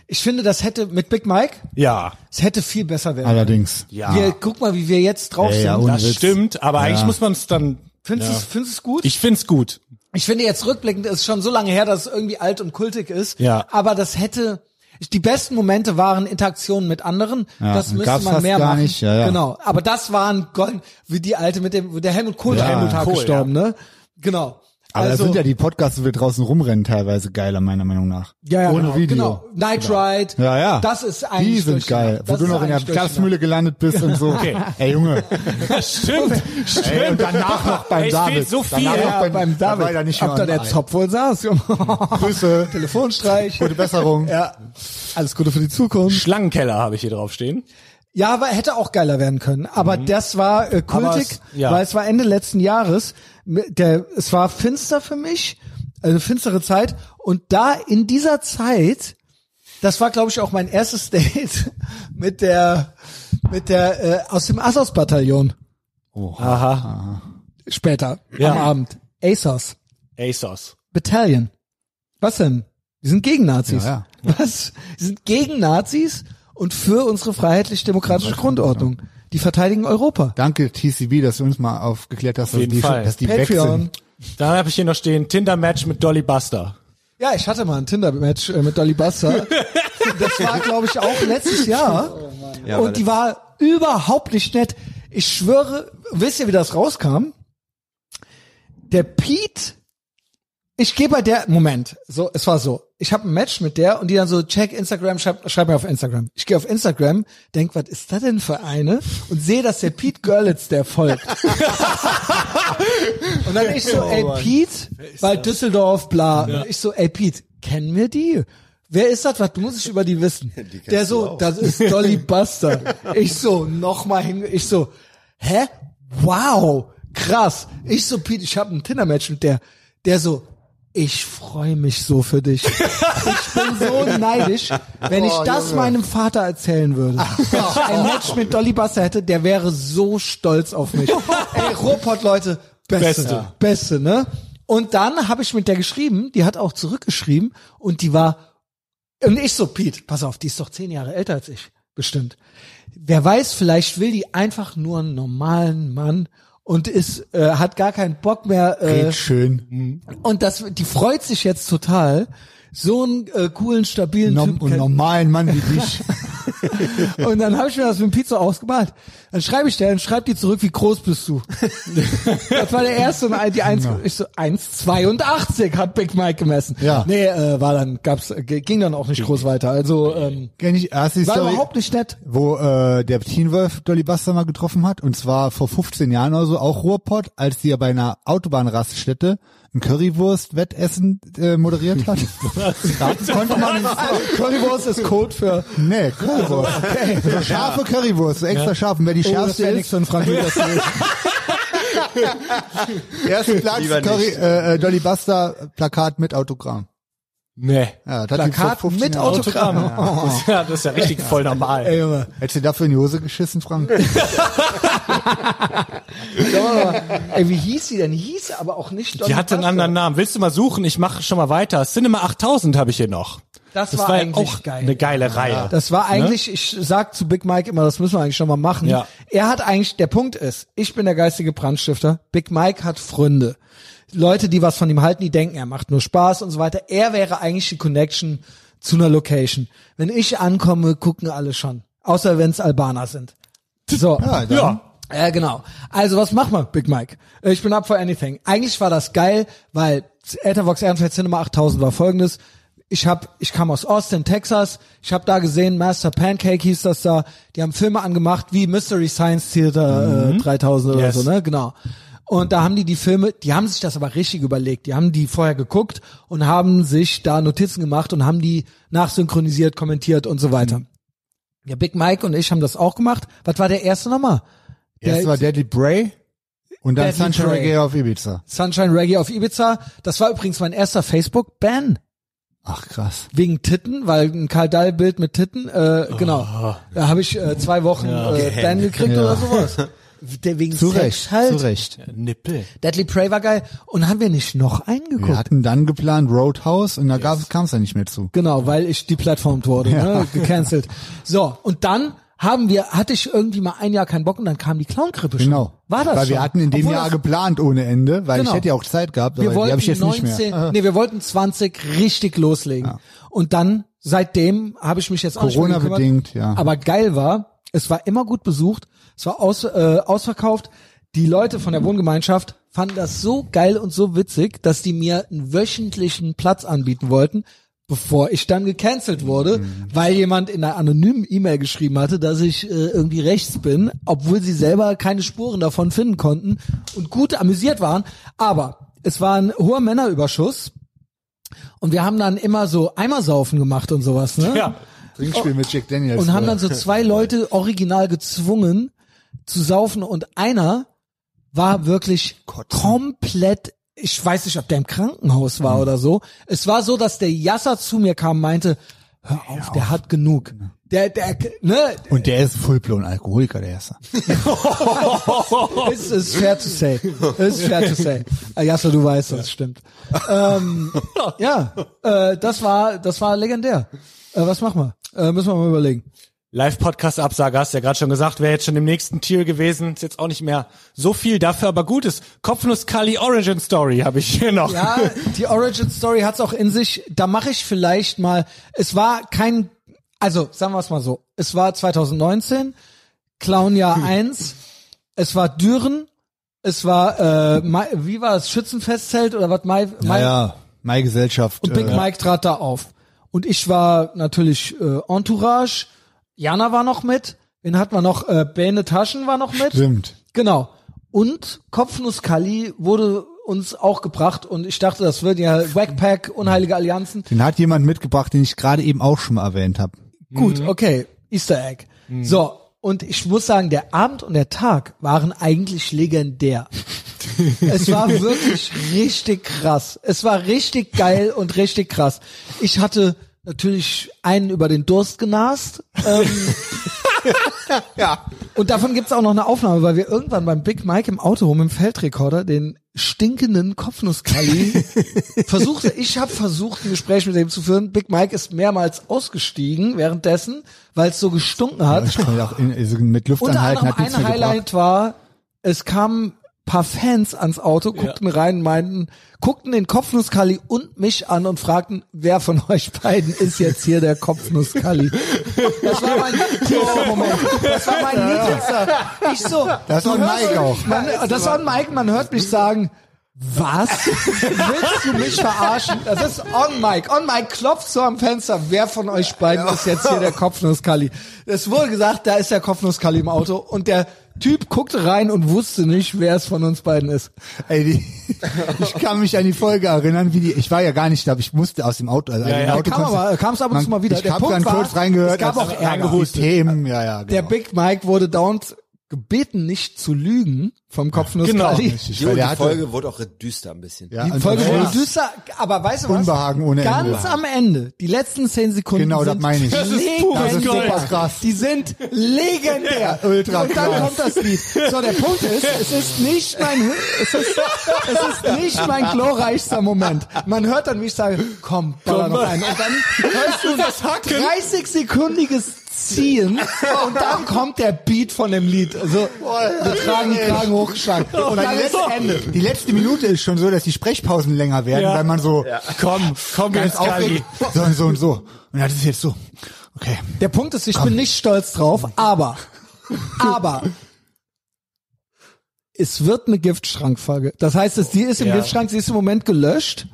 S1: Ich finde, das hätte mit Big Mike,
S2: Ja.
S1: es hätte viel besser werden.
S3: Allerdings.
S2: Ja.
S1: Wir, guck mal, wie wir jetzt drauf
S3: Ey, ja,
S1: sind.
S3: ohne
S2: Das
S3: Witz.
S2: stimmt, aber eigentlich muss man es dann...
S1: Findest
S2: ja.
S1: du es- findest du es gut?
S2: Ich find's gut.
S1: Ich finde jetzt rückblickend ist schon so lange her, dass es irgendwie alt und kultig ist.
S2: Ja.
S1: Aber das hätte die besten Momente waren Interaktionen mit anderen.
S3: Ja,
S1: das müsste
S3: gab's
S1: man
S3: fast
S1: mehr
S3: gar
S1: machen.
S3: nicht, ja, ja.
S1: Genau. Aber das waren golden, wie die alte mit dem, wo der Helmut Kohl,
S3: Ja,
S1: der Helmut Kohl
S2: Kohl,
S1: gestorben, ne? Genau.
S3: Aber das sind ja die Podcasts, wo wir draußen rumrennen, teilweise geiler, meiner Meinung nach.
S1: ja, ja,
S3: Ohne
S1: genau,
S3: Video.
S1: Genau. Night Ride.
S3: Ja, ja.
S1: Das ist eigentlich
S3: Die sind
S1: durcheinander.
S3: geil. Wo
S1: Das
S3: du
S1: ist
S3: noch in der
S1: eigentlich durcheinander.
S3: Gasmühle gelandet bist und so. Okay. Ey, Junge.
S2: Stimmt, stimmt.
S3: Ey, und danach noch beim
S2: Ey, es
S3: David.
S2: fehlt so viel.
S3: Danach
S1: Ja,
S3: noch beim,
S1: beim
S3: da war
S1: David.
S3: ja nicht
S1: Ob
S3: mehr
S1: da
S3: an-
S1: der Zopf wohl saß.
S3: Grüße.
S1: Telefonstreich.
S3: Gute Besserung.
S1: Ja. Alles Gute für die Zukunft.
S2: Schlangenkeller habe ich hier drauf stehen.
S1: Ja, aber hätte auch geiler werden können. Aber das war äh,
S2: Mhm. Aber
S1: kultig,
S2: es- ja.
S1: weil es war Ende letzten Jahres. Mi- Der, es war finster für mich, eine finstere Zeit. Und da in dieser Zeit, das war glaube ich auch mein erstes Date mit der mit der äh, aus dem Assos Bataillon
S2: Aha.
S1: später
S2: Ja.
S1: am Abend. ASOS
S2: ASOS.
S1: Battalion. Was denn? Die sind gegen Nazis.
S3: Ja,
S1: Was? Die sind gegen Nazis und für unsere freiheitlich-demokratische Grundordnung. Die verteidigen Europa.
S3: Danke, TCB, dass du uns mal aufgeklärt hast, dass
S2: jeden
S3: die,
S2: Fall.
S3: dass die weg
S1: Patreon.
S3: sind.
S2: Dann habe ich hier noch stehen Tinder-Match mit Dolly Buster.
S1: Ja, ich hatte mal ein Tinder-Match äh, mit Dolly Buster. Das war, glaube ich, auch letztes Jahr.
S3: Oh,
S4: Ja, weil-
S1: Und die war überhaupt nicht nett. Ich schwöre, wisst ihr, wie das rauskam? Der Pete, ich gehe bei der, Moment, so, es war so. Ich habe ein Match mit der und die dann so, check Instagram, schreib, schreib mir auf Instagram. Ich gehe auf Instagram, denk, was ist das denn für eine? Und sehe, dass der Pete Görlitz der folgt. Und dann ich so, ey Pete, weil Düsseldorf, bla. Und ich so, ey Pete, kennen wir die? Wer ist das? Was muss ich über die wissen? Der so, das ist Dolly Buster. ich so, nochmal hin, ich so, hä? Wow, krass. Ich so, Pete, ich habe ein Tinder-Match mit der. Der so, ich freue mich so für dich. Ich bin so neidisch, wenn ich das meinem Vater erzählen würde. Wenn ich ein Match mit Dolly Buster hätte, der wäre so stolz auf mich. Ey, Robot, Leute, Beste,
S2: Beste.
S1: Beste, ne? Und dann habe ich mit der geschrieben, die hat auch zurückgeschrieben und die war und ich so, Pete, pass auf, die ist doch zehn Jahre älter als ich, bestimmt. Wer weiß, vielleicht will die einfach nur einen normalen Mann und ist äh, hat gar keinen Bock mehr äh,
S3: Geht schön.
S1: und das die freut sich jetzt total so einen äh, coolen stabilen
S3: No
S1: Typen
S3: einen normalen Mann wie dich.
S1: Und dann habe ich mir das mit dem Pizza ausgemalt. Dann schreibe ich der und schreibt die zurück, wie groß bist du? das war der erste und ein- die eins, ich so 1,82 hat Big Mike gemessen.
S3: Ja.
S1: Nee, äh, war dann, gab's, g- ging dann auch nicht groß weiter. Also, ähm,
S3: Kenn ich erst die
S1: war
S3: Story,
S1: überhaupt nicht nett.
S3: wo äh, der Teen Wolf Dolly Buster mal getroffen hat. Und zwar vor 15 Jahren oder so, auch Ruhrpott, als die ja bei einer Autobahnraststätte ein Currywurst-Wettessen äh, moderiert hat. da konnte man
S1: Currywurst ist Code für
S3: Nee, Currywurst. So scharfe Currywurst, so extra scharf. Und wer die
S1: Oh, das
S3: schärfste
S1: wär nix
S3: ist,
S1: für einen Frank Müller.
S3: ersten Platz
S4: Lieber nicht.
S3: Curry, äh, äh, Dolly Buster Plakat mit Autogramm.
S2: Nee.
S3: Ja, das hat die
S1: Plakat
S3: vor 15
S1: mit
S3: Jahren.
S1: Autogramm.
S2: Ja, das ist ja richtig voll normal.
S1: Ey, Junge.
S3: Hättest du dafür in die Hose geschissen, Frank?
S1: Sag mal, Ey, wie hieß sie denn? Hieß aber auch nicht Dolly
S2: Die hatte einen
S1: Buster.
S2: anderen Namen. Willst du mal suchen? Ich mache schon mal weiter. Cinema 8000 habe ich hier noch.
S1: Das war
S2: ja
S1: eigentlich
S2: auch
S1: geil.
S2: eine geile Reihe.
S1: Das war eigentlich, ich sag zu Big Mike immer, das müssen wir eigentlich schon mal machen.
S2: Ja.
S1: Er hat eigentlich, der Punkt ist, ich bin der geistige Brandstifter, Big Mike hat Freunde. Leute, die was von ihm halten, die denken, er macht nur Spaß und so weiter. Er wäre eigentlich die Connection zu einer Location. Wenn ich ankomme, gucken alle schon. Außer wenn's Albaner sind. So.
S3: Ja, dann.
S2: Ja.
S1: Ja, genau. Also, was machen wir, Big Mike? Äh, Ich bin up for anything. Eigentlich war das geil, weil Ethervox Ehrenfeld Cinema 8000 war folgendes. Ich hab, ich kam aus Austin, Texas. Ich habe da gesehen, Master Pancake hieß das da. Die haben Filme angemacht wie Mystery Science Theater
S3: Mhm.
S1: äh, 3000 oder
S2: Yes.
S1: so, ne? Genau. Und da haben die die Filme, die haben sich das aber richtig überlegt. Die haben die vorher geguckt und haben sich da Notizen gemacht und haben die nachsynchronisiert, kommentiert und so weiter. Ja, Big Mike und ich haben das auch gemacht. Was war der erste nochmal?
S3: Erst war Deadly Bray und dann
S1: Deadly
S3: Sunshine
S1: Bray.
S3: Reggae auf Ibiza.
S1: Sunshine Reggae auf Ibiza. Das war übrigens mein erster Facebook-Ban
S3: Ach krass.
S1: wegen Titten, weil ein Karl Dall Bild mit Titten, äh, genau. Da habe ich äh, zwei Wochen äh, Ban gekriegt
S3: Ja.
S1: oder sowas. Der wegen
S3: Zu
S1: Sex
S3: Recht,
S1: halt.
S3: zu Recht.
S2: Nippel.
S1: Deadly Prey war geil. Und haben wir nicht noch
S3: Wir
S1: eingeguckt?
S3: hatten dann geplant Roadhouse und da yes. kam es dann nicht mehr zu.
S1: Genau, weil ich deplattformt wurde, ne? gecancelt. So, und dann haben wir, hatte ich irgendwie mal ein Jahr keinen Bock und dann kam die Clown-Krippe schon.
S3: Genau.
S1: War das
S3: Weil wir
S1: schon?
S3: hatten in dem
S1: Obwohl
S3: Jahr
S1: das-
S3: geplant ohne Ende, weil
S1: Genau.
S3: ich hätte ja auch Zeit gehabt,
S1: wir
S3: aber die
S1: wollten
S3: habe ich jetzt
S1: 19,
S3: nicht mehr.
S1: nee, wir wollten 20 richtig loslegen. Und dann, seitdem habe ich mich jetzt auch nicht mehr gekümmert.
S3: Corona-bedingt, ja.
S1: Aber geil war, es war immer gut besucht, es war aus, äh, ausverkauft. Die Leute von der Wohngemeinschaft fanden das so geil und so witzig, dass die mir einen wöchentlichen Platz anbieten wollten, bevor ich dann gecancelt wurde, weil jemand in einer anonymen E-Mail geschrieben hatte, dass ich äh, irgendwie rechts bin, obwohl sie selber keine Spuren davon finden konnten und gut amüsiert waren. Aber es war ein hoher Männerüberschuss und wir haben dann immer so Eimersaufen gemacht und sowas, ne?
S2: Ja.
S3: Trinkspiel mit Jack Daniels.
S1: und haben dann
S3: äh,
S1: so zwei Leute original gezwungen zu saufen und einer war wirklich komplett ich weiß nicht, ob der im Krankenhaus war oder so. Es war so, dass der Yasser zu mir kam, und meinte, hör auf, der hat genug. Der, der, ne,
S3: und der ist fullblown Alkoholiker, der erste.
S1: It's, it's fair to say. It's fair to say. Äh, Jasper, du weißt, das stimmt. Ähm, ja, äh, das war, das war legendär. Äh, was machen wir? Äh, müssen wir mal überlegen.
S2: Live-Podcast-Absage hast du ja gerade schon gesagt, wäre jetzt schon im nächsten Tier gewesen, ist jetzt auch nicht mehr so viel, dafür aber Gutes. Kopfnuss Kali Origin Story habe ich hier noch.
S1: Ja, die Origin Story hat's auch in sich. Da mache ich vielleicht mal. Es war kein, also sagen wir es mal so. Es war 2019, Clownjahr 1. Es war Düren. Es war, äh, Mai, wie war es? Schützenfestzelt oder was? Mai, Mai,
S3: Naja, meine Gesellschaft.
S1: Und Big
S3: äh,
S1: Mike trat da auf. Und ich war natürlich äh, Entourage. Jana war noch mit. Wen hat man noch? Äh, Bene Taschen war noch mit.
S3: Stimmt.
S1: Genau. Und Kopfnuss Kali wurde uns auch gebracht. Und ich dachte, das wird ja Wackpack, Unheilige Allianzen.
S3: Den hat jemand mitgebracht, den ich gerade eben auch schon mal erwähnt habe.
S1: Gut, okay. Easter Egg. So. Und ich muss sagen, der Abend und der Tag waren eigentlich legendär. es war wirklich richtig krass. Es war richtig geil und richtig krass. Ich hatte natürlich einen über den Durst genast. Ähm, und davon gibt's auch noch eine Aufnahme, weil wir irgendwann beim Big Mike im Auto rum im Feldrekorder den stinkenden Kopfnusskali versuchte, ich habe versucht, ein Gespräch mit dem zu führen. Big Mike ist mehrmals ausgestiegen währenddessen, weil es so gestunken hat.
S3: Ich konnte auch in, also mit Luft
S1: Unter
S3: anhalten,
S1: anderem
S3: hat nichts
S1: ein
S3: mehr gebracht.
S1: Highlight war, es kam paar Fans ans Auto, guckten rein, meinten, guckten den Kopfnusskali und mich an und fragten, wer von euch beiden ist jetzt hier der Kopfnusskali? Das war mein niedrigster Moment. Das war mein niedrigster. Ich so.
S3: Das
S1: du
S3: war ein
S1: hörst-
S3: Mike auch.
S1: Man, das war ein Mike, man hört mich sagen, was? Willst du mich verarschen? Das ist on Mike. On Mike klopft so am Fenster. Wer von euch beiden ist jetzt hier der Kopfnusskali? Es wurde gesagt, da ist der Kopfnusskali im Auto und der Typ guckte rein und wusste nicht, wer es von uns beiden ist.
S3: Ey, die, ich kann mich an die Folge erinnern, wie die, ich war ja gar nicht da, ich musste aus dem Auto, also
S2: Ja,
S3: aus dem
S2: ja.
S3: Auto
S1: Kam
S3: kommst du-
S1: aber- kam's ab und zu mal wieder.
S3: Ich
S1: Der
S3: hab
S1: Punkt
S3: dann
S1: war,
S3: kurz reingehört,
S1: es gab
S3: dass
S1: auch
S3: die
S1: Ärger.
S3: Themen, ja, ja,
S1: Der
S3: genau.
S1: Big Mike wurde dauernd gebeten, nicht zu lügen vom Kopfnusskali.
S2: Genau.
S3: Ich-
S4: Jo,
S3: weil der
S4: die
S3: hatte-
S4: Folge wurde auch düster ein bisschen.
S3: ja,
S1: Die
S3: und
S1: Folge
S3: das
S1: wurde
S3: war's.
S1: düster, aber weißt du was?
S3: Unbehagen ohne
S1: Ganz
S3: Ende.
S1: am Ende, die letzten zehn Sekunden
S3: Genau, das
S1: sind
S3: meine ich. Das
S2: ist pures
S1: legendär.
S2: Gold.
S3: Das ist krass.
S1: Die sind legendär.
S3: Ja, ultra
S1: Und dann
S3: krass.
S1: kommt das Lied. So, der Punkt ist, es ist nicht mein, es ist, es ist nicht mein glorreichster Moment. Man hört dann, wie ich sage, komm, baller noch einen. Und dann hörst du
S2: Das Hacken.
S1: 30-sekundiges Ziehen und dann kommt der Beat von dem Lied. Also, wir tragen die Kragen hochgeschlagen. Und dann ist Ende.
S3: Die letzte Minute ist schon so, dass die Sprechpausen länger werden,
S2: Ja.
S3: weil man so
S2: Komm, komm
S3: ganz
S2: jetzt, Kali.
S3: aufregt, so und so und so. Und das ist jetzt so. Okay.
S1: Der Punkt ist, ich bin nicht stolz drauf, aber, aber, es wird eine Giftschrankfolge. Das heißt, es, die ist im
S2: Ja.
S1: Giftschrank, sie ist im Moment gelöscht.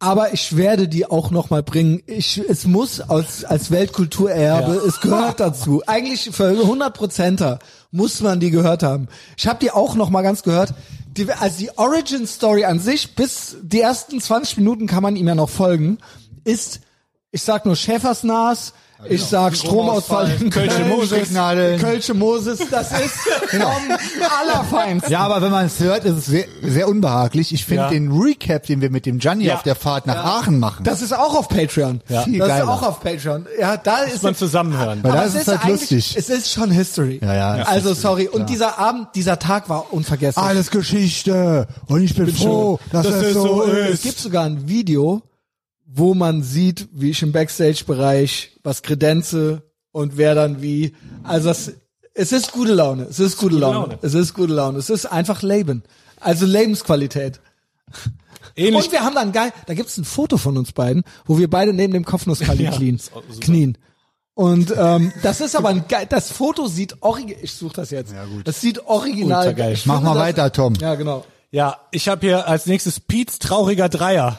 S1: Aber ich werde die auch nochmal bringen. Ich, es muss als, als Weltkulturerbe,
S2: Ja.
S1: es gehört dazu. Eigentlich für 100 Prozenter muss man die gehört haben. Ich habe die auch nochmal ganz gehört. Die, also die Origin Story an sich, bis die ersten 20 Minuten kann man ihm ja noch folgen, ist, ich sag nur Schäfersnas, ich sag Stromausfall, in Köln,
S3: genau. Stromausfall, Kölsche Moses. Signalen.
S1: Kölsche Moses, das ist vom Allerfeinsten.
S3: Ja, aber wenn man es hört, ist es sehr, sehr unbehaglich. Ich finde
S2: Ja.
S3: den Recap, den wir mit dem Gianni
S2: Ja.
S3: auf der Fahrt nach Aachen machen.
S1: Das ist auch auf Patreon.
S3: Ja. Viel
S1: das ist
S3: geiler.
S1: auch auf Patreon. Ja, da ist
S2: man zusammenhören.
S3: Weil
S1: aber
S3: da ist es halt
S1: eigentlich-
S3: lustig.
S1: Es ist schon History.
S3: Ja, ja, es
S1: also
S3: ist
S1: sorry. Und dieser Abend, dieser Tag war unvergesslich.
S3: alles Geschichte. Und ich bin, froh, dass es das so ist.
S1: es gibt sogar ein Video, wo man sieht, wie ich im Backstage-Bereich was kredenze und wer dann wie. Also das, es ist gute Laune. Es ist gute Laune.
S2: Laune.
S1: Es ist gute Laune. Es ist einfach Leben. Also Lebensqualität.
S2: Ähnlich
S1: Und wir haben dann geil, da gibt's ein Foto von uns beiden, wo wir beide neben dem Kopfnusskali
S2: Ja,
S1: knien.
S2: ist auch super.
S1: knien. Und ähm, das ist aber ein geil, das Foto sieht original, ich suche das jetzt. Ja, gut. Das sieht original.
S2: Ultra geil.
S1: Ich
S3: Mach
S1: finde
S3: mal
S1: das-
S3: weiter, Tom.
S1: Ja, genau.
S2: Ja, ich habe hier als nächstes Pete's trauriger Dreier.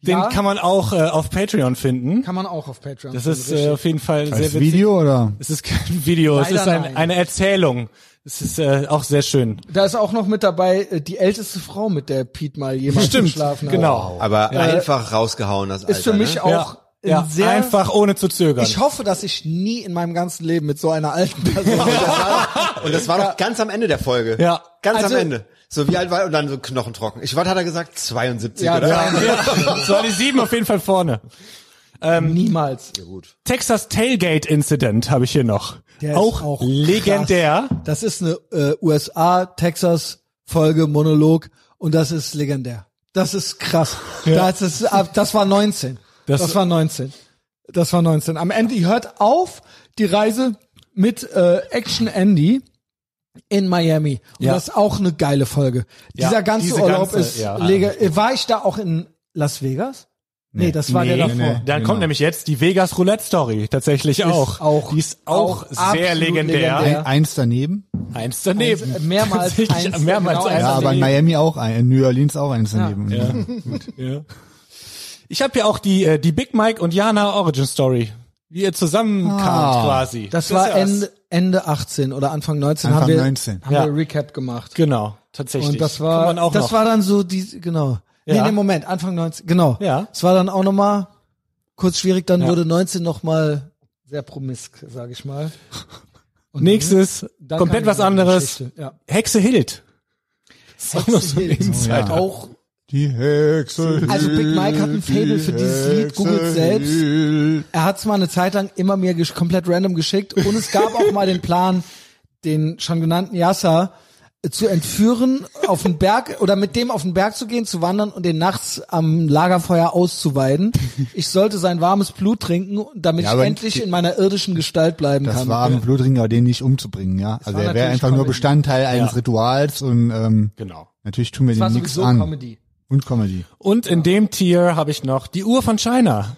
S2: Den
S1: Ja.
S2: kann man auch äh, auf Patreon finden.
S1: Kann man auch auf Patreon.
S2: Das
S1: finden,
S2: ist
S1: richtig.
S2: äh, auf jeden Fall sehr
S3: Als
S2: witzig.
S3: Video oder?
S2: Es ist kein Video, es
S1: Leider
S2: ist ein,
S1: nein.
S2: eine Erzählung. Es ist äh, auch sehr schön.
S1: da ist auch noch mit dabei äh, die älteste Frau, mit der Pete mal jemals
S2: Stimmt,
S1: geschlafen hat.
S2: genau.
S4: Aber einfach rausgehauen, das
S1: Ist für mich
S4: ne?
S1: auch
S2: Ja,
S1: ein
S2: ja,
S1: sehr
S2: einfach ohne zu zögern.
S1: Ich hoffe, dass ich nie in meinem ganzen Leben mit so einer alten Person
S4: Und das war doch ganz am Ende der Folge.
S2: Ja.
S4: Ganz
S1: Also-
S4: am Ende. So wie alt war und dann so Knochen trocken. Ich, was hat er gesagt? 72,
S1: Ja,
S4: oder?
S1: ja.
S2: Also, ja, es war die sieben auf jeden Fall vorne.
S1: niemals.
S2: Texas Tailgate Incident habe ich hier noch.
S1: Der ist
S2: auch,
S1: auch
S2: legendär.
S1: Krass. Das ist eine äh, USA Texas Folge Monolog und das ist legendär. Das ist krass. Das ist ab- das war 19. Das,
S2: Das-
S1: war 19. Das war 19. Am Ende ihr hört auf die Reise mit äh, Action Andy in Miami. Und
S2: Ja.
S1: das ist auch eine geile Folge.
S2: Ja,
S1: Dieser ganze
S2: diese
S1: Urlaub
S2: ganze-
S1: ist
S2: ja.
S1: lega war ich da auch in Las Vegas? Nee, das war der
S2: Nee.
S1: davor.
S2: Dann kommt nämlich jetzt die Vegas Roulette Story tatsächlich auch.
S1: auch-
S2: Die ist auch,
S1: auch
S2: sehr
S1: absolut
S2: legendär.
S1: legendär. Ja.
S3: Ein, eins daneben?
S2: Eins daneben.
S1: Eins- äh, mehrmals
S2: Tatsächlich
S1: eins,
S2: mehrmals
S1: genau
S2: eins
S1: eins
S3: Ja, aber in
S2: daneben.
S3: Miami auch ein, in New Orleans auch eins daneben.
S2: Ja. Gut, ja. Ich habe ja auch die äh, die Big Mike und Jana Origin Story, wie ihr zusammenkamt
S3: Ah.
S2: quasi.
S1: Das war
S2: ist
S1: Ende, Ende 18 oder Anfang 19
S3: Anfang
S1: haben wir
S3: 19.
S1: haben
S2: Ja.
S1: wir Recap gemacht.
S2: genau tatsächlich.
S1: Und das
S2: Kann
S1: war,
S2: man auch
S1: das
S2: noch.
S1: war dann so die, genau. Nee,
S2: Ja.
S1: nee, Moment, Anfang 19, genau.
S2: Ja.
S1: Es war dann auch nochmal kurz schwierig, dann
S2: Ja.
S1: wurde 19 nochmal sehr promisk, sage ich mal. Und
S2: nächstes
S1: Mhm. dann
S2: komplett
S1: kam
S2: was
S1: die neue
S2: anderes.
S1: Geschichte, Ja.
S2: Hexe Hild. Das ist auch noch so ein
S1: Hild.
S2: Insider.
S1: Auch,
S3: Die Hexe.
S1: also Big Mike hat ein Fable für dieses Lied, googelt selbst. Er hat es mal eine Zeit lang immer mir gesch- komplett random geschickt und es gab auch mal den Plan, den schon genannten Yasser äh, zu entführen, auf den Berg oder mit dem auf den Berg zu gehen, zu wandern und den nachts am Lagerfeuer auszuweiden. Ich sollte sein warmes Blut trinken, damit
S3: Ja,
S1: ich
S3: aber
S1: endlich in meiner irdischen Gestalt bleiben
S3: Das
S1: kann.
S3: war am Blutringer, den nicht umzubringen, ja. Also
S1: war
S3: er wäre
S1: natürlich
S3: einfach nur
S1: Comedy.
S3: Bestandteil eines
S2: Ja.
S3: Rituals und ähm,
S2: Genau.
S3: natürlich tun wir
S1: das war
S3: dem nichts
S1: sowieso
S3: an.
S1: Comedy.
S3: Und Comedy.
S2: Und in dem Tier habe ich noch die Uhr von China.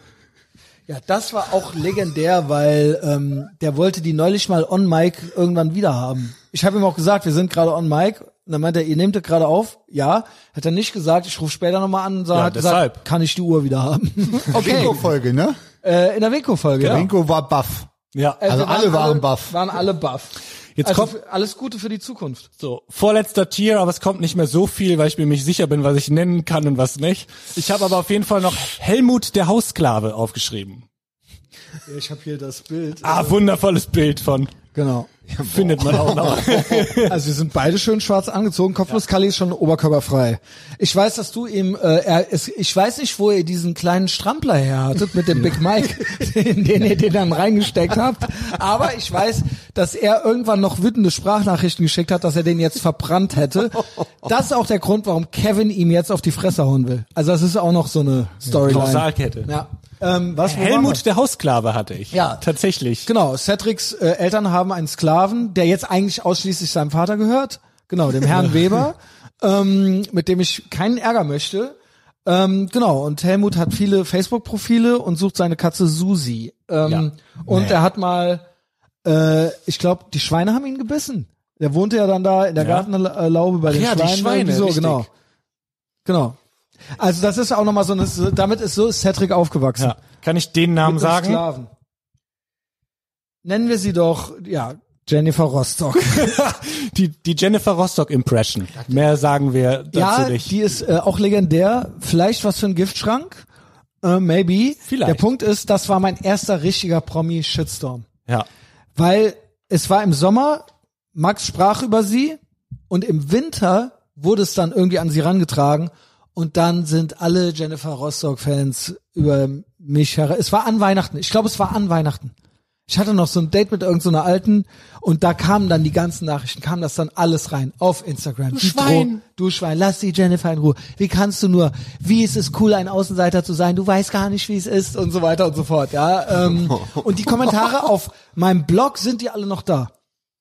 S1: Ja, das war auch legendär, weil ähm, der wollte die neulich mal on Mic irgendwann wieder haben. Ich habe ihm auch gesagt, wir sind gerade on Mic. Und dann meinte er, ihr nehmt das gerade auf? Ja. Hat er nicht gesagt, ich rufe später nochmal an und sag,
S2: Ja,
S1: hat gesagt,
S2: deshalb.
S1: kann ich die Uhr wieder haben? okay.
S3: Bingo-Folge, ne?
S1: Äh, in der Winko-Folge.
S2: Genau.
S3: Bingo war buff.
S2: Ja.
S1: Äh,
S3: Also
S1: wir
S3: alle waren baff.
S1: Waren alle baff.
S2: Jetzt
S1: also
S2: kommt-
S1: f- alles Gute für die Zukunft.
S2: So, vorletzter Tier, aber es kommt nicht mehr so viel, weil ich mir nicht sicher bin, was ich nennen kann und was nicht. Ich habe aber auf jeden Fall noch Helmut der Haussklave aufgeschrieben.
S1: Ich habe hier das Bild.
S2: Ah, wundervolles Bild von.
S1: Genau.
S2: Findet man auch noch.
S1: Also wir sind beide schön schwarz angezogen. Kopflos Kalli ist schon oberkörperfrei. Ich weiß, dass du ihm, äh, er ist, ich weiß nicht, wo ihr diesen kleinen Strampler her hattet mit dem Big Mike, in den ihr den dann reingesteckt habt. Aber ich weiß, dass er irgendwann noch wütende Sprachnachrichten geschickt hat, dass er den jetzt verbrannt hätte. Das ist auch der Grund, warum Kevin ihm jetzt auf die Fresse hauen will. Also das ist auch noch so eine Storyline.
S2: Kausalkette.
S1: Ja. Ähm, was, wo waren wir?
S2: Helmut der Haussklave hatte ich.
S1: Ja.
S2: Tatsächlich.
S1: Genau, Cedrics äh, Eltern haben einen Sklaven, der jetzt eigentlich ausschließlich seinem Vater gehört. Genau, dem Herrn Weber, ähm, mit dem ich keinen Ärger möchte. Ähm, genau, und Helmut hat viele Facebook-Profile und sucht seine Katze Susi. Ähm, Und er hat mal, äh, ich glaube, die Schweine haben ihn gebissen. Der wohnte ja dann da in der
S2: Ja.
S1: Gartenlaube bei den
S2: ja, die
S1: Schweinen.
S2: Schweine,
S1: irgendwie so,
S2: richtig.
S1: genau. Genau. Also das ist auch nochmal so eine, damit ist so ist Cedric aufgewachsen.
S2: Ja. Kann ich den Namen
S1: Mit einem
S2: sagen?
S1: Sklaven. Nennen wir sie doch, ja, Jennifer Rostock.
S2: Die, die Jennifer Rostock Impression. Mehr sagen wir dazu
S1: ja,
S2: nicht.
S1: die ist äh, auch legendär. Vielleicht was für ein Giftschrank. Äh, maybe.
S2: Vielleicht.
S1: Der Punkt ist, das war mein erster richtiger Promi-Shitstorm.
S2: ja.
S1: Weil es war im Sommer, Max sprach über sie und im Winter wurde es dann irgendwie an sie rangetragen und dann sind alle Jennifer Rostock-Fans über mich her. Es war an Weihnachten. Ich glaube, es war an Weihnachten. Ich hatte noch so ein Date mit irgendeiner Alten und da kamen dann die ganzen Nachrichten, kam das dann alles rein auf Instagram. Du
S2: Schwein.
S1: Du Schwein, lass die Jennifer in Ruhe. Wie kannst du nur, wie ist es cool, ein Außenseiter zu sein? Du weißt gar nicht, wie es ist und so weiter und so fort. Ja, ähm, Und die Kommentare auf meinem Blog sind die alle noch da.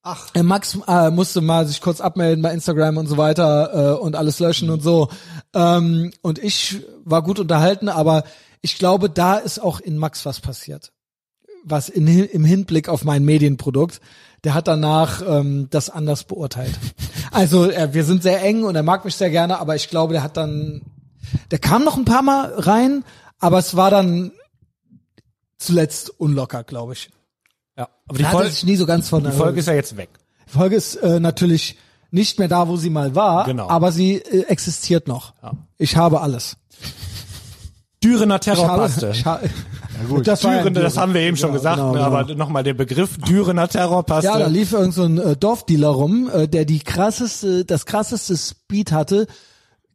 S1: Ach. Max äh, musste mal sich kurz abmelden bei Instagram und so weiter äh, und alles löschen und so. Ähm, und ich war gut unterhalten, aber ich glaube, da ist auch in Max was passiert was in, im Hinblick auf mein Medienprodukt, der hat danach ähm, das anders beurteilt. Also äh, wir sind sehr eng und er mag mich sehr gerne, aber ich glaube, der hat dann, der kam noch ein paar Mal rein, aber es war dann zuletzt unlocker, glaube ich.
S2: ja. Aber die,
S1: Da hat er
S2: Fol
S1: sich nie so ganz von
S2: die Folge ist ja jetzt weg.
S1: die Folge ist äh, natürlich nicht mehr da, wo sie mal war,
S2: Genau.
S1: aber sie äh, existiert noch.
S2: Ja.
S1: Ich habe alles.
S2: Dürener
S1: Ich habe,
S2: Terrorpaste.
S1: ich habe,
S3: gut.
S1: das, war ja
S2: Düren,
S1: ein
S2: das haben wir eben schon
S1: Genau,
S2: gesagt,
S1: genau,
S2: ne,
S1: genau.
S2: aber nochmal der Begriff Dürener Terrorpaste.
S1: Ja, da lief irgend so ein äh, Dorfdealer rum, äh, der die krasseste, das krasseste Speed hatte,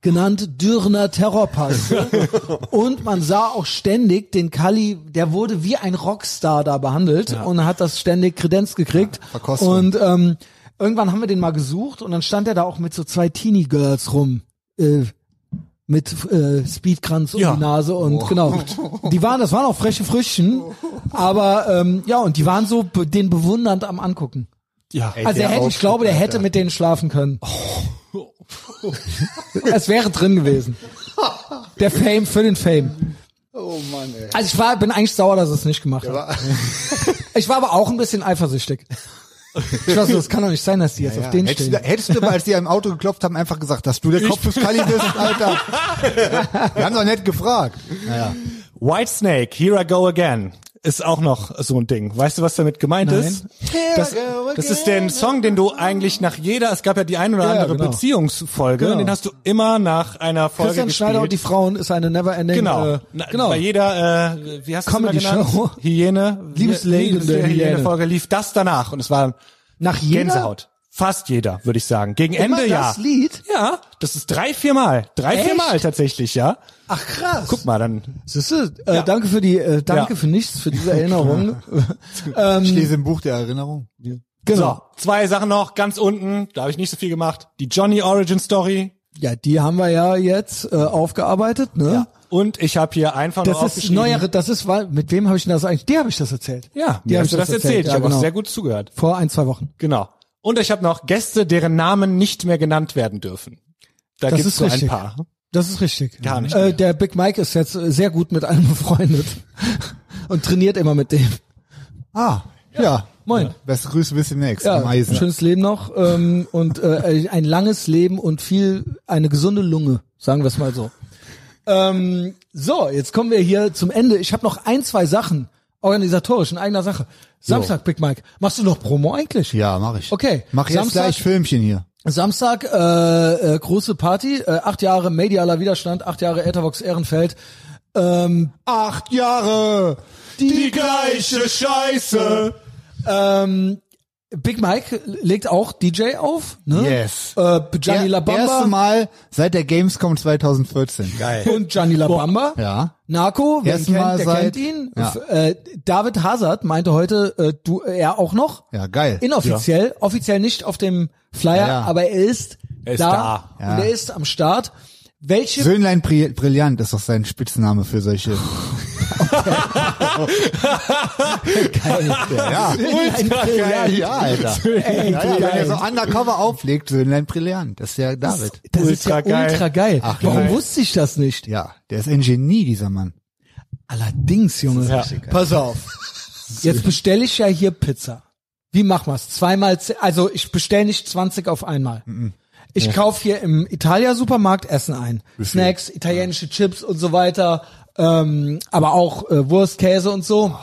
S1: genannt Dürner Terrorpaste. und man sah auch ständig den Kali, der wurde wie ein Rockstar da behandelt und hat das ständig Kredenz gekriegt.
S3: Verkostung.
S1: und ähm, irgendwann haben wir den mal gesucht und dann stand er da auch mit so zwei Teenie Girls rum. Äh, mit äh, Speedkranz um
S2: Ja.
S1: die Nase und genau. Die waren, das waren auch freche Früchtchen, aber ähm, ja, und die waren so be- den bewundernd am Angucken.
S2: ja.
S1: Also
S3: der
S1: er hätte, ich
S3: Auftritt,
S1: glaube, der
S3: Alter.
S1: hätte mit denen schlafen können. es wäre drin gewesen. Der Fame für den Fame.
S3: Oh Mann, ey.
S1: Also ich war, bin eigentlich sauer, dass er es nicht gemacht hat. Ich war aber auch ein bisschen eifersüchtig. Ich war so, das kann doch nicht sein, dass die jetzt auf den
S3: hättest,
S1: stehen.
S3: du, hättest du, aber, als die am Auto geklopft haben, einfach gesagt, dass du der Kopf des Kali bist, Alter. Wir haben doch nett gefragt. Naja.
S2: White Snake, Here I Go Again, ist auch noch so ein Ding. Weißt du, was damit gemeint
S1: Nein.
S2: ist? Das, das ist der Song, den du eigentlich nach jeder, es gab ja die ein oder
S1: Ja,
S2: andere
S1: genau.
S2: Beziehungsfolge,
S1: Genau.
S2: den hast du immer nach einer Folge
S1: Christian
S2: gespielt.
S1: Schneider und die Frauen ist eine never ending.
S2: Genau.
S1: Äh,
S2: Na,
S1: genau.
S2: Bei jeder, äh, wie hast du
S1: Comedy
S2: es immer genannt?
S1: Show.
S2: Hyäne.
S1: Liebeslegende
S2: Hyäne-
S1: Hyäne.
S2: Hyäne-Folge lief das danach und es war
S1: Nach jeder
S2: Gänsehaut. Fast jeder, würde ich sagen. Gegen
S1: Immer
S2: Ende ja.
S1: das Lied?
S2: Ja, das ist drei, viermal. Drei,
S1: Echt?
S2: viermal tatsächlich, ja.
S1: Ach krass.
S2: Guck mal, dann
S1: Siehste, äh, danke für die, äh, danke
S2: Ja.
S1: für nichts, für diese Erinnerung.
S3: Ich lese im Buch der Erinnerung.
S1: Genau.
S2: So, zwei Sachen noch, ganz unten, da habe ich nicht so viel gemacht. Die Johnny Origin Story.
S1: Ja, die haben wir ja jetzt äh, aufgearbeitet, ne?
S2: Ja. Und ich habe hier einfach noch
S1: Das ist
S2: aufgeschrieben-
S1: neuere, das ist, weil, mit wem habe ich denn das eigentlich? Dir habe ich das erzählt.
S2: Ja,
S1: Die
S2: mir
S1: hab
S2: hast du das erzählt. Ich
S1: ja,
S2: habe
S1: genau.
S2: auch sehr gut zugehört.
S1: Vor ein, zwei Wochen.
S2: Genau. Und ich habe noch Gäste, deren Namen nicht mehr genannt werden dürfen. Da
S1: Das
S2: gibt's
S1: ist
S2: so
S1: richtig.
S2: ein paar.
S1: Das ist richtig.
S2: Gar nicht
S1: Äh,
S2: mehr.
S1: der Big Mike ist jetzt äh, sehr gut mit allen befreundet und trainiert immer mit dem.
S3: Ah, ja.
S1: Moin.
S3: Best Grüße bis demnächst am
S1: Ja, ein
S3: Eisen.
S1: schönes Leben noch ähm, und äh, ein langes Leben und viel eine gesunde Lunge, sagen wir es mal so. Ähm, so, jetzt kommen wir hier zum Ende. Ich habe noch ein, zwei Sachen organisatorisch in eigener Sache. Samstag, Big Mike. Machst du noch Promo eigentlich?
S3: Ja, mach ich.
S1: Okay.
S3: Mach jetzt
S1: Samstag-
S3: gleich Filmchen hier.
S1: Samstag äh, äh, große Party, äh, acht Jahre medialer Widerstand, acht Jahre Ethervox Ehrenfeld. Ähm,
S3: Acht Jahre.
S1: die
S3: gleiche Scheiße.
S1: ähm, Big Mike legt auch DJ auf, ne?
S3: Yes.
S1: Äh, Gianni
S3: Erste
S1: Labamba
S3: Mal seit der Gamescom 2014. Geil.
S1: und Gianni Labamba.
S3: Ja.
S1: Narco, wer ihn
S3: Erste Mal
S1: kennt, der
S3: seit-
S1: kennt ihn.
S3: Ja.
S1: F- Äh, David Hazard meinte heute, äh, du, er auch noch.
S3: Ja, geil.
S1: Inoffiziell, offiziell nicht auf dem Flyer,
S3: Ja, ja.
S1: aber er ist,
S2: Er ist
S1: da,
S2: da.
S1: und
S3: Ja.
S1: er ist am Start. Welche
S3: Söhnlein Bri- Brillant ist doch sein Spitzname für solche. ja.
S1: Ultra geil.
S3: Ja, Alter.
S1: Ey,
S3: Ja, ja, wenn
S1: geil.
S3: er so undercover auflegt, Söhnlein Brillant, das ist ja David.
S1: Das ist ja
S2: Ultra geil.
S1: ultra geil.
S3: Ach,
S1: Warum
S3: geil.
S1: wusste ich das nicht?
S3: Ja, der ist ein Genie, dieser Mann.
S1: Allerdings, Junge.
S2: Das ist richtig
S1: Pass auf. Jetzt bestelle ich ja hier Pizza. Wie machen wir's? Zweimal, ze- also ich bestelle nicht 20 auf einmal.
S3: Mm,
S1: Ich kauf hier im Italia-Supermarkt Essen ein. Snacks, italienische Chips und so weiter, ähm, aber auch äh, Wurst, Käse und so.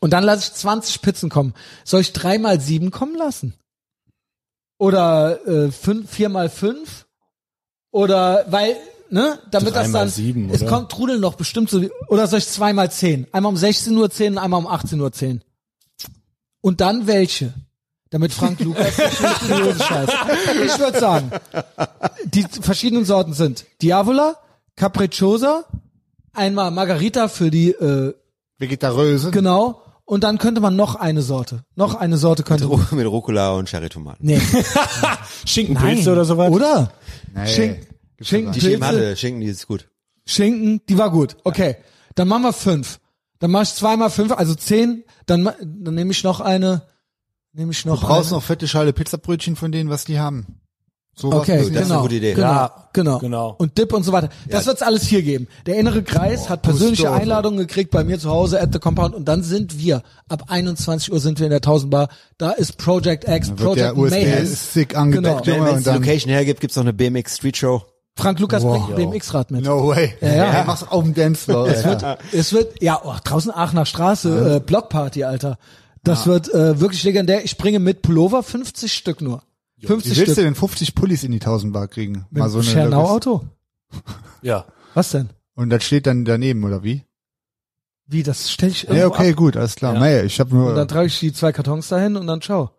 S1: Und dann lasse ich 20 Pizzen kommen. Soll ich drei mal sieben kommen lassen? Oder äh, fünf, vier mal fünf? Oder weil, ne, damit
S2: Drei
S1: das
S2: mal
S1: dann.
S2: sieben,
S1: es
S2: oder?
S1: kommt Trudeln noch bestimmt so wie. Oder soll ich zwei mal zehn? Einmal um 16.10 Uhr und einmal um 18.10 Uhr. Und dann welche? Damit Frank Lukas nicht in die Hose scheißt. Ich würde sagen, die verschiedenen Sorten sind Diavola, Capricciosa, einmal Margarita für die äh,
S3: Vegetaröse.
S1: Genau. Und dann könnte man noch eine Sorte. Noch eine Sorte könnte.
S4: Mit Rucola und Cherrytomaten.
S1: Nee.
S2: Schinkenpilze oder sowas.
S1: Oder?
S3: Nee.
S1: Schinken, Schinken,
S4: Die Schinken
S1: Pilze,
S4: hatte, Schinken, die ist gut.
S1: Schinken, die war gut. Okay. Dann machen wir fünf. Dann mach ich zweimal fünf, also zehn. Dann, ma- dann nehme ich noch eine. Nehme ich noch.
S3: Du brauchst
S1: eine.
S3: noch fette Schale Pizzabrötchen von denen, was die haben. So was
S1: Okay,
S3: müssen die-
S1: genau.
S4: ist eine gute Idee.
S1: Genau,
S2: Ja,
S1: genau.
S2: genau.
S1: Und Dip und so weiter. Das wird's alles hier geben. Der innere Kreis hat persönliche
S3: Gustavo.
S1: Einladungen gekriegt bei mir zu Hause at the Compound und dann sind wir ab 21 Uhr sind wir in der 1000 Bar. Da ist Project X,
S3: Dann wird
S1: Project
S3: der
S1: Mayhem.
S3: USB-Stick angedeckt,
S1: Genau.
S4: Wenn
S3: Junge,
S4: es
S3: und
S4: die
S3: dann,
S4: Location hergibt, gibt's noch eine BMX Street Show.
S1: Frank Lukas
S3: Wow.
S1: bringt ein BMX-Rad mit.
S3: no way. Ja,
S1: ja.
S3: Hey, mach's auf dem Dancefloor. Es wird
S1: Es wird, ja, oh, draußen Aachener Straße, äh, Blockparty, Alter. Das wird äh, wirklich legendär. Ich bringe mit Pullover 50 Stück nur. 50
S3: Wie willst du
S1: Stück.
S3: denn 50 Pullis in die 1000 Bar kriegen?
S1: Mit einem
S3: eine Logis-
S1: Schernau-Auto?
S2: Ja.
S1: Was denn?
S3: Und das steht dann daneben, oder wie?
S1: Wie, das stelle ich irgendwo
S3: Ja, okay,
S1: ab.
S3: gut, alles klar.
S2: Ja.
S3: Naja, ich habe
S1: Und dann
S3: nur...
S1: trage ich die zwei Kartons dahin und dann ciao.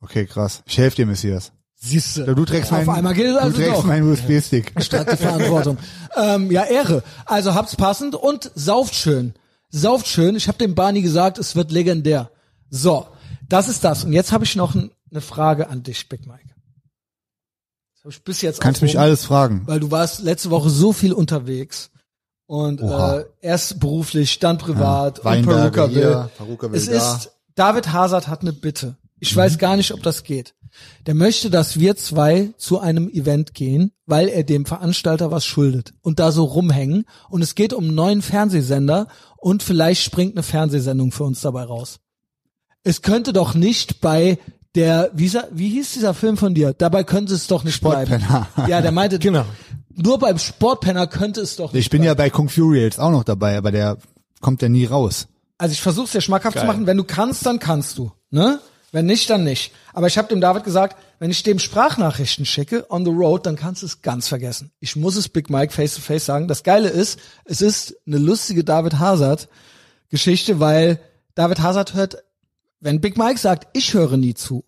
S3: Okay, krass. Ich helfe dir, Messias.
S1: Siehst
S3: Du trägst meinen,
S1: einmal geht es
S3: du
S1: also
S3: trägst
S1: doch.
S3: meinen USB-Stick.
S1: hat die Verantwortung. ähm, ja, Ehre. Also habt's passend und sauft schön. Sauft schön. Ich habe dem Barney gesagt, es wird legendär. So, das ist das. Und jetzt habe ich noch ein, eine Frage an dich, Big Mike. Das hab ich bis jetzt
S3: Kannst mich
S1: aufgehoben,
S3: alles fragen.
S1: Weil du warst letzte Woche so viel unterwegs. Und
S3: Oha.
S1: äh, erst beruflich, dann privat und
S3: Ja, Weinberge
S1: Peruka
S3: hier,
S1: will.
S3: Peruka will
S1: es
S3: da. Mhm.
S1: ist, David Hazard hat eine Bitte. Ich weiß gar nicht, ob das geht. Der möchte, dass wir zwei zu einem Event gehen, weil er dem Veranstalter was schuldet und da so rumhängen. Und es geht um einen neuen Fernsehsender und vielleicht springt eine Fernsehsendung für uns dabei raus. Es könnte doch nicht bei der, wie, sa- wie hieß dieser Film von dir? Dabei könnte es doch nicht
S3: Sportpenner.
S1: bleiben. Ja, der meinte, genau. nur beim Sportpenner könnte es doch nicht
S3: Ich bin ja bei Kung Fury jetzt auch noch dabei, aber der kommt ja nie raus.
S1: also ich versuche es dir schmackhaft zu machen. Wenn du kannst, dann kannst du. Ne? Wenn nicht, dann nicht. Aber ich habe dem David gesagt, wenn ich dem Sprachnachrichten schicke on the road, dann kannst du es ganz vergessen. Ich muss es Big Mike face to face sagen. Das Geile ist, es ist eine lustige David Hazard Geschichte, weil David Hazard hört, wenn Big Mike sagt, ich höre nie zu.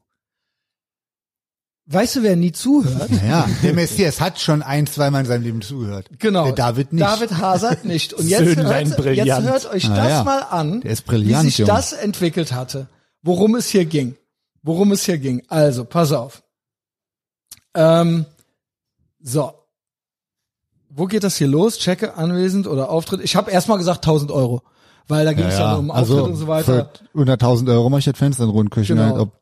S1: Weißt du, wer nie zuhört?
S3: Ja, der Messias hat schon ein, zweimal in seinem Leben zugehört.
S1: Genau.
S3: Der David nicht.
S1: David Hazard nicht. Und jetzt
S2: Söhnlein
S1: hört,
S2: brillant.
S1: jetzt hört euch
S3: Ah,
S1: das
S3: ja.
S1: mal an,
S3: Der ist
S1: wie
S3: brillant,
S1: sich
S3: Junge.
S1: das entwickelt hatte, worum es hier ging. worum es hier ging. Also, pass auf. Ähm, so. Wo geht das hier los? Checke, anwesend oder Auftritt? Ich habe erstmal gesagt 1000 Euro, weil da ging es ja, nur um Auftritt
S3: also
S1: und so weiter.
S3: Für 100.000 Euro mache ich das Fenster in den Rundküchen.
S1: Genau.
S3: Halt, ob,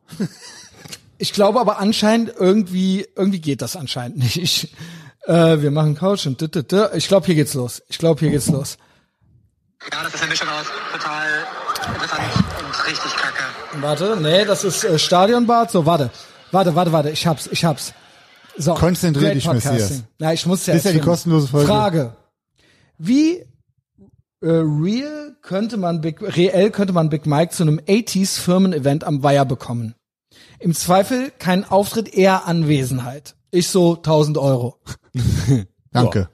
S1: Ich glaube aber anscheinend irgendwie, irgendwie geht das anscheinend nicht. Ich, äh, wir machen Couch und dit, dit, dit. Ich glaube, hier geht's los. Ich glaube, hier geht's los.
S6: Ja, das ist eine Mischung aus total interessant und richtig kacke.
S1: Warte, nee, das ist äh, Stadionbad. So, warte. Warte, warte, warte. Ich hab's, ich hab's. So,
S3: Konzentrier dich,
S1: Podcasting.
S3: Messias.
S1: Na, ich muss ja erst
S3: Ist ja die
S1: finden.
S3: kostenlose Folge.
S1: Frage. Wie äh, real könnte man Big, reell könnte man Big Mike zu einem 80s Firmen-Event am Weiher bekommen? Im Zweifel kein Auftritt, eher Anwesenheit. Ich so 1000 Euro.
S3: danke.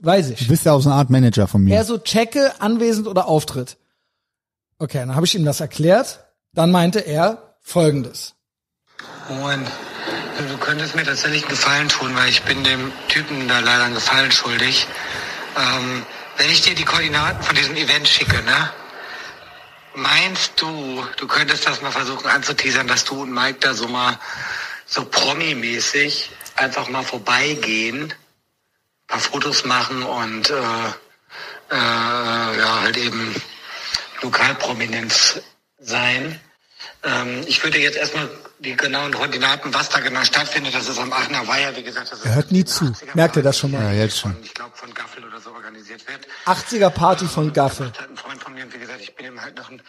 S1: Weiß ich.
S3: Du bist ja auch so eine Art Manager von mir.
S1: Er so checke, anwesend oder Auftritt. Okay, dann habe ich ihm das erklärt. Dann meinte er folgendes.
S6: Owen, Also du könntest mir tatsächlich einen Gefallen tun, weil ich bin dem Typen da leider einen Gefallen schuldig. Ähm, wenn ich dir die Koordinaten von diesem Event schicke, ne? Meinst du, du könntest das mal versuchen anzuteasern, dass du und Mike da so mal so promi-mäßig einfach mal vorbeigehen, paar Fotos machen und äh, äh, ja, halt eben Lokalprominenz sein. Ähm, ich würde jetzt erstmal die genauen Koordinaten, was da genau stattfindet, das ist am Aachener Weiher, wie gesagt. Das ist
S1: Er hört nie zu. Merkt er das schon
S3: Ja,
S1: mal?
S3: jetzt schon.
S6: Ich glaube, von Gaffel oder so organisiert wird. Ähm,
S1: 80er Party von Gaffel.
S6: Hat ein Freund von mir, wie gesagt, ich bin ihm halt noch einen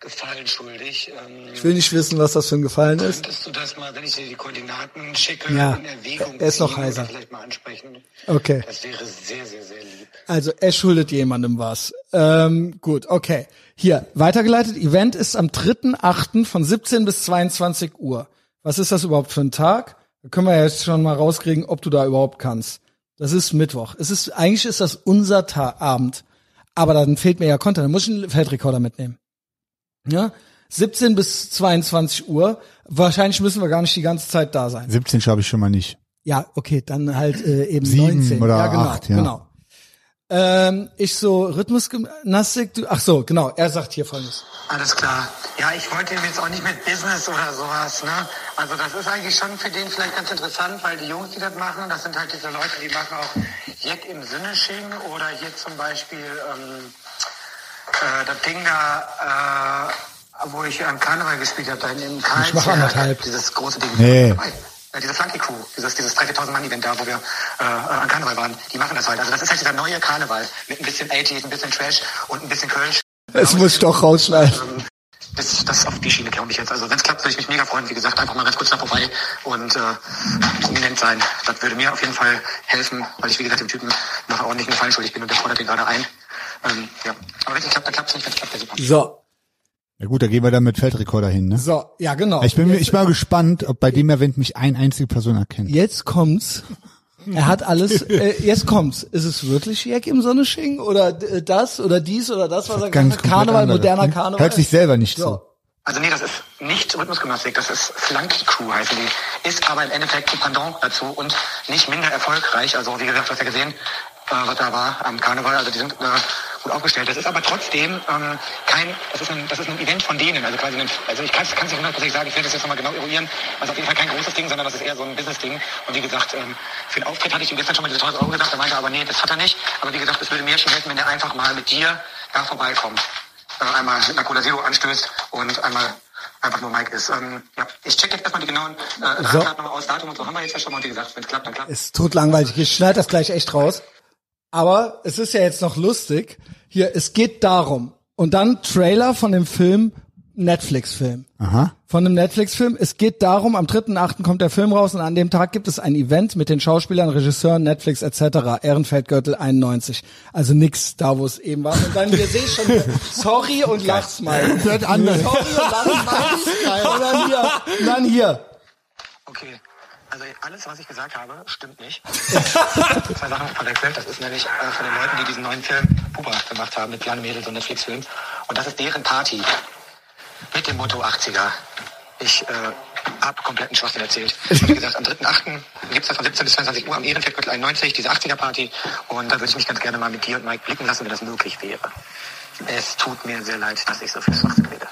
S6: Gefallen schuldig. Ähm,
S1: Ich will nicht wissen, was das für ein Gefallen ist.
S6: Könntest du das mal, wenn ich dir die Koordinaten schicke,
S1: Ja,
S6: in Erwägung
S1: er ist noch
S6: ziehen oder
S1: heiser.
S6: vielleicht mal ansprechen?
S1: Okay.
S6: Das wäre sehr, sehr, sehr lieb.
S1: Also er schuldet jemandem was. Ähm, gut, okay. Hier, weitergeleitet. Event ist am 3.8. von 17 bis 22 Uhr. Was ist das überhaupt für ein Tag? Da können wir jetzt schon mal rauskriegen, ob du da überhaupt kannst. Das ist Mittwoch. Es ist, eigentlich ist das unser Ta Abend. Aber dann fehlt mir ja Content. Dann muss ich einen Feldrekorder mitnehmen. Ja? 17 bis 22 Uhr. Wahrscheinlich müssen wir gar nicht die ganze Zeit da sein.
S3: 17 schaffe ich schon mal nicht.
S1: Ja, okay, dann halt äh, eben
S3: Sieben
S1: 19.
S3: oder
S1: ja, genau,
S3: acht, ja.
S1: genau. Ähm, ich so, Rhythmusgymnastik, du, ach so, genau, er sagt hier folgendes.
S6: Alles klar. Ja, ich wollte ihm jetzt auch nicht mit Business oder sowas, ne? Also das ist eigentlich schon für den vielleicht ganz interessant, weil die Jungs, die das machen, das sind halt diese Leute, die machen auch Jack im Sinne-Shing oder hier zum Beispiel ähm, äh, das Ding da, äh, wo ich am Karneval gespielt habe, da in- in Karlsruhe.
S1: mach anderthalb.
S6: Dieses große Ding.
S3: Nee.
S6: Äh, Diese Funky Crew, dieses, dieses 3000-Mann-Event da, wo wir äh, an Karneval waren, die machen das halt. Also das ist halt dieser neue Karneval mit ein bisschen 80s, ein bisschen Trash und ein bisschen Kölsch.
S1: Es muss ich doch rausschneiden.
S6: Ähm, Das, das auf die Schiene glaube ich jetzt. Also wenn es klappt, würde ich mich mega freuen. Wie gesagt, einfach mal ganz kurz da vorbei und äh, prominent sein. Das würde mir auf jeden Fall helfen, weil ich, wie gesagt, dem Typen noch einen ordentlichen Gefallen schuldig bin und der fordert den gerade ein. Ähm, ja. Aber wenn es nicht klappt, dann klappt es nicht. Wenn es klappt, dann super.
S1: So,
S3: Ja gut, da gehen wir dann mit Feldrekorder hin, ne?
S1: so, ja, genau.
S3: Ich bin, mir- ich bin mal gespannt, ob bei dem Event mich ein einzige Person erkennt.
S1: jetzt kommt's. Er hat alles, äh, jetzt kommt's. Ist es wirklich Jack im Sonnensching oder äh, das oder dies oder das, was er
S3: Ganz
S1: gesagt hat?
S3: komplett
S1: Karneval,
S3: anderes,
S1: moderner
S3: ne?
S1: Karneval.
S3: Hört sich selber nicht
S1: so.
S3: zu.
S6: Also nee, das ist nicht Rhythmusgymnastik, das ist Flunky Crew heißen die. Ist aber im Endeffekt die Pendant dazu und nicht minder erfolgreich. Also wie gesagt, du hast ja gesehen, äh, was da war am Karneval. Also die sind äh, gut aufgestellt. Das ist aber trotzdem ähm, kein, das ist, ein, das ist ein Event von denen. Also quasi, ein, also ich kann es nicht hundertprozentig sagen, ich will das jetzt nochmal genau eruieren. Also auf jeden Fall kein großes Ding, sondern das ist eher so ein Business-Ding. Und wie gesagt, ähm, für den Auftritt hatte ich ihm gestern schon mal diese 1000 Euro gesagt, er meinte aber nee, das hat er nicht. Aber wie gesagt, es würde mir schon helfen, wenn er einfach mal mit dir da vorbeikommt äh, einmal mit einer Cola Zero anstößt und einmal einfach nur Mike ist. Ähm, ja, ich check jetzt erstmal die genauen äh, Radkarten nochmal aus, Datum und so haben wir jetzt ja schon mal und wie gesagt, wenn es klappt, dann klappt.
S1: Ist totlangweilig. Ich schneide das gleich echt raus. Aber es ist ja jetzt noch lustig. Hier, es geht darum. Und dann Trailer von dem Film, Netflix-Film.
S3: Aha.
S1: Von einem Netflix-Film. Es geht darum, am 3.8. kommt der Film raus und an dem Tag gibt es ein Event mit den Schauspielern, Regisseuren, Netflix etc. Ehrenfeldgürtel 91. Also nix da, wo es eben war. Und dann, wir sehen schon, sorry und lach's mal.
S3: Hört ne? andere.
S1: Sorry und lach's mal. Und dann hier, und dann hier.
S6: Okay. Also alles, was ich gesagt habe, stimmt nicht. Zwei Sachen verwechselt. Das ist nämlich äh, von den Leuten, die diesen neuen Film Buba gemacht haben mit Jan Mädel, so ein Netflix-Film. Und das ist deren Party. Mit dem Motto 80er. Ich äh, hab kompletten Schwachsinn erzählt. Und wie gesagt, am 3.8. gibt's da von 17 bis 22 Uhr am Ehrenfeldgürtel 91 diese 80er-Party. Und da würde ich mich ganz gerne mal mit dir und Mike blicken lassen, wenn das möglich wäre. Es tut mir sehr leid, dass ich so viel Schwachsinn rede.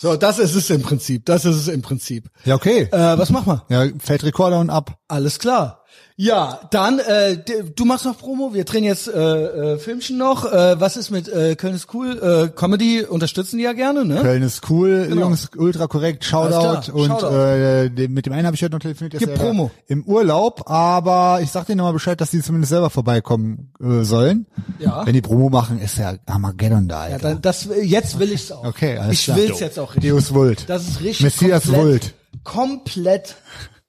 S1: So, das ist es im Prinzip. Das ist es im Prinzip.
S3: Ja, okay.
S1: Äh, was machen wir?
S3: Ja, fällt Rekorder und ab.
S1: Alles klar. Ja, dann, äh, d- du machst noch Promo, wir drehen jetzt äh, äh, Filmchen noch. Äh, was ist mit äh, Köln ist cool? Äh, Comedy unterstützen die ja gerne, ne?
S3: Köln ist cool, Jungs, ultra korrekt,
S1: Alles
S3: Shoutout.
S1: klar,
S3: Und
S1: Shoutout.
S3: Äh, dem- mit dem einen habe ich heute noch telefoniert, der
S1: Gib
S3: ist ja
S1: Promo.
S3: im Urlaub, aber ich sag denen nochmal Bescheid, dass die zumindest selber vorbeikommen äh, sollen.
S1: Ja.
S3: Wenn die Promo machen, ist ja Armageddon da,
S1: Ja,
S3: Alter.
S1: dann, das, jetzt will ich's auch.
S3: Okay, alles
S1: Ich
S3: klar.
S1: will's jetzt auch richtig.
S3: Deus Vult.
S1: Das ist richtig
S3: Messias
S1: komplett,
S3: Vult.
S1: komplett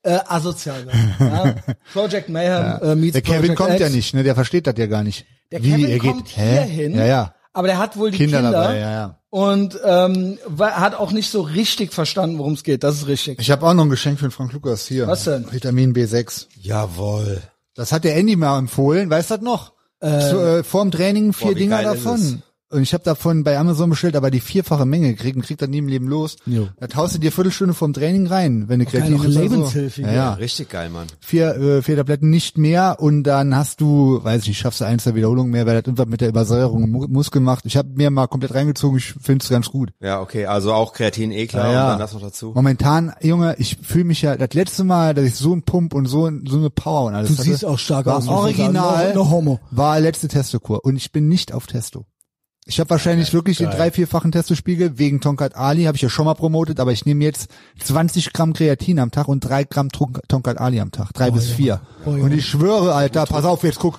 S1: äh, asozial. Ja? Project Mayhem äh, meets
S3: Der Kevin
S1: Project
S3: kommt
S1: X.
S3: ja nicht, ne? Der versteht das ja gar nicht.
S1: Der
S3: Wie,
S1: Kevin
S3: er geht,
S1: kommt
S3: hä?
S1: hierhin,
S3: Ja, ja.
S1: aber der hat wohl die Kinder,
S3: Kinder dabei, ja, ja.
S1: und ähm, war, hat auch nicht so richtig verstanden, worum es geht. Das ist richtig.
S3: Ich habe auch noch ein Geschenk für den Frank Lukas hier.
S1: Was denn?
S3: Vitamin B6.
S4: Jawohl.
S3: Das hat der Andy mal empfohlen, weißt du das noch? Zu, äh, vorm Training vier
S4: Boah, wie
S3: Dinger
S4: geil ist
S3: davon. Und ich habe davon bei Amazon bestellt, aber die vierfache Menge gekriegt und kriegt das nie im Leben los.
S1: Jo.
S3: Das haust du dir Viertelstunde vorm Training rein, wenn du kreativ
S1: noch
S3: bist. oder
S1: Lebenshilfe,
S3: So.
S1: ja.
S3: Ja, ja.
S4: Richtig geil, Mann.
S3: Vier, äh, vier Tabletten nicht mehr und dann hast du, weiß ich nicht, schaffst du eins der Wiederholung mehr, weil das irgendwas mit der Übersäuerung im Mu- Muskel macht. Ich habe mir mal komplett reingezogen, ich find's ganz gut.
S4: Ja, okay, also auch Kreatin eh klar und dann das noch dazu.
S3: Momentan, Junge, ich fühle mich ja das letzte Mal, dass ich so einen Pump und so, ein- so eine Power und alles
S1: Du
S3: hatte,
S1: siehst auch stark
S3: war
S1: aus, muss ich sagen.
S3: Original,
S1: No- no homo.
S3: war letzte Testokur und ich bin nicht auf Testo. Ich habe wahrscheinlich wirklich den drei, vierfachen Testospiegel wegen Tonkat Ali, habe ich ja schon mal promotet, aber ich nehme jetzt 20 Gramm Kreatin am Tag und drei Gramm Tron- Tonkat Ali am Tag,
S1: Oh
S3: drei bis vier. und ich schwöre, Alter, pass auf, jetzt guck,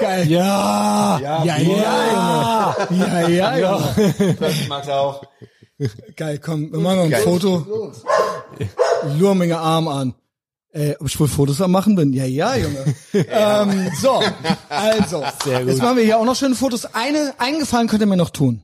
S1: Geil.
S2: Ja, ja, ja,
S1: Ja, ja, ja.
S4: Ich mag's auch.
S1: Geil, komm, wir machen noch ein
S4: Geil.
S1: Foto. Lurminger Arm an. Äh, ob ich wohl Fotos am machen bin? Ja, ja, Junge. ähm, so, also, jetzt machen wir hier auch noch schöne Fotos. Eine, eingefallen könnt ihr mir noch tun.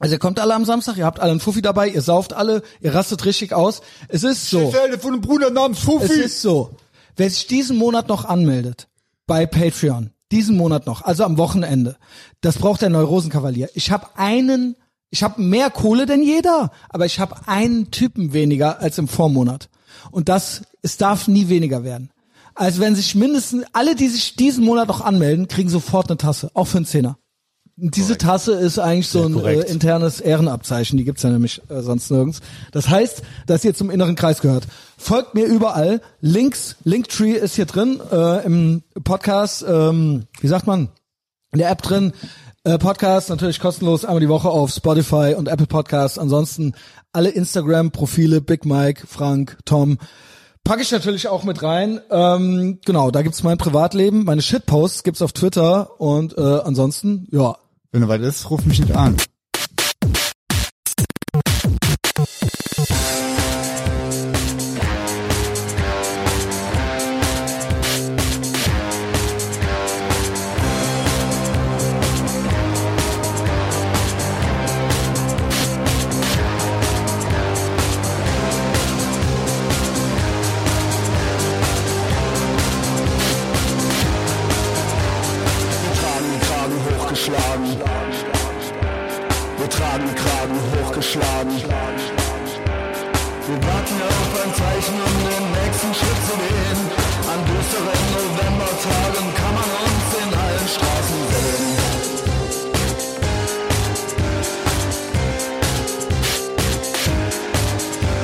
S1: Also ihr kommt alle am Samstag, ihr habt alle einen Fuffi dabei, ihr sauft alle, ihr rastet richtig aus. Es ist so.
S3: Felde von einem Bruder namens
S1: Oh. Es
S3: Fufi.
S1: ist so, wer sich diesen Monat noch anmeldet bei Patreon, diesen Monat noch, also am Wochenende, das braucht der Neurosenkavalier. Ich habe einen, ich habe mehr Kohle denn jeder, aber ich habe einen Typen weniger als im Vormonat. Und das, es darf nie weniger werden. Also wenn sich mindestens alle, die sich diesen Monat noch anmelden, kriegen sofort eine Tasse, auch für einen Zehner. Und Diese Tasse ist eigentlich so ein äh,
S2: korrekt.
S1: internes Ehrenabzeichen, die gibt's ja nämlich äh, sonst nirgends. Das heißt, dass ihr zum inneren Kreis gehört. Folgt mir überall. Links, Linktree ist hier drin äh, im Podcast. Ähm, wie sagt man? in der App drin. Äh, Podcast natürlich kostenlos einmal die Woche auf Spotify und Apple Podcasts. Ansonsten alle Instagram-Profile, Big Mike, Frank, Tom. Packe ich natürlich auch mit rein. Ähm, genau, da gibt's mein Privatleben, meine Shitposts gibt's auf Twitter und äh, ansonsten, ja.
S3: Wenn du weit ist, ruf mich nicht an.
S7: Wir tragen Kragen hochgeschlagen. Wir tragen Kragen hochgeschlagen. Wir warten auf ein Zeichen, um den nächsten Schritt zu gehen. An düsteren Novembertagen kann man uns in allen Straßen sehen.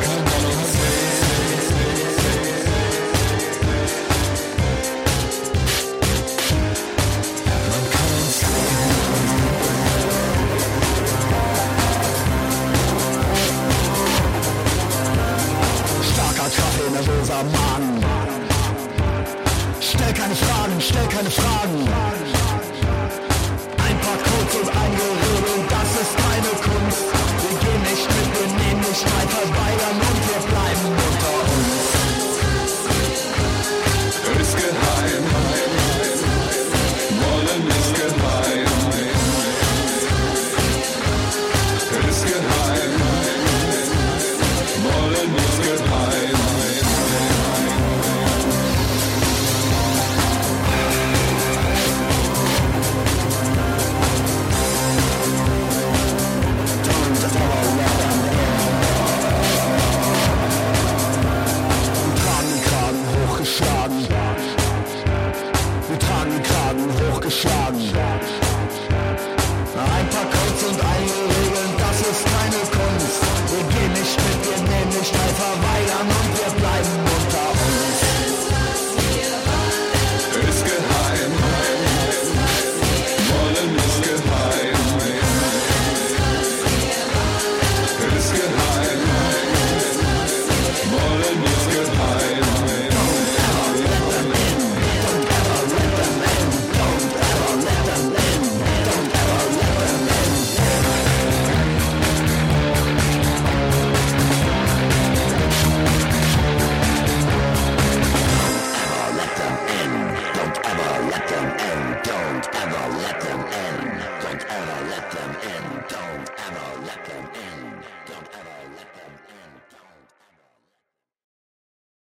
S7: Kann man uns Starker Kaffee, nervöser Magen. Stell keine Fragen, stell keine Fragen.